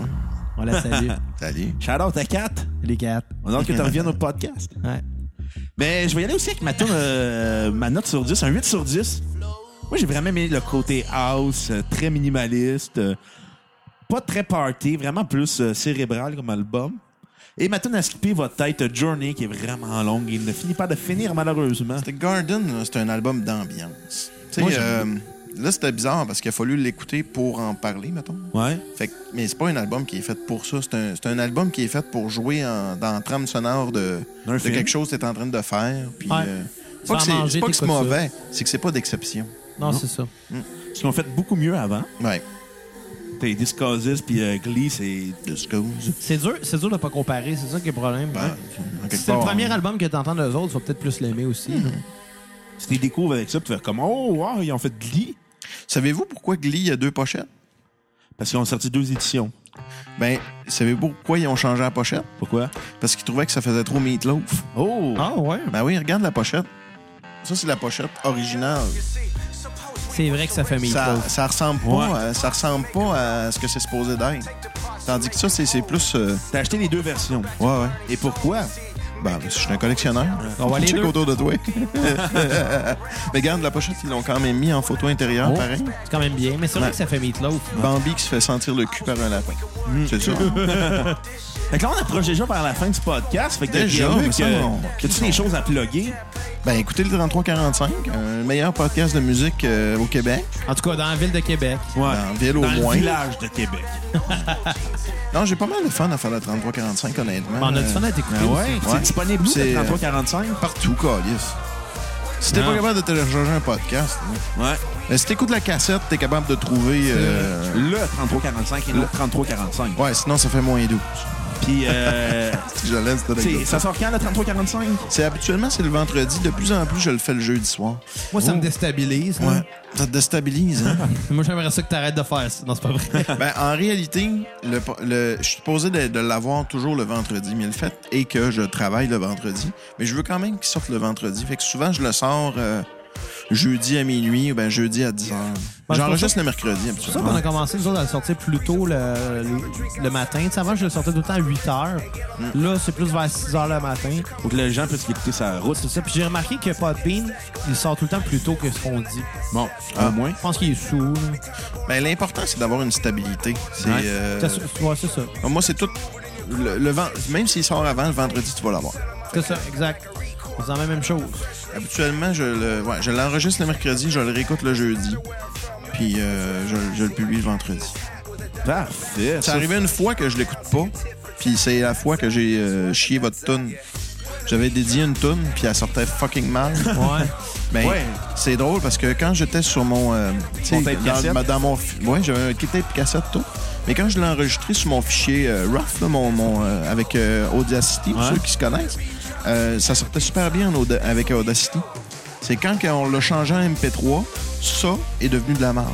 Speaker 3: on la salue,
Speaker 4: Salut.
Speaker 1: Shout out à Kat.
Speaker 3: les quatre.
Speaker 1: On a hâte que tu reviennes au podcast.
Speaker 3: Ouais.
Speaker 1: Mais je vais y aller aussi avec ma, tune, euh, ma note sur 10, un 8 sur 10. Moi, j'ai vraiment aimé le côté house, euh, très minimaliste, euh, pas très party, vraiment plus euh, cérébral comme album. Et ma tune à skipper va être euh, Journey, qui est vraiment longue. Il ne finit pas de finir, malheureusement.
Speaker 4: The Garden, là, c'est un album d'ambiance. Tu sais,
Speaker 1: Moi, j'aime
Speaker 4: euh, là, c'était bizarre parce qu'il a fallu l'écouter pour en parler, mettons.
Speaker 1: Ouais.
Speaker 4: Fait que- mais c'est pas un album qui est fait pour ça. C'est un, c'est un album qui est fait pour jouer en- dans la trame sonore de,
Speaker 1: D'un
Speaker 4: de
Speaker 1: film.
Speaker 4: quelque chose que t'es en train de faire. Puis,
Speaker 3: Ouais.
Speaker 4: euh,
Speaker 3: Tu
Speaker 4: pas
Speaker 3: vas
Speaker 4: que
Speaker 3: en
Speaker 4: c'est
Speaker 3: manger,
Speaker 4: c'est pas que c'est
Speaker 3: t'écoutes ça.
Speaker 4: mauvais, c'est que c'est pas d'exception.
Speaker 3: Non, c'est ça.
Speaker 1: Ce qu'on fait beaucoup mieux avant.
Speaker 4: Ouais.
Speaker 1: T'es Discosis puis euh, Glee, c'est.
Speaker 4: De Scouse.
Speaker 3: C'est dur, c'est dur de pas comparer, c'est ça qui est le problème. hein.
Speaker 4: Ben, en quelque
Speaker 3: Si c'est le
Speaker 4: part,
Speaker 3: premier album que t'entends d'eux autres, tu vas peut-être plus l'aimer aussi. là.
Speaker 1: Si t'es découvres avec ça, tu fais comme Oh, wow, ils ont fait Glee.
Speaker 4: Savez-vous pourquoi Glee a deux pochettes?
Speaker 1: Parce qu'ils ont sorti deux éditions.
Speaker 4: Ben, savez-vous pourquoi ils ont changé la pochette?
Speaker 1: Pourquoi?
Speaker 4: Parce qu'ils trouvaient que ça faisait trop meatloaf.
Speaker 1: Oh!
Speaker 3: Ah ouais?
Speaker 4: Ben oui, regarde la pochette. Ça, c'est la pochette originale.
Speaker 3: C'est vrai que ça fait mes
Speaker 4: Ça,
Speaker 3: choses.
Speaker 4: ça ressemble pas,
Speaker 1: Ouais.
Speaker 4: à- ça ressemble pas à ce que c'est supposé d'être. Tandis que ça, c'est c'est plus... euh,
Speaker 1: T'as acheté les deux versions.
Speaker 4: Ouais, ouais.
Speaker 1: Et pourquoi?
Speaker 4: Ben, je suis un collectionneur.
Speaker 3: On
Speaker 4: *laughs*
Speaker 3: va les
Speaker 4: Check
Speaker 3: deux.
Speaker 4: autour de toi. Mais regarde, la pochette, ils l'ont quand même mis en photo intérieure,
Speaker 3: Oh,
Speaker 4: pareil.
Speaker 3: c'est quand même bien, mais c'est vrai
Speaker 4: Ouais.
Speaker 3: que ça fait Meatloaf.
Speaker 4: Bambi qui se fait sentir le cul par un lapin.
Speaker 3: Hmm.
Speaker 4: C'est
Speaker 3: *laughs*
Speaker 4: ça.
Speaker 1: Fait que là, on approche déjà vers la fin du podcast. Fait que
Speaker 4: Déjà,
Speaker 1: Pierre-Luc,
Speaker 4: mais ça,
Speaker 1: euh,
Speaker 4: on-
Speaker 1: as-tu des choses à plugger?
Speaker 4: ben, écoutez le 3345, euh, le meilleur podcast de musique euh, au Québec.
Speaker 3: En tout cas, dans la ville de Québec.
Speaker 1: Ouais.
Speaker 4: Dans la ville, au
Speaker 1: Dans
Speaker 4: moins.
Speaker 1: le village de Québec.
Speaker 4: Non, j'ai pas mal de fun à faire le 3345, honnêtement.
Speaker 3: Ben, on a du
Speaker 4: Euh,
Speaker 3: fun à t'écouter.
Speaker 1: Ah
Speaker 3: aussi.
Speaker 1: C'est
Speaker 4: Ouais.
Speaker 1: disponible où,
Speaker 4: C'est,
Speaker 1: le
Speaker 4: euh,
Speaker 1: 3345?
Speaker 4: Partout, Calice. Si t'es
Speaker 1: Non.
Speaker 4: pas capable de télécharger un podcast, hein.
Speaker 1: Ouais.
Speaker 4: Mais si t'écoutes la cassette, t'es capable de trouver. euh,
Speaker 1: Le 3345 et le 3345.
Speaker 4: Ouais, sinon ça fait moins 12.
Speaker 1: Puis, euh,
Speaker 4: Je laisse cette
Speaker 1: c'est-
Speaker 4: anecdote.
Speaker 1: ça sort quand, le 3345?
Speaker 4: C'est habituellement c'est le vendredi. De plus en plus, je le fais le jeudi soir.
Speaker 3: Moi, ça me déstabilise. là.
Speaker 4: Ouais. Ça te déstabilise,
Speaker 3: *laughs*
Speaker 4: hein?
Speaker 3: Moi, j'aimerais ça que t'arrêtes de faire ça. Non, c'est pas vrai.
Speaker 4: ben, en réalité, le, po- le- je suis supposé de, de l'avoir toujours le vendredi, mais le fait est que je travaille le vendredi. Mais je veux quand même qu'il sorte le vendredi. Fait que souvent, je le sors euh, jeudi à minuit ou ben jeudi à 10h.
Speaker 3: pour
Speaker 4: J'enregistre le mercredi,
Speaker 3: C'est pour ça qu'on
Speaker 4: habituellement.
Speaker 3: a commencé, nous autres, à le sortir plus tôt le, le, le matin. Tu sais, avant, je le sortais tout le temps à 8 heures. Là, c'est plus vers 6 heures le matin.
Speaker 1: Pour que les gens puissent écouter sa route.
Speaker 3: C'est ça. Puis j'ai remarqué que Podbean, il sort tout le temps plus tôt que ce qu'on dit.
Speaker 1: Bon, au moins.
Speaker 3: Je pense qu'il est sous. là.
Speaker 4: Ben, L'important, c'est d'avoir une stabilité. C'est.
Speaker 1: Ouais.
Speaker 4: euh,
Speaker 3: C'est ça- ouais, c'est ça.
Speaker 4: Ah, Moi, c'est tout. Le, le ven- Même s'il sort avant, le vendredi, tu vas l'avoir.
Speaker 3: C'est ça, exact. On faisant la même chose.
Speaker 4: Habituellement, je le, ouais, je l'enregistre le mercredi, je le réécoute le jeudi, puis euh, je, je le publie le vendredi.
Speaker 1: Parfait.
Speaker 4: Ça arrivait une fois que je l'écoute pas, puis c'est la fois que j'ai euh, chié votre tune. J'avais dédié une tune, puis elle sortait fucking mal.
Speaker 3: Ouais.
Speaker 4: Ben,
Speaker 1: Ouais.
Speaker 4: c'est drôle parce que quand j'étais sur mon. euh, tu sais,
Speaker 1: Ton tape
Speaker 4: dans-
Speaker 1: cassette?
Speaker 4: ma- dans, mon. fi- Ouais, j'avais un tape cassette, tout. Mais quand je l'ai enregistré sur mon fichier euh, rough, là, mon, mon, euh, avec euh, Audacity, pour
Speaker 1: Ouais.
Speaker 4: ceux qui se connaissent, euh, ça sortait super bien en Auda- avec Audacity. C'est quand on l'a changé en MP3, ça est devenu de la merde.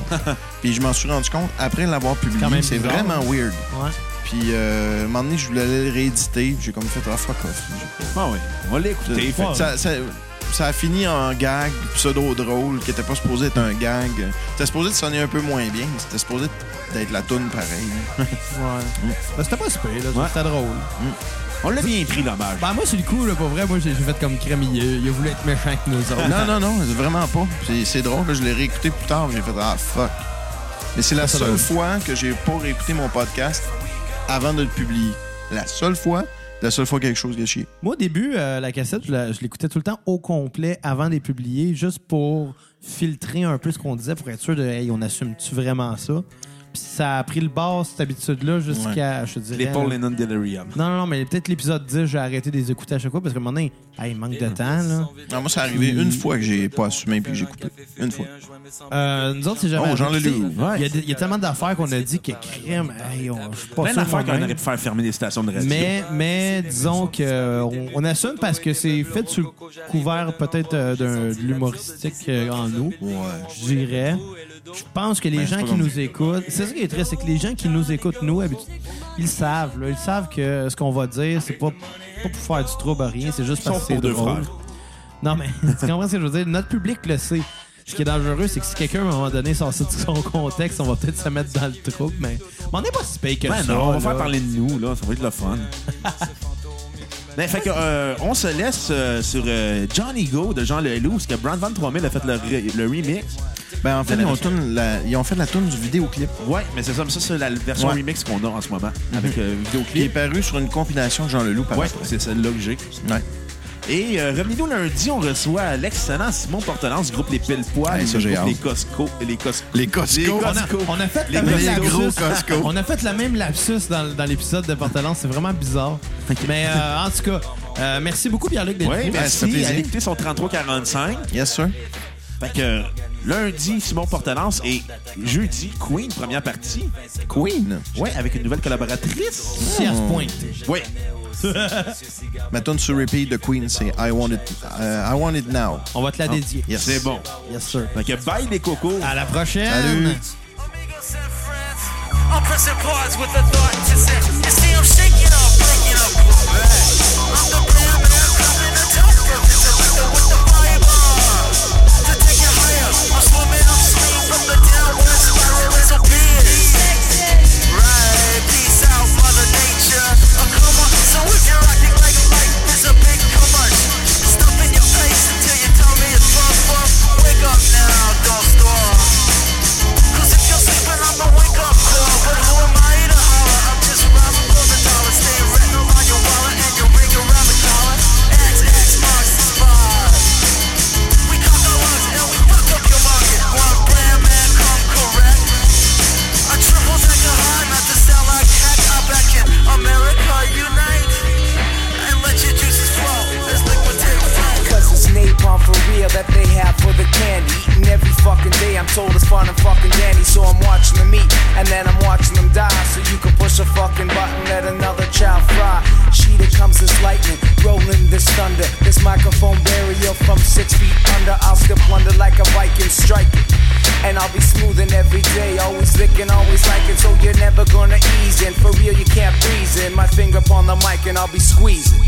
Speaker 4: Puis je m'en suis rendu compte après l'avoir publié.
Speaker 3: Quand même
Speaker 4: C'est
Speaker 3: bizarre.
Speaker 4: vraiment weird.
Speaker 3: Ouais.
Speaker 4: Puis euh, à un moment donné, je voulais le rééditer. J'ai comme fait, ah, fuck off.
Speaker 1: Ah oui. On va l'écouter. fait que ça-
Speaker 4: Ça, ça, ça a fini en gag pseudo-drôle qui était pas supposé être un gag. C'était supposé de sonner un peu moins bien. mais C'était supposé d'être la toune pareil.
Speaker 3: *laughs* Ouais. Ben, c'était pas super, là.
Speaker 1: Ouais.
Speaker 3: C'était drôle.
Speaker 1: On l'a bien pris, l'hommage.
Speaker 3: Ben, moi, sur le coup, là, pour vrai, moi, j'ai j'ai fait comme crème. Il, il a voulu être méchant avec nous autres.
Speaker 4: *laughs* non, non, non, vraiment pas. C'est- C'est drôle. là, Je l'ai réécouté plus tard. J'ai fait, ah, fuck. Mais c'est la
Speaker 3: Ça, ça
Speaker 4: seule
Speaker 3: doit-
Speaker 4: fois que j'ai pas réécouté mon podcast avant de le publier. La seule fois. La seule fois quelque chose gâché.
Speaker 3: Moi, au début, euh, la cassette, je la- je l'écoutais tout le temps au complet avant de les publier, juste pour filtrer un peu ce qu'on disait, pour être sûr de, hey, on assume-tu vraiment ça? Puis ça a pris le bord, cette habitude-là, jusqu'à, je te dirais...
Speaker 1: Les Paul
Speaker 3: là-
Speaker 1: Lennon Delirium.
Speaker 3: Non, non, non, mais peut-être l'épisode 10, j'ai arrêté de les écouter à chaque fois parce que un moment donné, hey, il manque de temps, là.
Speaker 4: Non, moi, c'est arrivé une fois que j'ai pas assumé puis que j'ai coupé. Une fois.
Speaker 3: Euh, nous autres, c'est jamais.
Speaker 4: Oh, Jean
Speaker 3: arrivé.
Speaker 4: Leloup.
Speaker 3: Il y a des- il y, a tellement d'affaires qu'on a dit que crème, hey, on, je suis pas
Speaker 1: Plein d'affaires
Speaker 3: sûr
Speaker 1: Ben, qu'on
Speaker 3: moi-même.
Speaker 1: aurait pu faire fermer les stations de radio.
Speaker 3: Mais, mais disons que euh, on, on assume parce que c'est fait sous le couvert peut-être euh, d'un- de l'humoristique euh, en nous. Je dirais. Je pense que les
Speaker 1: Ben,
Speaker 4: c'est
Speaker 3: gens
Speaker 4: pas
Speaker 3: qui
Speaker 4: comme-
Speaker 3: nous écoutent, c'est ça qui est triste, c'est que les gens qui nous écoutent, nous, habitu- ils savent, là, ils savent que ce qu'on va dire, c'est pas, pas pour faire du trouble à rien, c'est juste parce
Speaker 1: Sauf
Speaker 3: que c'est
Speaker 1: pour deux
Speaker 3: drôle.
Speaker 1: frères.
Speaker 3: Non, mais *laughs* tu comprends ce que je veux dire? Notre public le sait. Ce qui est dangereux, c'est que si quelqu'un, à un moment donné, sort ça de son contexte, on va peut-être se mettre dans le trouble, mais, mais on n'est pas si payé que
Speaker 1: Ben
Speaker 3: ça.
Speaker 1: non, on va
Speaker 3: là.
Speaker 1: faire parler de nous, là. Ça va être le *laughs* fun. Ben, fait que, euh, on se laisse euh, sur euh, Johnny Go de Jean Leloup, parce que Brand Van 3000 a fait le, ré- le remix.
Speaker 4: Ben, en fait,
Speaker 1: De la
Speaker 4: ils ont,
Speaker 1: version.
Speaker 4: tourne la- ils ont fait la tourne du vidéoclip.
Speaker 1: Ouais, mais c'est ça, mais ça c'est la version
Speaker 4: Ouais.
Speaker 1: remix qu'on a en ce moment, avec euh,
Speaker 4: qui est
Speaker 1: vidéoclip.
Speaker 4: paru sur une compilation Jean Leloup par
Speaker 1: Ouais,
Speaker 4: après.
Speaker 1: c'est celle-là que j'ai.
Speaker 4: Ouais.
Speaker 1: Et euh, revenez-nous lundi, on reçoit l'excellent Simon Portelance, groupe Les Pelles Poils,
Speaker 4: Hey, ça, j'ai hâte.
Speaker 1: les Costco. Les Costco.
Speaker 4: Les
Speaker 1: Les
Speaker 4: Costco.
Speaker 3: On a,
Speaker 1: Costco.
Speaker 3: on a fait
Speaker 1: Les
Speaker 3: la même
Speaker 1: gros-
Speaker 4: les gros
Speaker 3: lapsus.
Speaker 4: Costco.
Speaker 3: On a fait la même lapsus dans, dans l'épisode de Portalance. C'est vraiment bizarre. Mais euh, en tout cas, euh, merci beaucoup, Pierre-Luc, d'être
Speaker 1: Oui,
Speaker 3: venu.
Speaker 4: ben, ça fait
Speaker 1: merci.
Speaker 4: plaisir.
Speaker 1: Allez écouter son 3345.
Speaker 4: Yes, sir.
Speaker 1: Fait que euh, lundi, Simon Portelance et jeudi, Queen, première partie.
Speaker 4: Queen.
Speaker 1: Ouais, avec une nouvelle collaboratrice.
Speaker 3: Merci à ce point.
Speaker 4: oh.
Speaker 1: Oui.
Speaker 4: Ma tune sur repeat de Queen, c'est I Want It, euh, I want it Now.
Speaker 3: On va te la dédier.
Speaker 4: Yes.
Speaker 1: C'est bon.
Speaker 3: Yes, sir.
Speaker 1: Fait que bye les cocos.
Speaker 3: À la prochaine.
Speaker 4: Salut.
Speaker 6: Amigos and friends, I'm pressing pause with a thought to say, you see I'm shaking, I'm breaking, I'm moving. I'm the blue man coming on top of it, selected with the fireball. To take it higher, I'm swimming upstream from the downward spiral as a Right, peace out, mother nature. A coma, so if you're acting like life is a big commerce, stop in your face until your tummy is bump, bump. Wake up now, don't storm. Cause if you're sleeping, I'm a wake up call. But who am I to holler? I'm just robbing for the dollar. Stay rental on your wallet and your ring around the collar. X, X marks the spot. We come the lungs and we fuck up your market. One brand man come correct. A triple decker high, not to sound like heck. I back in America, unite. And let your juices flow. Let's liquid take flight.
Speaker 7: Cause it's napalm for real that they have for the candy. Eating every fucking day, I'm told it's fun and fucking dandy. So I'm watching them eat, and then I'm watching them die. So you can push a fucking button, let another child fry. She that comes this lightning, rolling this thunder. This microphone barrier from six feet under. I'll skip under like a Viking strike. And I'll be smoothing every day, always licking, always liking. So you're never gonna ease in. For real, you can't breeze in. My finger upon the mic, and I'll be squeezing.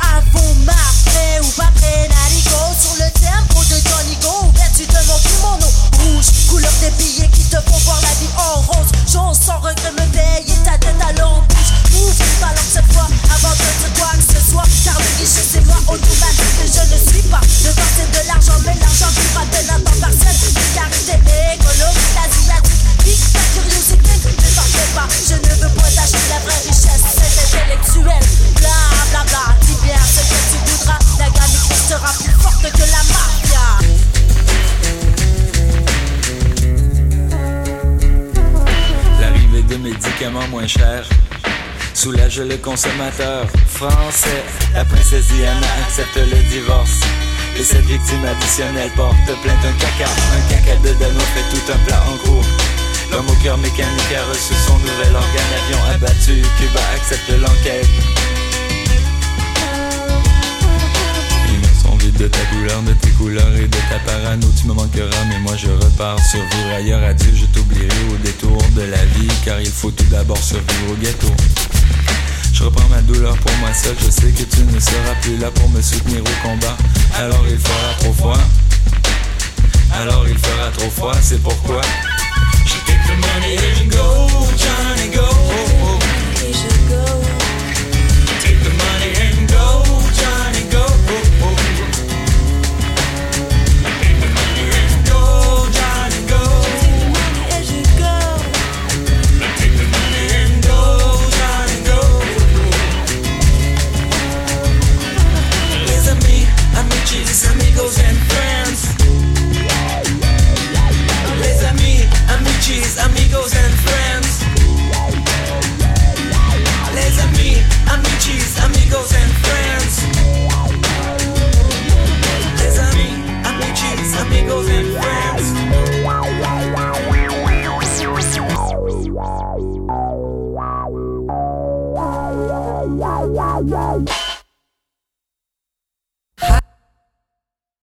Speaker 8: Avons marqué ou papé narigo sur le tempo de Johnny Go. Vêtu de mon kimono rouge, couleur des billets qui te font voir la vie en rose. J'ose sans regret me veiller ta tête à l'embouche. Ouvre, balance cette fois avant de te voir que ce soit. Car le guichet c'est moi automatique, je ne suis pas. Le temps c'est de l'argent, mais l'argent vivra de la temps partiel. Vulgarité, économie, asiatique, pique ta curiosité. Ne t'en fais pas, je ne veux point acheter la vraie richesse. C'est intellectuel, bla bla bla. Dis bien ce que tu voudras, la gamme restera plus forte que la mafia.
Speaker 9: L'arrivée de médicaments moins chers soulage le consommateur français. La princesse Diana accepte le divorce. Et cette victime additionnelle porte plainte un caca. Un caca de dano fait tout un plat en gros. L'homme au cœur mécanique a reçu son nouvel organe Avion abattu, Cuba accepte l'enquête Les mains sont vides de ta douleur, de tes couleurs et de ta parano Tu me manqueras mais moi je repars survivre ailleurs Adieu, je t'oublierai au détour de la vie Car il faut tout d'abord survivre au ghetto je reprends ma douleur pour moi seul, je sais que tu ne seras plus là pour me soutenir au combat. Alors il fera trop froid, alors il fera trop froid, c'est pourquoi. Je take the money and go, Johnny go. Take the money and go, Johnny go. Take the money and go, Johnny go. Take the money and go, Johnny go. Les amis, amicities, amigos and friends. Les amis, amicis, amigos and friends. Les amis, amicis, amigos and friends. Les amis, amicis, amigos and friends.